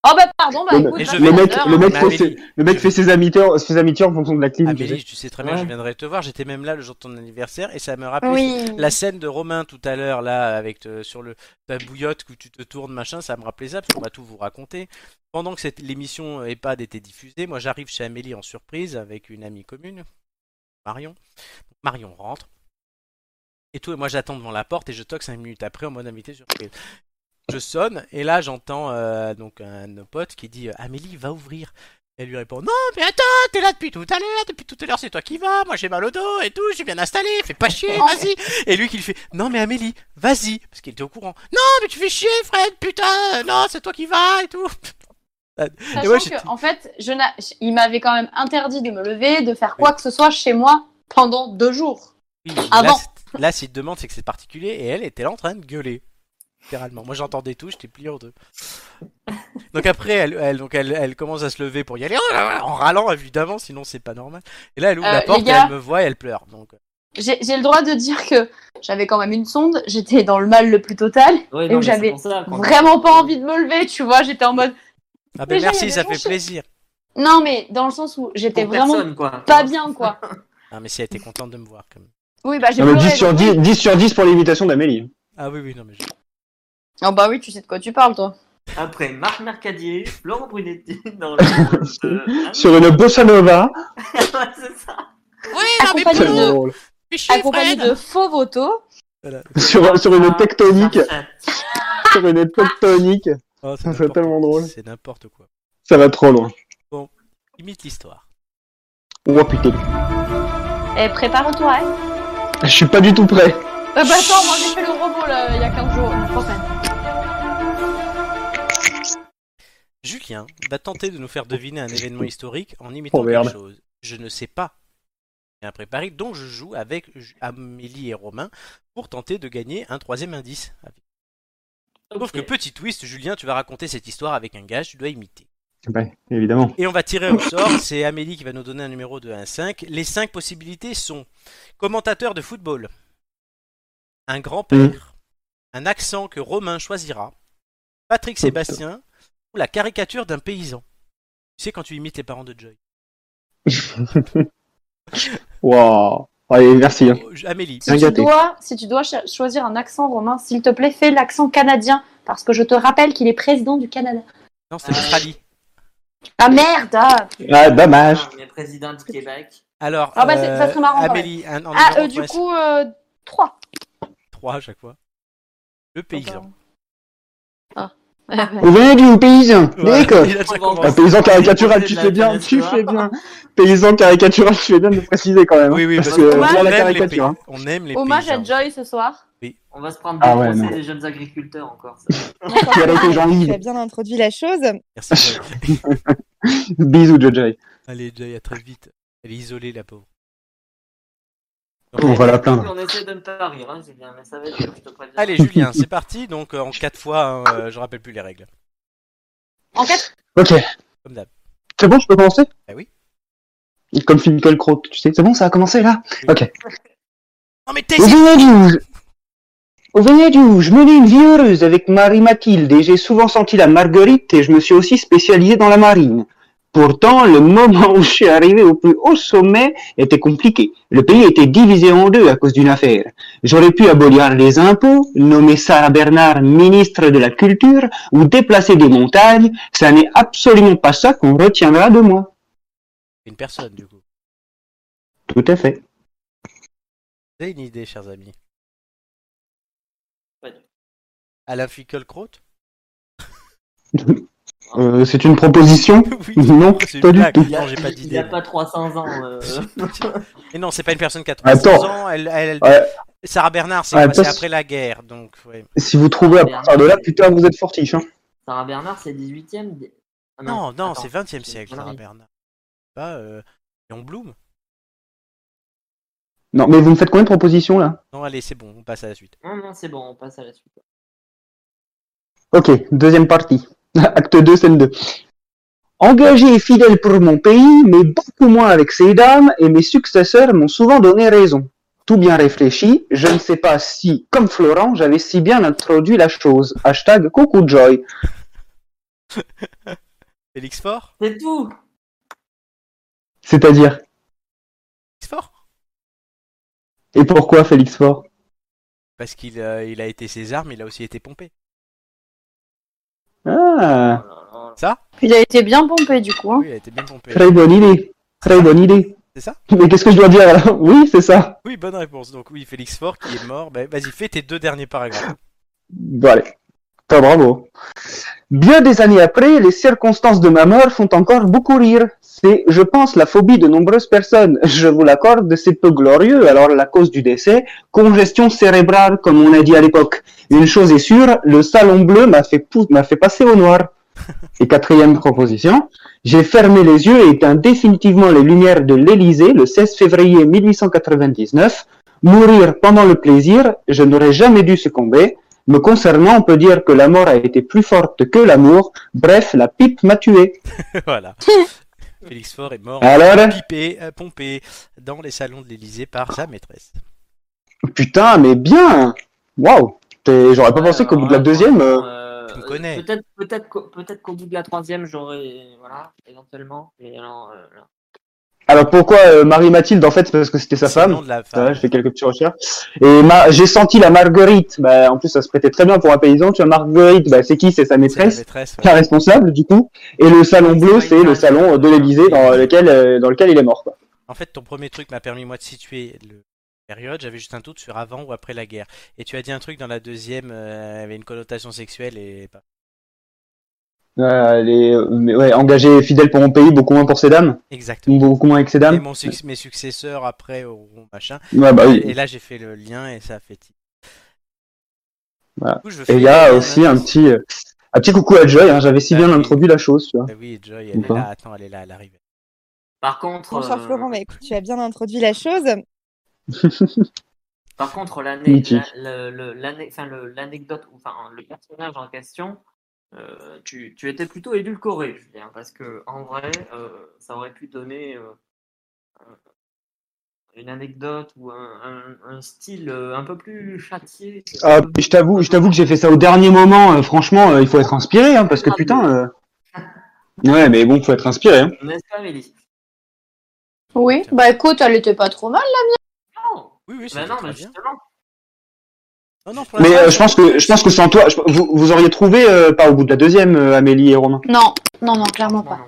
S6: Oh bah pardon, bah
S3: Le,
S6: écoute,
S1: Et je
S6: bah,
S1: vais-
S3: le mec,
S6: j'adore,
S3: le
S6: hein.
S3: mec,
S1: Mais
S3: fait,
S1: Amélie-
S3: ses, le mec fait ses amitiés, en- ses amitiés en fonction de la clim. tu sais.
S1: Amélie, tu sais très bien,
S12: Ouais.
S1: je viendrai te voir. J'étais même là le jour de ton anniversaire et ça me rappelait
S6: Oui.
S4: Mm.
S1: la scène de Romain tout à l'heure là avec euh, sur le ta bouillotte que tu te tournes machin. Ça me rappelait ça parce qu'on va tout vous raconter. Pendant que cette l'émission euh, EHPAD était diffusée, moi j'arrive chez Amélie en surprise avec une amie commune, Marion. Marion rentre et tout et moi j'attends devant la porte et je toque 5 minutes après en mode invité surprise. Je sonne et là j'entends euh, donc un de nos potes qui dit euh, Amélie va ouvrir. Elle lui répond non mais attends t'es là depuis tout à l'heure, depuis tout à l'heure c'est toi qui vas, moi j'ai mal au dos et tout, je suis bien installé, fais pas chier, vas-y. Et lui qui lui fait, non mais Amélie, vas-y, parce qu'il était au courant. Non mais tu fais chier Fred, putain, euh, non c'est toi qui vas et tout. Et
S6: Sachant
S1: moi, j'étais-
S6: que, en fait, je n'a- il m'avait quand même interdit de me lever, de faire quoi que ce soit chez moi pendant deux jours.
S1: Oui, mais
S6: Avant.
S1: Là, c'est- là s'il te demande c'est que c'est particulier et elle était là en train de gueuler. Littéralement. Moi j'entendais tout, j'étais plié en deux. Donc après elle, elle- donc elle, elle commence à se lever pour y aller en râlant évidemment sinon c'est pas normal. Et là elle ouvre
S6: Euh,
S1: la
S6: les
S1: porte et
S6: gars-
S1: elle me voit et elle pleure. Donc euh,
S6: J'ai j'ai le droit de dire que j'avais quand même une sonde, j'étais dans le mal le plus total,
S12: Ouais,
S6: et
S12: non, mais
S6: où
S12: c'est
S6: j'avais
S12: pour ça qu'on-
S6: vraiment pas envie de me lever, tu vois, j'étais en mode...
S1: ah ben
S6: Déjà, il y a
S1: merci
S6: des
S1: ça
S6: gens
S1: fait
S6: chez-
S1: plaisir.
S6: Non, mais dans le sens où j'étais
S12: Pour
S6: vraiment
S12: personne, quoi.
S6: pas bien, quoi.
S1: Ah mais si elle était contente de me voir quand même.
S6: Oui, bah j'ai
S3: Non, mais
S6: pleuré.
S3: 10 sur
S6: donc
S3: 10,
S6: oui.
S3: 10 sur 10 pour l'imitation d'Amélie. hein.
S1: Ah oui oui non mais je-
S6: Oh bah oui, tu sais de quoi tu parles, toi.
S12: Après Marc Mercadier, Laurent Brunetti dans le.
S3: Sur une bossa nova.
S12: euh, ah, Ouais, c'est ça.
S6: Accompagné
S3: C'est
S6: de,
S3: drôle.
S6: accompagné de faux votos.
S1: Voilà.
S3: Sur, sur une tectonique.
S12: Ah, Ça,
S3: sur une
S6: Ah.
S3: tectonique.
S1: Oh, c'est
S3: Ça serait
S1: n'importe
S3: tellement
S1: quoi.
S3: drôle.
S1: C'est n'importe quoi.
S3: Ça va trop loin.
S1: Imite l'histoire.
S3: Oh putain.
S5: Eh,
S6: Et prépare-toi, hein.
S3: Je suis pas du tout prêt.
S6: Euh, bah attends, moi j'ai fait le robot, là, il y a 15 jours, la prochaine.
S1: Julien va tenter de nous faire deviner un événement historique en imitant
S3: Oh, merde.
S1: quelque chose. Je ne sais pas. Bien préparé, donc je joue avec Ju- Amélie et Romain pour tenter de gagner un troisième indice. Sauf que
S12: Ok.
S1: petit twist, Julien, tu vas raconter cette histoire avec un gage, tu dois imiter.
S3: Ouais, Bah, évidemment.
S1: Et on va tirer au sort, c'est Amélie qui va nous donner un numéro de 1 à 5. Les 5 possibilités sont commentateur de football, un grand-père,
S3: Mm.
S1: un accent que Romain choisira, Patrick Sébastien ou la caricature d'un paysan. Tu sais quand tu imites les parents de Joy.
S3: Waouh. Allez, merci. hein.
S1: Oh, je- Amélie.
S6: Si tu,
S3: gâté.
S6: dois, si tu dois cho- choisir un accent romain, s'il te plaît, fais l'accent canadien. Parce que je te rappelle qu'il est président du Canada.
S1: Non, c'est l'Australie.
S6: Ah merde ah.
S3: Ah, dommage.
S12: mais président du Québec.
S1: Alors, euh,
S6: Ah bah, c'est- ça serait marrant,
S1: Amélie, un, en
S6: Ah,
S1: numéro
S6: euh, du
S1: trois,
S6: coup, euh, 3.
S1: 3 à chaque fois. Le paysan.
S3: Vous venez du paysan.
S1: Voilà,
S3: D'accord.
S1: il a tout
S12: Un
S1: compris.
S3: Un paysan caricatural,
S12: Poser
S3: tu
S12: de la
S3: fais bien,
S12: jeunesse,
S3: tu
S12: toi.
S3: fais bien. Paysan caricatural, tu fais bien de le préciser quand même. hein.
S1: Oui, oui,
S3: parce
S1: parce
S3: que
S1: qu'on
S3: voilà la
S1: aime les
S3: caricature.
S1: paysans.
S3: hein.
S1: On aime les
S6: Hommage à
S1: paysans.
S6: Joy ce soir.
S12: On va se prendre des
S3: Ah ouais,
S12: procès
S3: non.
S12: des jeunes agriculteurs encore. ça.
S3: Tu as été
S13: Tu as
S3: Jean-Yves.
S13: bien introduit la chose.
S1: Merci. Joy.
S3: Bisous, Jojo.
S1: Allez, Joy, à très vite. Elle est isolée, la pauvre.
S3: On va la plaindre.
S12: On essaie de ne pas rire, hein, Julien, mais ça va être dur, je te préviens.
S1: Allez, Julien, c'est parti. Donc, euh, en 4 fois, hein, euh, je rappelle plus les règles.
S6: En fait,
S3: Ok.
S1: Comme d'hab.
S3: C'est bon, je peux commencer
S1: Ah oui.
S3: Comme Finkielkraut, tu sais. C'est bon, ça a commencé là
S1: Non, mais t'es
S3: Au Vénat du Au Vénat du je menais une vie heureuse avec Marie-Mathilde et j'ai souvent senti la marguerite et je me suis aussi spécialisé dans la marine. Pourtant, le moment où je suis arrivé au plus haut sommet était compliqué. Le pays était divisé en deux à cause d'une affaire. J'aurais pu abolir les impôts, nommer Sarah Bernard ministre de la Culture ou déplacer des montagnes. Ça n'est absolument pas ça qu'on retiendra de moi.
S1: une personne, du coup.
S3: Tout à fait.
S1: Vous avez une idée, chers amis Alain Finkielkraut
S3: Euh, c'est une proposition Non,
S1: c'est
S3: pas
S1: une
S3: du
S1: blague.
S3: tout.
S1: Non, j'ai pas
S2: Il n'y
S1: d'idée.
S2: a pas 300 ans. euh.
S1: Mais non, c'est pas une personne qui a 300
S3: Attends.
S1: ans. Elle, elle-
S3: Ouais.
S1: Sarah Bernard, c'est
S3: Ouais,
S1: quoi C'est
S3: parce-
S1: après la guerre, donc ouais.
S3: Si vous trouvez à partir de là, putain, vous êtes fortiche. Hein.
S2: Sarah Bernard, c'est 18ème. Ah
S1: Non, non,
S2: attends,
S1: c'est 20 e
S2: c'est
S1: siècle,
S2: une
S1: Sarah
S2: connerie.
S1: Bernard. Pas euh, Léon Blum
S3: Non, mais vous me faites combien de propositions là
S1: Non, allez, c'est bon, on passe à la suite.
S2: Non, non, c'est bon, on passe à la suite.
S3: Ok, deuxième partie. Acte 2, scène 2. Engagé et fidèle pour mon pays, mais beaucoup moins avec ces dames, et mes successeurs m'ont souvent donné raison. Tout bien réfléchi, je ne sais pas si, comme Florent, j'avais si bien introduit la chose. Hashtag coucou Joy.
S1: Félix Fort
S2: C'est tout
S3: C'est-à-dire
S1: Félix Fort
S3: Et pourquoi Félix Faure
S1: Parce qu'il euh, il a été César, mais il a aussi été pompé.
S3: Ah,
S2: Oh
S1: Ça
S5: Il a été bien pompé du coup. hein.
S1: Oui, il a été bien pompé.
S3: Oh. très bonne idée. Très bonne idée.
S1: C'est ça
S3: Mais qu'est-ce que je dois dire là Oui, c'est ça.
S1: Oui, bonne réponse. Donc oui, Félix Fort qui est mort. Bah, vas-y, fais tes deux derniers paragraphes.
S3: Bon, allez. Putain, bravo. Bien des années après, les circonstances de ma mort font encore beaucoup rire. C'est, je pense, la phobie de nombreuses personnes. Je vous l'accorde, c'est peu glorieux. Alors, la cause du décès, congestion cérébrale, comme on a dit à l'époque. Une chose est sûre, le salon bleu m'a fait, pou- m'a fait passer au noir. Et quatrième proposition, j'ai fermé les yeux et éteint définitivement les lumières de l'Élysée le 16 février 1899. Mourir pendant le plaisir, je n'aurais jamais dû succomber. Me concernant, on peut dire que la mort a été plus forte que l'amour. Bref, la pipe m'a tué.
S1: voilà. Félix Faure est mort
S3: Alors
S1: pipé, euh, pompé dans les salons de l'Elysée par sa maîtresse.
S3: Putain, mais bien Waouh T'es- J'aurais pas
S2: Ouais,
S3: pensé qu'au bout
S2: alors
S3: de la
S2: là,
S3: deuxième... euh,
S2: franchement, euh,
S1: Tu me connais.
S2: Peut-être, peut-être, qu'au- peut-être qu'au bout de la troisième, j'aurais, voilà, éventuellement. Mais non, euh, non.
S3: Alors pourquoi euh, Marie-Mathilde En fait, c'est parce que c'était sa
S1: C'est le
S3: femme.
S1: nom de la
S3: Ça
S1: femme.
S3: va, je fais quelques petites recherches. Et ma... j'ai senti la Marguerite. Bah, en plus, ça se prêtait très bien pour un paysan. Tu vois, Marguerite, bah, c'est qui C'est
S1: C'est
S3: sa
S1: la
S3: maîtresse. Ah.
S1: maîtresse. ouais.
S3: La responsable, du coup. Et le salon
S2: C'est
S3: bleu,
S2: pas
S3: c'est
S2: une
S3: le
S2: femme.
S3: salon euh, de l'Élysée dans lequel, euh, dans lequel il est mort. Quoi.
S1: En fait, ton premier truc m'a permis moi de situer le la période. J'avais juste un doute sur avant ou après la guerre. Et tu as dit un truc dans la deuxième, euh, avait une connotation sexuelle et pas-
S3: Euh, les... euh, mais ouais, engagé, fidèle pour mon pays, beaucoup moins pour ses dames.
S1: exactement.
S3: Beaucoup moins avec ses
S1: Et
S3: dames.
S1: mon suc- mes successeurs après auront machin.
S3: Ouais, bah oui.
S1: Et là, j'ai fait le lien et ça a fait.
S3: Voilà.
S1: Du coup, je
S3: Et
S1: fais-
S3: il y a aussi un petit, euh, un petit coucou à Joy, hein, j'avais si bien introduit la chose, tu vois.
S1: Ah oui, Joy, elle
S3: Ou
S1: est
S3: pas.
S1: là. Attends, elle est là, elle arrive.
S2: Par contre,
S4: Bonsoir
S2: euh,
S4: Florent, bah, écoute, tu as bien introduit la chose.
S2: par contre, l'année,
S3: Mythique.
S2: la- le- le- l'année, enfin, le- l'anecdote, ou, enfin, le personnage en question, euh, tu, tu étais plutôt édulcoré, Julien, parce que en vrai, euh, ça aurait pu donner euh, un- une anecdote ou un, un- un style euh, un peu plus châtié.
S3: Ah, puis je t'avoue, je t'avoue que j'ai fait ça au dernier moment. euh, franchement, euh, il faut être inspiré, hein, parce
S5: Ah,
S3: que putain. euh, Ouais, mais bon, faut être inspiré. Hein.
S2: N'est-ce pas, Amélie
S5: Oui, bah écoute, elle était pas trop mal là.
S2: Non,
S1: Oui, oui, c'est
S2: bah non,
S1: très
S2: mais
S1: bien.
S2: justement.
S1: Non, non, pour
S3: Mais
S1: l'instant,
S3: euh, je pense que, je pense que sans toi, je- vous, vous auriez trouvé euh, pas au bout de la deuxième, euh, Amélie et Romain.
S5: Non, non, non, clairement
S2: non,
S5: pas.
S2: non.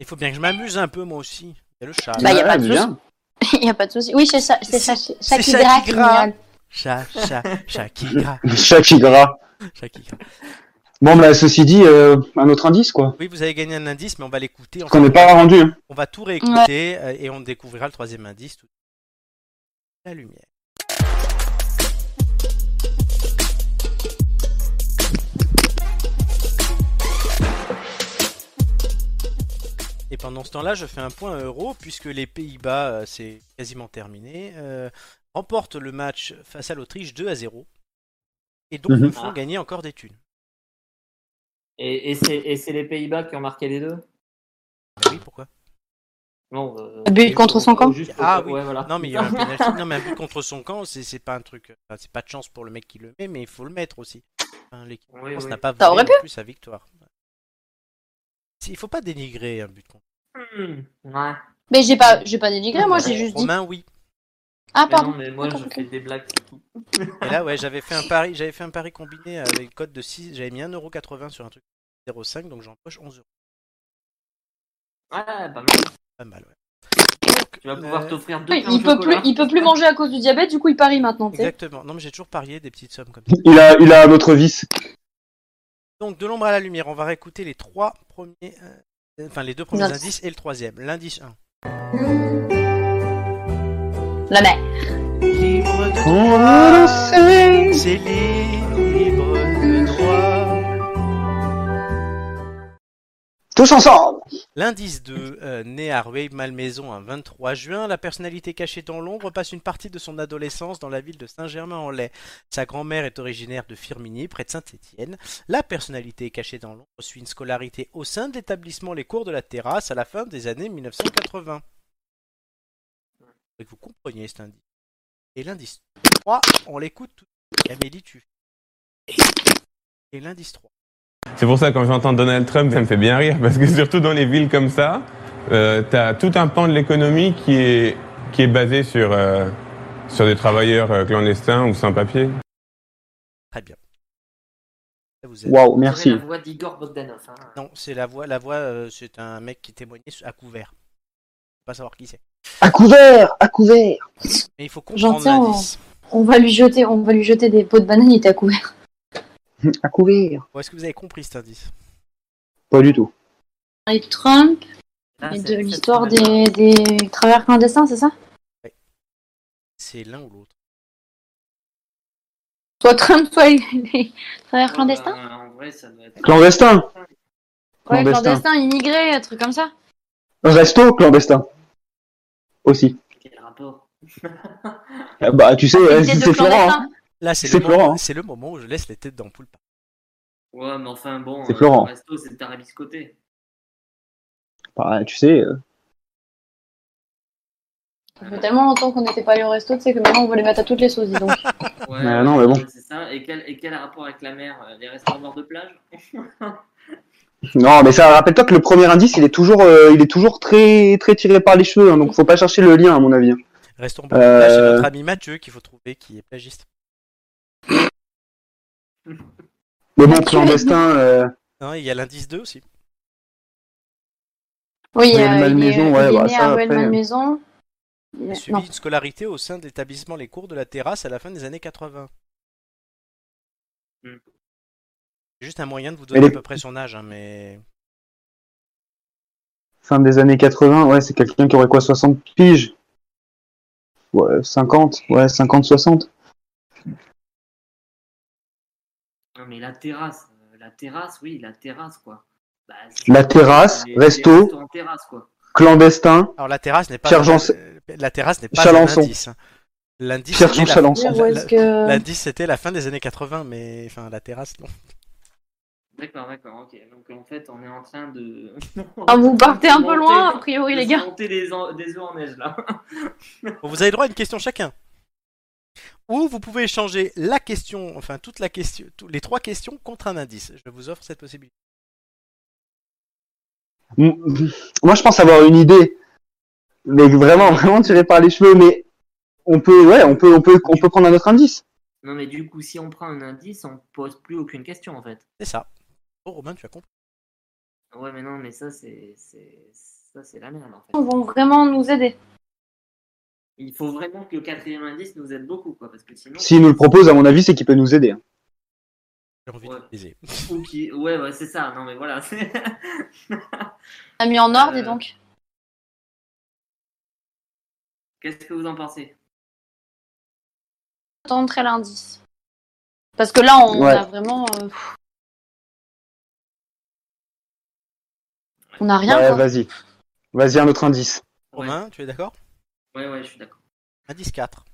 S1: il faut bien que je m'amuse un peu moi aussi. Il y a le chat.
S5: Bah, y a
S3: Ouais,
S5: pas de souci.
S3: bien.
S5: Il y a pas de souci. Oui, c'est ça, c'est ça, c'est ça
S1: c'est ça
S5: qui
S1: qui
S5: drague,
S1: gratte.
S5: mignonne.
S1: Chat, chat, chat qui gratte,
S3: Shakira.
S1: chat qui gratte.
S3: Bon, bah ceci dit, euh, un autre indice quoi,
S1: Oui, vous avez gagné un indice, mais on va l'écouter.
S3: qu'on n'est
S1: Enfin,
S3: pas rendu. hein.
S1: On va tout réécouter euh, et on découvrira le troisième indice. tout- La lumière. Et pendant ce temps-là, je fais un point euro puisque les Pays-Bas, euh, c'est quasiment terminé, euh, remportent le match face à l'Autriche 2 à 0 et donc
S3: Mhm.
S1: me font gagner encore des thunes.
S2: Et, et c'est, et c'est les Pays-Bas qui ont marqué les deux
S1: Bah oui, pourquoi
S2: Non. euh,
S5: But Ah, contre son camp
S2: juste-
S1: Ah oui.
S2: ouais, voilà.
S1: Non mais il y a eu un penalty. Non mais un but contre son camp, c'est c'est pas un truc. euh, enfin, c'est pas de chance pour le mec qui le met, mais il faut le mettre aussi. Enfin, L'équipe de
S2: Oui,
S1: France
S2: Eh oui.
S1: n'a pas
S5: Ça
S1: volé
S5: aurait
S1: non plus sa victoire. Si, Il faut pas dénigrer un but contre.
S2: Hmm, ouais.
S5: Mais j'ai pas, j'ai pas dénigré, moi j'ai juste dit.
S1: Romain oui.
S5: Ah
S2: Mais non,
S5: pardon.
S2: mais moi
S5: D'accord,
S2: je
S5: ok.
S2: fais des blagues.
S1: Et là ouais, j'avais fait un pari, j'avais fait un pari combiné avec code de 6, j'avais mis 1,80€ sur un truc 0,5 donc j'empoche 11 euros.
S2: Ouais, pas mal.
S1: Pas mal ouais. Donc
S2: Ah, bah
S1: euh,
S2: Tu vas pouvoir t'offrir deux
S5: bah Oui,
S2: pains au
S5: il peut plus,
S2: chocolat.
S5: il peut plus manger à cause du diabète, du coup il parie maintenant. tu sais.
S1: Exactement. Non, mais j'ai toujours parié des petites sommes comme ça.
S3: Il a, il a un autre vice.
S1: Donc de l'ombre à la lumière, on va réécouter les trois premiers, euh, enfin les deux premiers
S5: Merci.
S1: indices et le troisième. L'indice 1.
S5: La mère.
S1: Libre de C'est libre de
S3: Tous ensemble
S1: L'indice 2, euh, né à Rueil-Malmaison un 23 juin, la personnalité cachée dans l'ombre passe une partie de son adolescence dans la ville de Saint-Germain-en-Laye. Sa grand-mère est originaire de Firminy, près de Saint-Étienne. La personnalité cachée dans l'ombre suit une scolarité au sein de l'établissement Les Cours de la Terrasse à la fin des années 1980. Faudrait que vous compreniez cet indice. Et l'indice 3, on l'écoute tout de suite. Amélie, tu. Et l'indice 3.
S15: C'est pour ça quand j'entends Donald Trump, ça me fait bien rire parce que surtout dans les villes comme ça, euh, t'as tout un pan de l'économie qui est qui est basé sur euh, sur des travailleurs euh, clandestins ou sans papier.
S1: Très bien. Là, vous
S3: Waouh,
S1: vous
S3: merci.
S2: La voix d'Igor Bogdanov. hein.
S1: Non, c'est la voix. La voix, euh, c'est un mec qui témoignait à couvert. Faut pas savoir qui c'est.
S3: À couvert À couvert
S1: Mais il faut
S5: J'en
S1: comprendre
S5: tiens, on,
S1: l'indice.
S5: on va lui jeter, on va lui jeter des pots de banane, il était à couvert.
S3: À couvert
S1: Bon, Est-ce que vous avez compris cet indice
S3: Pas du tout.
S5: Et Trump,
S2: Ah,
S5: et
S2: c'est-
S5: de
S2: c'est-
S5: l'histoire des, des travailleurs clandestins, c'est ça
S1: C'est l'un ou l'autre.
S5: Soit Trump, soit les, les travailleurs clandestins
S2: Euh, en vrai, ça doit être.
S3: Clandestin
S5: Ouais,
S3: Clandestin.
S5: clandestins, immigrés, un truc comme ça.
S3: Resto clandestin. Aussi.
S2: Quel rapport
S3: Ah Bah, tu sais,
S5: Idée
S3: eh, c'est
S5: de
S3: c'est Florent. hein.
S1: Là, c'est
S3: C'est
S1: le, moment-
S3: Florent, hein.
S1: c'est le moment où je laisse les têtes d'ampoule.
S2: Ouais, mais enfin bon. euh,
S3: C'est Florent.
S2: le resto, c'est tarabiscoté.
S3: Bah, tu sais. euh,
S5: Ça fait tellement longtemps qu'on n'était pas allé au resto, tu sais que maintenant on veut les mettre à toutes les sauces, dis donc.
S2: Ouais,
S3: Ah, non, mais bon.
S2: C'est ça. Et quel, et quel rapport avec la mer euh, Les restaurants bord de plage
S3: Non, mais ça, rappelle-toi que le premier indice, il est toujours, euh, il est toujours très, très tiré par les cheveux, hein, donc faut pas chercher le lien, à mon avis. hein.
S1: Restons en bord de plage, c'est
S3: Euh.
S1: notre ami Mathieu qu'il faut trouver qui est plagiste.
S3: Mais bon, clandestin, euh,
S1: Hein, il y a l'indice 2 aussi.
S5: Oui,
S3: Ruelle
S5: euh, il est,
S3: Malmaison, ouais,
S5: il est
S3: bah,
S5: né
S3: ça,
S5: à Ruelle
S3: après.
S5: Malmaison. Il-
S1: Il
S5: non.
S1: suivit une scolarité au sein de l'établissement Les Cours de la Terrasse à la fin des années 80.
S2: Hmm.
S1: C'est Juste un moyen de vous donner
S3: les-
S1: à peu près son âge, hein, mais.
S3: fin des années 80, ouais, c'est quelqu'un qui aurait quoi, 60 piges Ouais, 50, ouais, 50, 60.
S2: Non, mais la terrasse. euh, La terrasse, oui, la terrasse, quoi. Bah, c'est-
S3: La terrasse,
S2: les-
S3: resto.
S2: les restos en terrasse, quoi.
S3: Clandestin,
S1: Alors la terrasse n'est pas.
S3: Pierre Jean-
S1: euh, La terrasse n'est pas
S3: Chalençon.
S1: un indice. hein. L'indice.
S3: Pierre
S1: c'était
S3: Jean
S1: la-
S3: Chalençon.
S1: la-
S5: Ou est-ce que-
S1: L'indice c'était la fin des années 80, mais enfin la terrasse non.
S2: D'accord, d'accord, ok. Donc en fait, on est en train de.
S3: euh.
S5: Ah, vous partez un peu
S2: Monter-
S5: loin, a priori,
S2: de
S5: les gars.
S2: se monter des, en- des œufs en neige, là.
S1: Bon, vous avez droit à une question chacun. Ou vous pouvez échanger la question, enfin toute la question, tous- les trois questions contre un indice. Je vous offre cette possibilité.
S3: M- Moi, je pense avoir une idée, mais vraiment, vraiment tiré par les cheveux. Mais on peut, ouais, on peut, on peut, on peut prendre un autre indice.
S2: Non, mais du coup, si on prend un indice, on pose plus aucune question, en fait.
S1: C'est ça. Bon Romain, tu as compris.
S2: Ouais, mais non, mais ça, c'est. c'est- Ça, c'est la merde, en fait.
S5: Ils vont vraiment nous aider.
S2: Il faut vraiment que le quatrième indice nous aide beaucoup, quoi, parce que sinon.
S3: S'il nous le propose, à mon avis, c'est qu'il peut nous aider. hein.
S1: J'ai envie
S2: Ouais.
S1: de baiser.
S2: Ou qui... Ouais, ouais, c'est ça, non, mais voilà. c'est-
S5: A mis en or,
S2: Euh,
S5: dis donc.
S2: Qu'est-ce que vous en pensez
S5: Tenterai l'indice. Parce que là, on
S3: Ouais.
S5: a vraiment. euh, pff. On a rien.
S3: Ouais,
S5: quoi.
S3: vas-y, vas-y, un autre indice.
S1: Romain, tu es d'accord
S2: Ouais, ouais, je suis d'accord.
S1: Indice 4.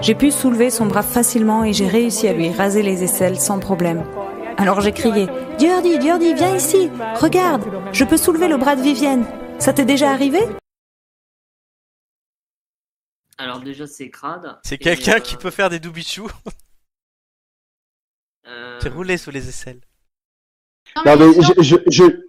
S8: J'ai pu soulever son bras facilement et j'ai réussi à lui raser les aisselles sans problème. Alors j'ai crié Jordi, Jordi, viens ici Regarde, je peux soulever le bras de Vivienne Ça t'est déjà arrivé
S2: Alors, déjà, c'est crade.
S1: C'est
S2: et,
S1: quelqu'un
S2: euh,
S1: qui peut faire des doubichous.
S2: euh,
S1: C'est roulé sous les aisselles.
S5: Non,
S3: Non,
S5: mais
S3: mais
S5: sinon-
S3: je, je, je-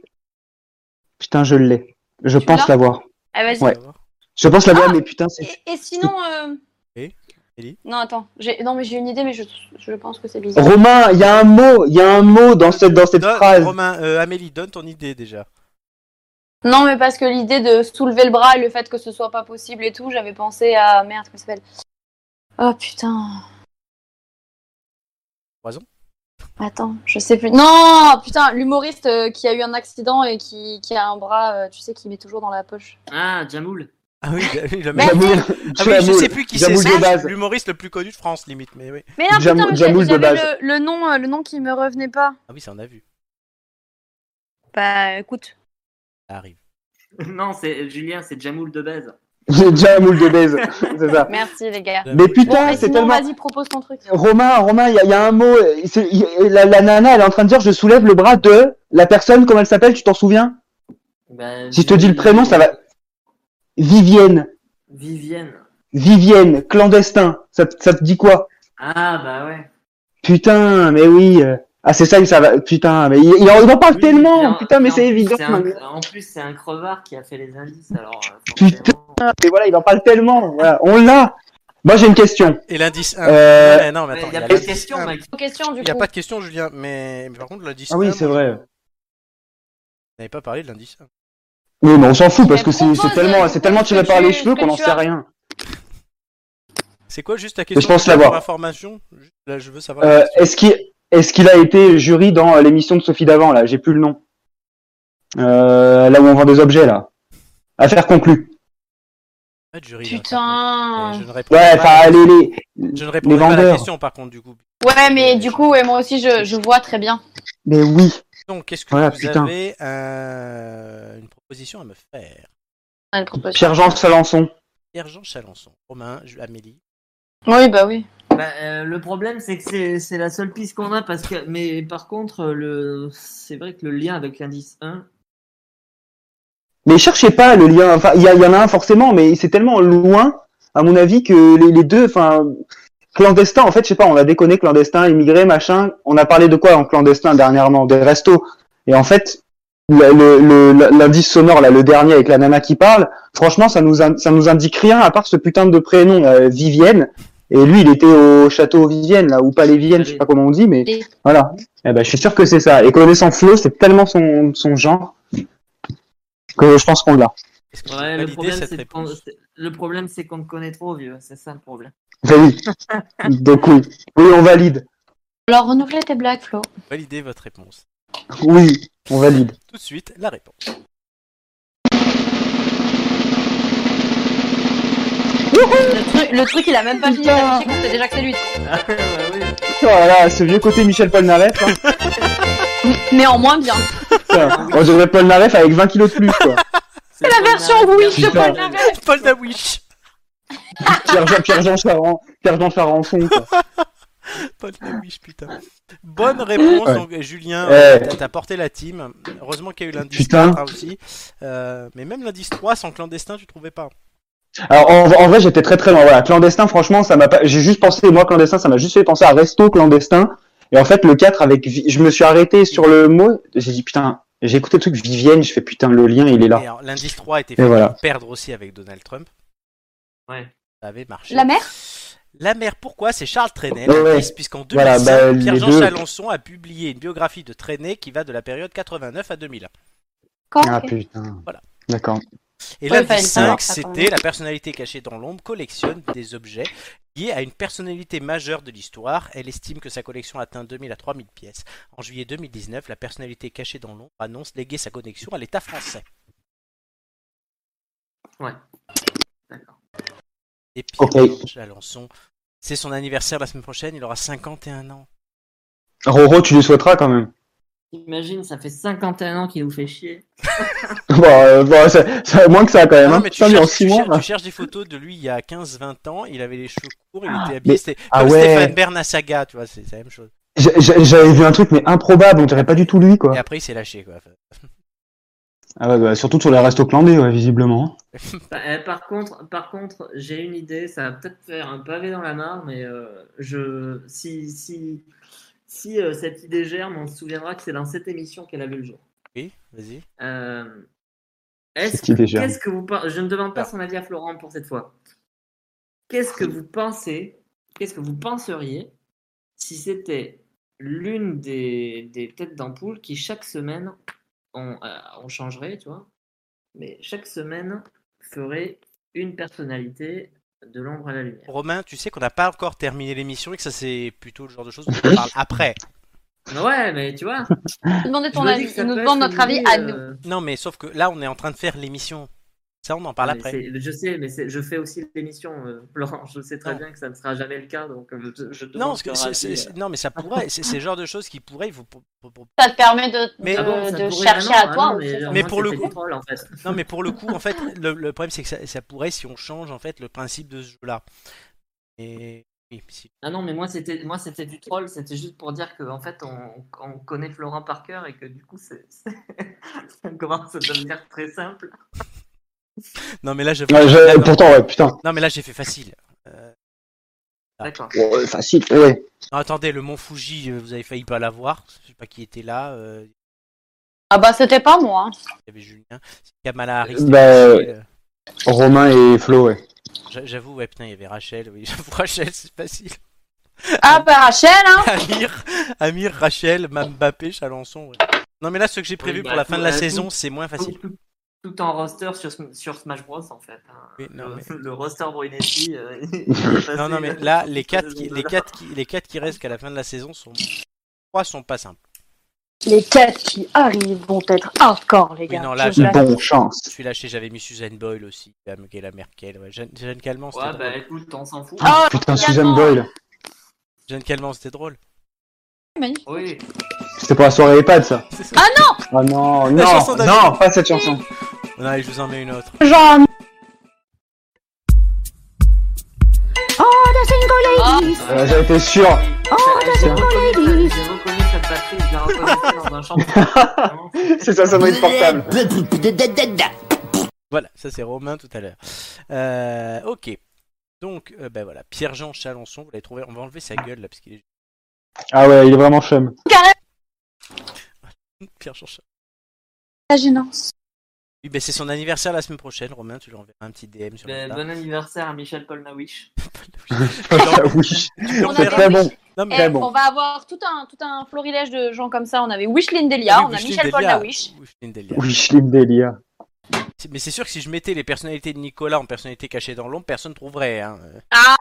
S3: putain, je l'ai. Je
S5: Tu
S3: pense
S5: l'as
S3: l'avoir.
S5: Ah, vas-y.
S3: Ouais.
S1: On va voir.
S3: Je pense l'avoir, mais putain, c'est.
S5: Et, et sinon. euh,
S1: Et Ellie
S5: Non, attends. J'ai- Non, mais j'ai une idée, mais je, je pense que c'est bizarre.
S3: Romain, il y a un mot, il y a un mot dans cette dans cette
S1: Donne-
S3: phrase.
S1: Romain, euh, Amélie, donne ton idée déjà.
S5: Non, mais parce que l'idée de soulever le bras et le fait que ce soit pas possible et tout, j'avais pensé à. Merde, comment il s'appelle Oh putain.
S1: Poison
S5: Attends, je sais plus. Non Putain, l'humoriste euh, qui a eu un accident et qui, qui a un bras, euh, tu sais, qui met toujours dans la poche.
S2: Ah, Jamoul.
S1: Ah oui, il a Ah
S5: Merci.
S1: oui, je sais plus qui c'est.
S3: Jamoul de
S1: c'est
S3: base.
S1: L'humoriste le plus connu de France, limite. Mais oui.
S5: Mais non,
S3: Jam-
S5: putain, mais
S3: Jamoul
S5: j'avais
S3: de
S5: j'avais
S3: base.
S5: le, le nom, euh, le nom qui me revenait pas.
S1: Ah oui, ça on a vu.
S5: Bah écoute.
S1: Ça arrive.
S2: non, c'est Julien, c'est Jamoul de base.
S3: J'ai déjà un moule de baise, c'est ça.
S5: Merci les gars.
S3: Mais putain,
S5: mais
S3: c'est
S5: sinon,
S3: tellement-
S5: Vas-y, propose ton truc.
S3: Romain, Romain, il y, a- il y a un mot. euh, c'est- il- la, la nana, elle est en train de dire, je soulève le bras de la personne. Comment elle s'appelle Tu t'en souviens
S2: Ben,
S3: Si je te dis le prénom, ça va. Vivienne,
S2: Vivienne.
S3: Vivienne, clandestin. Ça, te- ça te dit quoi
S2: Ah, bah ouais.
S3: Putain, mais oui. euh, Ah, c'est ça, ça va. Putain, mais il, il en, il en parle Ah, tellement. putain, mais
S2: Et en
S3: c'est
S2: plus,
S3: évident.
S2: c'est un- En plus, c'est un crevard qui a fait les indices, alors. euh,
S3: Putain, mais voilà, il en parle tellement. Voilà, on l'a. Moi, j'ai une question.
S1: Et l'indice 1.
S3: Euh,
S1: Ouais, non, mais attends,
S2: il y a
S1: y
S2: pas de
S1: l'indice
S2: question,
S1: un.
S2: Mike.
S5: Question du
S1: Il n'y a
S5: coup.
S1: pas de question, Julien. Mais, mais par contre, l'indice
S3: Ah oui,
S1: 1,
S3: c'est
S1: moi,
S3: vrai.
S1: On n'avait pas parlé de l'indice 1.
S3: Oui, mais on s'en fout parce
S1: Mais
S3: que c'est c'est
S1: propose,
S3: tellement,
S1: euh,
S3: c'est tellement
S1: ce que
S3: tiré par
S1: tu-
S3: les
S1: ce
S3: cheveux
S1: que
S3: qu'on n'en
S1: tu
S3: sait
S1: as.
S3: rien.
S1: C'est quoi juste la
S3: je
S1: question
S3: pense
S1: pour
S3: l'avoir.
S1: information Juste, Là, je veux savoir.
S3: Euh, est-ce qu'il est-ce qu'il a été jury dans euh, l'émission de Sophie d'avant là J'ai plus le nom. Euh, là où on vend des objets là. Affaire conclue.
S1: Ouais, jury,
S5: Putain.
S1: Je ne réponds
S3: Ouais,
S1: pas.
S3: enfin les les,
S1: Je ne
S3: les
S1: répondrai pas à la
S3: vendeurs.
S1: question, par contre, du coup.
S5: Ouais, mais du coup, et moi aussi, je, je vois très bien.
S3: Mais oui.
S1: Donc, qu'est-ce que
S3: Voilà,
S1: vous
S3: putain.
S1: avez euh, une proposition à me faire
S5: Ah, une proposition.
S3: Pierre-Jean Salançon.
S1: Pierre-Jean Chalençon, Romain, Ju- Amélie.
S5: Oui, bah oui.
S2: Bah, euh, le problème, c'est que c'est- c'est la seule piste qu'on a, parce que. Mais par contre, euh, le... c'est vrai que le lien avec l'indice 1.
S3: Mais cherchez pas le lien. Enfin, il y, a- il y en a un forcément, mais c'est tellement loin à mon avis que les, les deux, enfin clandestin. En fait, je sais pas. On a déconné clandestin, immigré, machin. On a parlé de quoi en clandestin dernièrement Des restos. Et en fait, le- le- le- le- l'indice sonore là, le dernier avec la nana qui parle, franchement, ça nous in- ça nous indique rien à part ce putain de prénom euh, Vivienne. Et lui, il était au château Vivienne là, ou pas les Vivienne, je sais pas comment on dit, mais
S5: Palais.
S3: voilà. Eh ben, je suis sûr que c'est ça. Et connaissant Flo, c'est tellement son son genre que je pense qu'on l'a.
S2: Ouais, le
S1: validez
S2: problème,
S1: cette
S2: c'est qu'on- c'est- le problème, c'est qu'on te connaît trop, vieux. C'est ça le problème.
S3: Enfin, oui. Donc oui, oui, on valide.
S5: Alors, renouveler tes blagues, Flo.
S1: Validez votre réponse.
S3: Oui, on valide.
S1: Tout de suite, la réponse.
S5: Le truc, le truc, il a même pas fini de réfléchir qu'on sait déjà que c'est lui.
S3: Oh là là, ce vieux côté Michel Polnareff. hein.
S5: Néanmoins, bien.
S3: Putain, on devrait Polnareff avec 20 kilos de plus, quoi.
S5: C'est la version Wish de
S3: Putain.
S5: Paul Nareff.
S1: Paul Dawish
S3: Pierre-Jean Pierre Charan, Pierre-Jean Charançon, quoi.
S1: Paul Dawish, putain. Bonne réponse,
S3: Ouais.
S1: donc, Julien, Euh,
S3: Eh.
S1: t'as- t'as porté la team. Heureusement qu'il y a eu l'indice
S3: Putain.
S1: 4 aussi. Euh, mais même l'indice 3, sans clandestin, tu trouvais pas.
S3: Alors, en, en vrai, j'étais très très loin. Voilà, clandestin, franchement, ça m'a pas, j'ai juste pensé, moi, clandestin, ça m'a juste fait penser à resto clandestin. Et en fait, le 4 avec, Vi- je me suis arrêté sur le mot, j'ai dit, putain, j'ai écouté le truc Vivienne, je fais, putain, le lien, il est
S1: Et
S3: là.
S1: alors, L'indice 3 était
S3: Et
S1: fait
S3: voilà.
S1: pour perdre aussi avec Donald Trump.
S2: Ouais.
S1: Ça avait marché.
S5: La mère
S1: La mère, pourquoi C'est Charles Trenet,
S3: Ouais, ouais.
S1: l'artiste, puisqu'en
S3: Voilà,
S1: 2005,
S3: bah, les
S1: Pierre-Jean
S3: deux.
S1: Chalençon a publié une biographie de Trenet qui va de la période 89 à 2000.
S5: Quand
S3: Ah,
S5: ok.
S3: putain.
S1: Voilà.
S3: D'accord.
S1: Et
S5: Ouais,
S1: l'indice
S5: fallait le
S1: 5,
S5: savoir, ça, quand
S1: c'était
S5: même.
S1: la personnalité cachée dans l'ombre collectionne des objets liés à une personnalité majeure de l'histoire. Elle estime que sa collection atteint 2000 à 3000 pièces. En juillet 2019, la personnalité cachée dans l'ombre annonce léguer sa connexion à l'État français.
S2: Ouais. D'accord.
S1: Et Pierre
S3: Ok.
S1: Chalençon, c'est son anniversaire la semaine prochaine, il aura 51 ans.
S3: Roro, tu lui souhaiteras quand même.
S2: Imagine, ça fait 51 ans qu'il nous fait chier.
S3: bon, euh, bon, ça, ça- moins que ça, quand même.
S1: Ah non,
S3: hein.
S1: mais tu,
S3: Putain, mais en
S1: cherches,
S3: 6
S1: tu
S3: mois,
S1: cherches-
S3: là.
S1: tu cherches des photos de lui il y a 15-20 ans, il avait les cheveux courts, il était
S3: mais-
S1: habillé, c'était
S3: ah
S1: comme
S3: ouais.
S1: Stéphane Bern à Saga, tu vois, c'est c'est la même chose.
S3: J'ai- j'ai- J'avais vu un truc, mais improbable, on dirait pas du tout lui, quoi.
S1: Et après il s'est lâché quoi.
S3: Ah ouais, bah, surtout sur les restos clandés, ouais, visiblement.
S2: Bah, euh, par contre, par contre, j'ai une idée. Ça va peut-être faire un pavé dans la mare, mais euh, je si si si euh, cette idée germe, on se souviendra que c'est dans cette émission qu'elle a vu le jour.
S1: Oui, vas-y.
S2: Euh, est-ce
S3: Cette idée germe.
S2: qu'est-ce que vous pen- Je ne demande pas son avis à Florent pour cette fois. Qu'est-ce que vous pensez Qu'est-ce que vous penseriez si c'était l'une des, des têtes d'ampoule qui chaque semaine on, euh, on changerait, tu vois mais chaque semaine ferait une personnalité de l'ombre à la lumière.
S1: Romain, tu sais qu'on n'a pas encore terminé l'émission et que ça c'est plutôt le genre de choses dont on parle après.
S2: Ouais, mais tu vois.
S5: Demandez ton
S2: Je me dis
S5: avis.
S2: que ça
S5: Il nous
S2: peut
S5: demande
S2: être
S5: notre avis
S2: une
S5: à
S2: idée,
S5: nous.
S2: euh,
S1: Non, mais sauf que là, on est en train de faire l'émission. Ça, on en parle
S2: mais
S1: après.
S2: c'est- Je sais, mais c'est- je fais aussi l'émission, euh, Laurent. Je sais très bien que ça ne sera jamais le cas, donc euh, je, je
S1: Non,
S2: demande
S1: parce que
S2: ton
S1: c'est-
S2: avis,
S1: c'est-
S2: euh.
S1: c'est- non, mais ça pourrait. C'est c'est le genre de choses qui pourraient. Il faut pour- pour- pour-
S5: Ça te permet de,
S1: Mais-
S5: de-
S1: Ah bon, ça
S5: Euh, de
S1: pourrait
S5: chercher
S1: vraiment,
S5: à
S1: ah
S5: toi.
S1: non,
S5: ou-
S1: mais-
S2: Et
S1: Mais
S2: euh, moi,
S1: pour le
S2: c'était
S1: coup,
S2: du troll, en fait.
S1: non, mais pour le coup, en fait, le, le problème c'est que ça, ça pourrait si on change en fait le principe de ce jeu-là. Et oui, si-
S2: Ah non, mais moi c'était moi c'était du troll, c'était juste pour dire que en fait on, on connaît Florent par cœur et que du coup c'est c'est- ça commence à devenir très simple.
S1: Non, mais là, je.
S3: Ouais, je- pourtant, ouais, putain.
S1: Non, mais là, j'ai fait facile. Euh, Ah,
S2: D'accord.
S3: Ouais, oh, facile, ouais.
S1: Non, attendez, le Mont Fuji, euh, vous avez failli pas l'avoir. Je sais pas qui était là. euh,
S5: Ah bah c'était pas moi. hein.
S1: Il y avait Julien, Kamala Harris.
S3: Bah,
S1: Rachel,
S3: Romain et Flo, ouais.
S1: euh, j'a- J'avoue, ouais, putain, il y avait Rachel. Oui, j'avoue, Rachel, c'est facile.
S5: Ah bah Rachel, hein
S1: Amir, Amir, Rachel, Mbappé, Chalençon. ouais. Non, mais là, ce que j'ai prévu
S2: Oui, bah,
S1: pour la fin de la
S2: tout- euh,
S1: saison,
S2: tout-
S1: c'est moins facile.
S2: Tout, tout- tout en roster sur, sur Smash Bros en fait. hein. le, le roster Brunetti. euh, il est passé,
S1: Non, non, mais
S2: euh,
S1: là, les
S2: sur
S1: quatre
S2: ces
S1: qui, les
S2: ondes-là.
S1: quatre qui, les quatre qui restent qu'à la fin de la saison sont. Trois sont pas simples.
S5: Les quatre qui arrivent vont être hardcore, les
S1: Oui,
S5: gars.
S1: non, là,
S5: Je-
S1: je-
S3: Bon chance.
S1: Je suis lâché, j'avais mis Suzanne Boyle aussi, Angela Merkel, ouais. Jeanne, Jeanne Calment, c'était
S2: Ouais,
S1: drôle.
S2: bah écoute, on s'en
S1: Ah,
S2: fout.
S5: Oh,
S3: Putain, Suzanne Boyle.
S1: Jeanne Calment, c'était drôle.
S2: Oui.
S3: C'était pour la soirée EHPAD, ça.
S5: Ah non
S3: Ah non,
S1: La
S3: non,
S1: chanson d'Amine.
S3: non, pas cette chanson.
S1: Non, allez, je vous en mets une autre.
S5: Jean
S6: Oh, the single ladies
S3: Euh, J'en étais sûr.
S6: Oh, the
S2: J'ai
S6: single
S2: reconnu
S6: ladies
S2: sa- j'ai reconnu sa batterie, je la reconnaissais dans un champ.
S3: C'est ça, ça doit être portable.
S1: Voilà, ça c'est Romain tout à l'heure. Euh, ok. Donc, euh, ben voilà, Pierre-Jean Chalençon, vous l'avez trouvé. On va enlever sa gueule là, parce qu'il est.
S3: Ah ouais, il est vraiment chum.
S1: Pierre-Jean Chalençon.
S5: La gênance.
S1: Oui, ben c'est son anniversaire la semaine prochaine, Romain, tu lui enverras un petit DM sur
S2: Ben,
S1: le
S2: bon anniversaire à Michel Polnawish.
S3: oui,
S1: Tu
S5: On
S1: l'enverras-
S5: avait
S3: c'est très bon.
S1: Non, mais
S5: Eh, On va avoir tout un, tout un florilège de gens comme ça. On avait Wishlin Delia,
S1: Ah Oui,
S5: on a
S1: Wishlin
S5: Michel
S1: Delia.
S5: Polnawish.
S1: Wishlin Delia.
S3: Oui, je l'ai délire.
S1: C'est- Mais c'est sûr que si je mettais les personnalités de Nicolas en personnalité cachée dans l'ombre, personne ne trouverait. hein.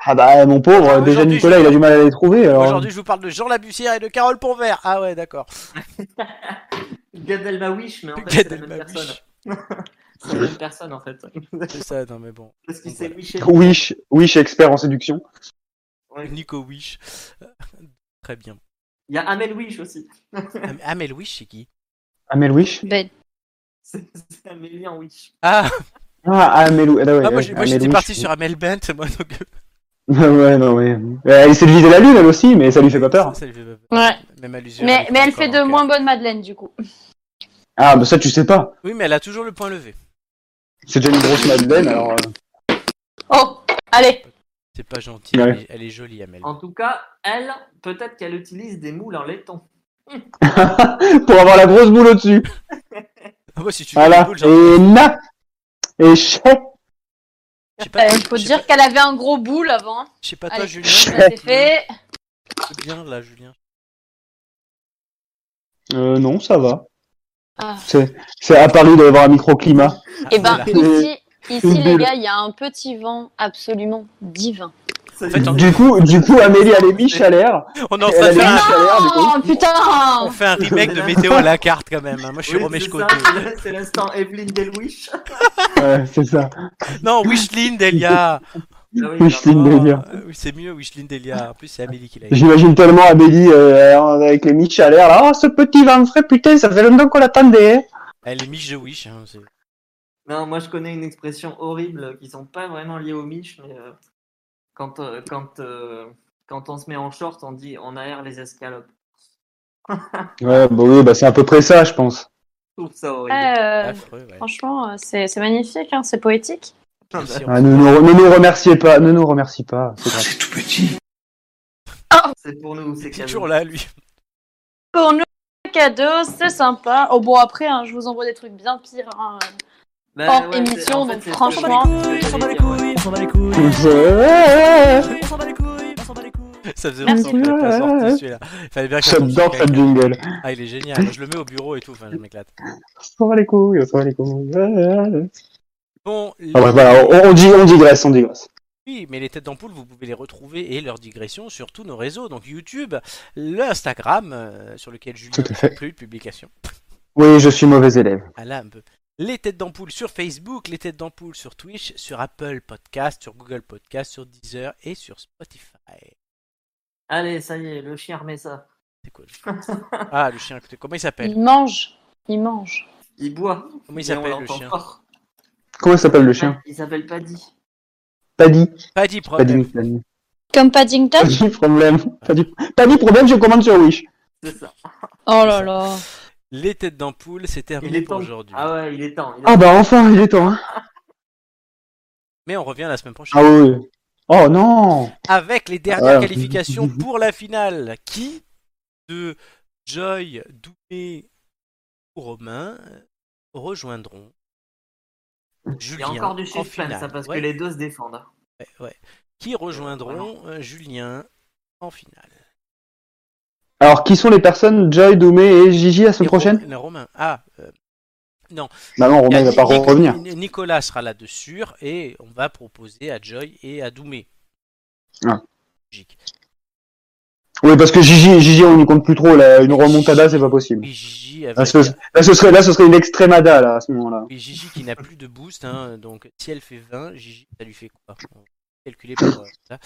S3: Ah bah, mon pauvre, déjà
S1: Aujourd'hui,
S3: Nicolas,
S1: je-
S3: il a du mal à les trouver, alors.
S1: Aujourd'hui, je vous parle de Jean Labussière et de Carole Ponvert. Ah ouais, d'accord.
S2: Gad Elmalwish, mais en fait,
S1: Gad
S2: c'est la même
S1: Elmalwish.
S2: personne. c'est la même personne, en fait.
S1: C'est ça, non mais bon.
S2: Parce qu'il s'est Michel.
S3: Wish, Wish expert en séduction.
S2: Ouais.
S1: Nico Wish. Euh, Très bien.
S2: Il y a Amel Wish aussi.
S1: Am- Amel Wish, c'est qui
S3: Amel Wish
S5: Ben.
S2: c'est c'est Amélien Wish.
S1: Ah,
S3: Ah, Amel Wish. Ah, ouais,
S1: ah, moi
S3: ouais,
S1: j'ai- moi,
S3: Amel
S1: j'étais
S3: Wish.
S1: parti sur Amel Bent, moi donc.
S3: ouais, non, mais. Euh, Elle essaie de viser la lune, elle aussi, mais ça lui fait pas peur.
S1: Ça lui fait pas peur.
S5: Ouais.
S1: Même à l'usure,
S5: Mais,
S1: est
S5: mais elle
S1: encore
S5: fait de
S1: en
S5: moins bonnes Madeleine, du coup.
S3: Ah, bah ça, tu sais pas.
S1: cœur. Oui, mais elle a toujours le point levé.
S3: C'est déjà une grosse madeleine, alors. euh,
S5: Oh, allez.
S1: C'est pas gentil,
S3: Ouais.
S1: mais elle est jolie, Amel.
S2: En tout cas, elle, peut-être qu'elle utilise des moules en laiton.
S3: euh, Pour avoir la grosse boule au-dessus.
S1: Ah, ouais, si tu veux,
S3: Voilà.
S1: cool, genre,
S3: Et na Et
S1: je
S3: chais
S1: sais
S5: Euh,
S1: pas,
S5: Il faut
S1: je sais
S5: dire
S1: pas-
S5: qu'elle avait un gros boule avant.
S1: je sais pas toi,
S5: Allez,
S1: Julien.
S5: ça c'est fait.
S1: c'est bien là, Julien.
S3: Euh, non, ça va.
S5: Ah.
S3: C'est c'est à Paris d'avoir un microclimat.
S1: Ah,
S5: Et ben,
S1: voilà.
S5: ici, ici, les
S3: Euh, Boule.
S5: gars, il y a un petit vent absolument divin.
S2: C'est-
S1: fait, on-
S3: Du coup, du coup, Amélie, elle est mi-chalère.
S1: On est en
S3: Elle
S1: train
S3: a
S1: de
S3: les
S1: faire
S3: mains
S1: un-
S3: chaleur, du coup.
S5: Oh,
S1: on
S5: putain
S1: fait un remake de Météo à la carte quand même. hein. Moi je suis
S2: Oui,
S1: Romé
S2: c'est
S1: Scott.
S2: ça, c'est- C'est l'instant Evelyne Delwish.
S1: Ah
S3: Ouais, c'est ça.
S1: Non, Wishline Delia.
S2: Ah oui,
S3: Wishline
S1: Oh,
S3: Delia.
S1: euh, oui, c'est mieux, Wishline Delia. En plus, c'est Amélie qui l'a écrit.
S3: J'imagine tellement Amélie euh, avec les mi-chaleurs là. Oh, ce petit vent frais, putain, ça fait longtemps qu'on l'attendait. hein.
S1: Elle est miche de Wish. hein,
S5: Euh,
S1: c'est-
S2: Non, moi je connais une expression horrible qui sont pas vraiment liées aux miches, mais euh, quand, euh, quand, euh, quand on se met en short, on dit on aère les escalopes.
S3: Ouais, bah oui, bah c'est à peu près ça, je pense.
S2: Je trouve ça horrible.
S5: Euh,
S1: Affreux, ouais.
S5: Franchement, euh, c'est c'est magnifique, hein, c'est poétique.
S1: Merci,
S3: Ah, ne, nous, ne nous remerciez pas, ne nous remerciez pas. Ah, C'est grave.
S2: C'est pour nous, c'est
S1: Il est
S2: cadeau.
S1: toujours là, lui.
S5: Pour nous, le cadeau, c'est sympa. Oh bon, après, hein, je vous envoie des trucs bien pires. hein.
S2: Bah,
S5: Hors
S2: ouais, c'est-
S5: émission,
S2: en fait,
S5: donc
S2: c'est-
S5: franchement-
S2: c'est- c'est- c'est-
S3: Ouais, ouais, ouais.
S1: Ça faisait longtemps que t'as pas sorti celui-là. Il fallait bien que
S3: J'adore
S1: sorte
S3: ce
S1: quelque-
S3: jingle.
S1: Ah, il est génial. Moi, je le mets au bureau et tout. Enfin, je m'éclate.
S3: Ça va les couilles, ça va les couilles.
S1: Bon,
S3: Ah ouais, voilà, on, on dit, on digresse, on digresse.
S1: Oui, mais les têtes d'ampoule, vous pouvez les retrouver et leurs digressions sur tous nos réseaux, donc YouTube, l'Instagram, euh, sur lequel Julien
S3: Tout à
S1: n'a
S3: fait.
S1: plus de publication.
S3: Oui, je suis mauvais élève.
S1: Ah là, un peu. Les têtes d'ampoule sur Facebook, les têtes d'ampoule sur Twitch, sur Apple Podcast, sur Google Podcast, sur Deezer et sur Spotify.
S2: Allez, ça y est, le chien remet ça.
S1: C'est quoi Ah, le chien, écoutez, comment il s'appelle
S5: Il mange. Il mange.
S2: Il boit.
S1: Comment il
S2: Mais on
S1: s'appelle le
S2: l'entend
S1: chien
S2: fort.
S3: Comment s'appelle le chien
S2: Il s'appelle Paddy.
S3: Paddy.
S1: Paddy
S3: problème.
S5: Comme Paddington
S3: Paddy problème. Paddy, Paddy problème, je commande sur Wish.
S2: C'est ça.
S5: Oh là là.
S1: Les têtes d'ampoule, c'est terminé pour aujourd'hui.
S2: Ah ouais, il est temps. il est
S3: Ah
S2: temps.
S3: bah enfin, il est temps. hein.
S1: Mais on revient la semaine prochaine
S3: Ah oui. Oh non.
S1: avec les dernières
S3: Ah.
S1: qualifications pour la finale. Qui de Joy, Doumé ou Romain rejoindront
S2: Il
S1: Julien
S2: y a encore du
S1: en
S2: suspense,
S1: finale
S2: ça, parce
S1: Ouais,
S2: que les deux se défendent.
S1: ouais, ouais. Qui rejoindront euh, Julien en finale
S3: Alors, qui sont les personnes Joy, Doumé et Gigi la semaine
S1: Et Ro-
S3: prochaine
S1: non, Romain. Ah, euh, non.
S3: Bah non, Romain,
S1: Il y a
S3: il va pas
S1: Nic-
S3: revenir.
S1: Nic- Nicolas sera là-dessus et on va proposer à Joy et à Doumé.
S3: Ah.
S1: Logique.
S3: Oui, parce que Gigi, Gigi, on n'y compte plus trop. Là. Une remontada, c'est pas possible.
S1: Gigi, avec-
S3: Là, ce, là, ce serait, là, ce serait une extremada là, à ce moment-là.
S1: Et Gigi qui n'a plus de boost, hein, donc si elle fait 20, Gigi, ça lui fait quoi On va calculer pour euh, ça.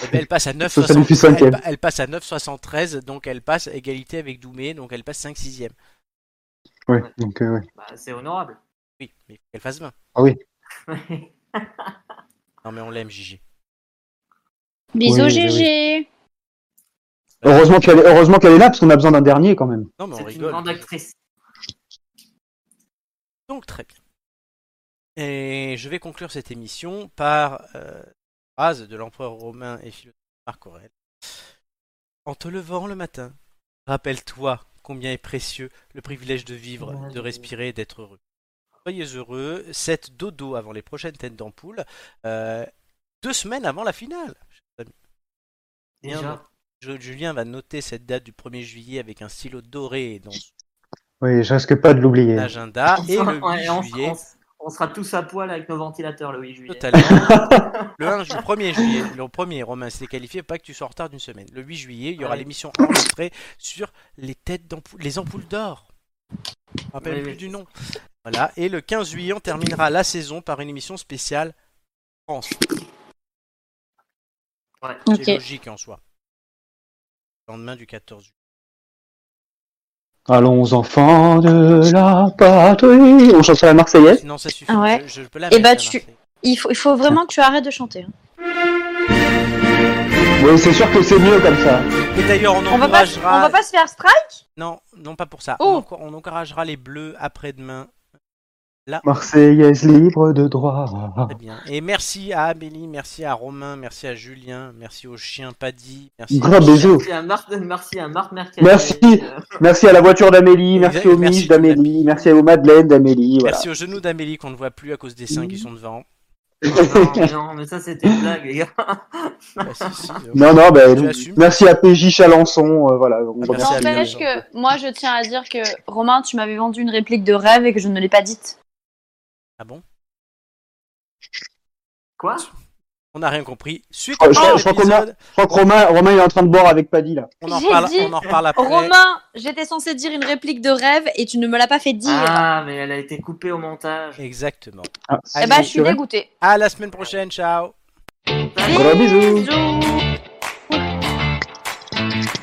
S1: Eh ben, elle passe à 9,
S3: Ça, ça lui fait
S1: 60 elle,
S3: cinquième.
S1: pa- elle passe à 9,73, donc elle passe à égalité avec Doumé, donc elle passe 5 sixième.
S3: Ouais, donc, euh, ouais.
S2: Bah, c'est honorable.
S1: Oui, mais il faut qu'elle fasse 20.
S3: Ah oui.
S1: Non mais on l'aime Gigi.
S5: Bisous,
S3: Oui, oui,
S5: GG.
S3: Heureusement qu'elle est, heureusement qu'elle est là, parce qu'on a besoin d'un dernier quand même.
S1: Non mais on
S2: C'est une
S1: rigole.
S2: grande actrice.
S1: Donc très bien. Et je vais conclure cette émission par euh, une phrase de l'empereur romain et philosophe Marc Aurèle. En te levant le matin, rappelle-toi combien est précieux le privilège de vivre, de respirer et d'être heureux. Soyez heureux, 7 dodo avant les prochaines têtes d'ampoule, euh, deux semaines avant la finale. chers amis. Bien,
S2: Déjà.
S1: donc, Jo- Julien va noter cette date du 1er juillet avec un stylo doré dans son
S3: Oui, je risque pas de l'oublier.
S1: agenda.
S2: On
S1: Ah, Et
S2: sera-
S1: le 8
S2: ouais, on-
S1: juillet,
S2: on, on sera tous à poil avec nos ventilateurs le 8 juillet.
S1: Totalement. le 1 ju- le 1er juillet, le 1er Romain s'est qualifié, pas que tu sois en retard d'une semaine. Le 8 juillet, il y aura
S2: Ouais.
S1: l'émission enregistrée sur les têtes d'ampoules, les ampoules d'or. Je me rappelle
S2: Oui,
S1: plus
S2: oui.
S1: du nom. Voilà, et le 15 juillet, on terminera la saison par une émission spéciale France.
S2: Ouais.
S1: C'est
S5: Ok.
S1: logique en soi. Le lendemain du 14 juillet.
S3: Allons enfants de la patrie. On chante sur la Marseillaise.
S1: Non, ça suffit.
S5: Ah ouais.
S1: Je, je peux la
S5: Et
S1: mettre,
S5: bah
S1: la
S5: tu.
S1: Marseillaise.
S5: Il faut, il faut vraiment que tu arrêtes de chanter. hein.
S3: Oui, c'est sûr que c'est mieux comme ça.
S1: Et d'ailleurs, on
S5: On va pas,
S1: encouragera.
S5: on va pas se faire strike
S1: Non, non, pas pour ça.
S5: Oh.
S1: On encour- On encouragera les bleus après-demain. Là.
S3: Marseillaise libre de droit.
S1: Très bien. Et merci à Amélie, merci à Romain, merci à Julien, merci au chien Paddy, merci
S3: Gros bisous.
S2: Merci à Marthe, merci à Marthe Mercadier.
S3: Merci.
S2: Euh,
S3: Merci à la voiture d'Amélie, merci
S1: Exact,
S3: aux
S1: merci
S3: miches d'Amélie, merci aux madeleines d'Amélie. Voilà.
S1: Merci aux genoux d'Amélie qu'on ne voit plus à cause des seins qui sont devant.
S2: oh non, non, mais ça c'était une blague, les gars.
S1: Ah, si, si, euh,
S3: Non, non, ben,
S1: Tu assumes.
S3: merci à PJ Chalençon. euh, voilà, on
S1: merci
S3: remercie.
S1: à lui.
S5: N'empêche que moi je tiens à dire que Romain, tu m'avais vendu une réplique de rêve et que je ne l'ai pas dite.
S1: Ah bon
S2: Quoi
S1: On n'a rien compris. Suite
S3: Je
S1: au
S3: crois- je crois- je
S1: prochain
S3: crois qu'on a-
S1: épisode,
S3: Je crois que Romain, Romain il est en train de boire avec Paddy là.
S1: on en
S5: J'ai
S1: reparle,
S5: dit-
S1: on en reparle après.
S5: Romain, j'étais censé dire une réplique de rêve et tu ne me l'as pas fait dire.
S2: Ah, mais elle a été coupée au montage.
S1: Exactement.
S3: Ah,
S5: eh
S1: Allez,
S5: bah, je suis
S3: c'est vrai
S5: dégoûtée.
S1: À la semaine prochaine, ciao.
S3: Gros bisous.
S5: Bisous.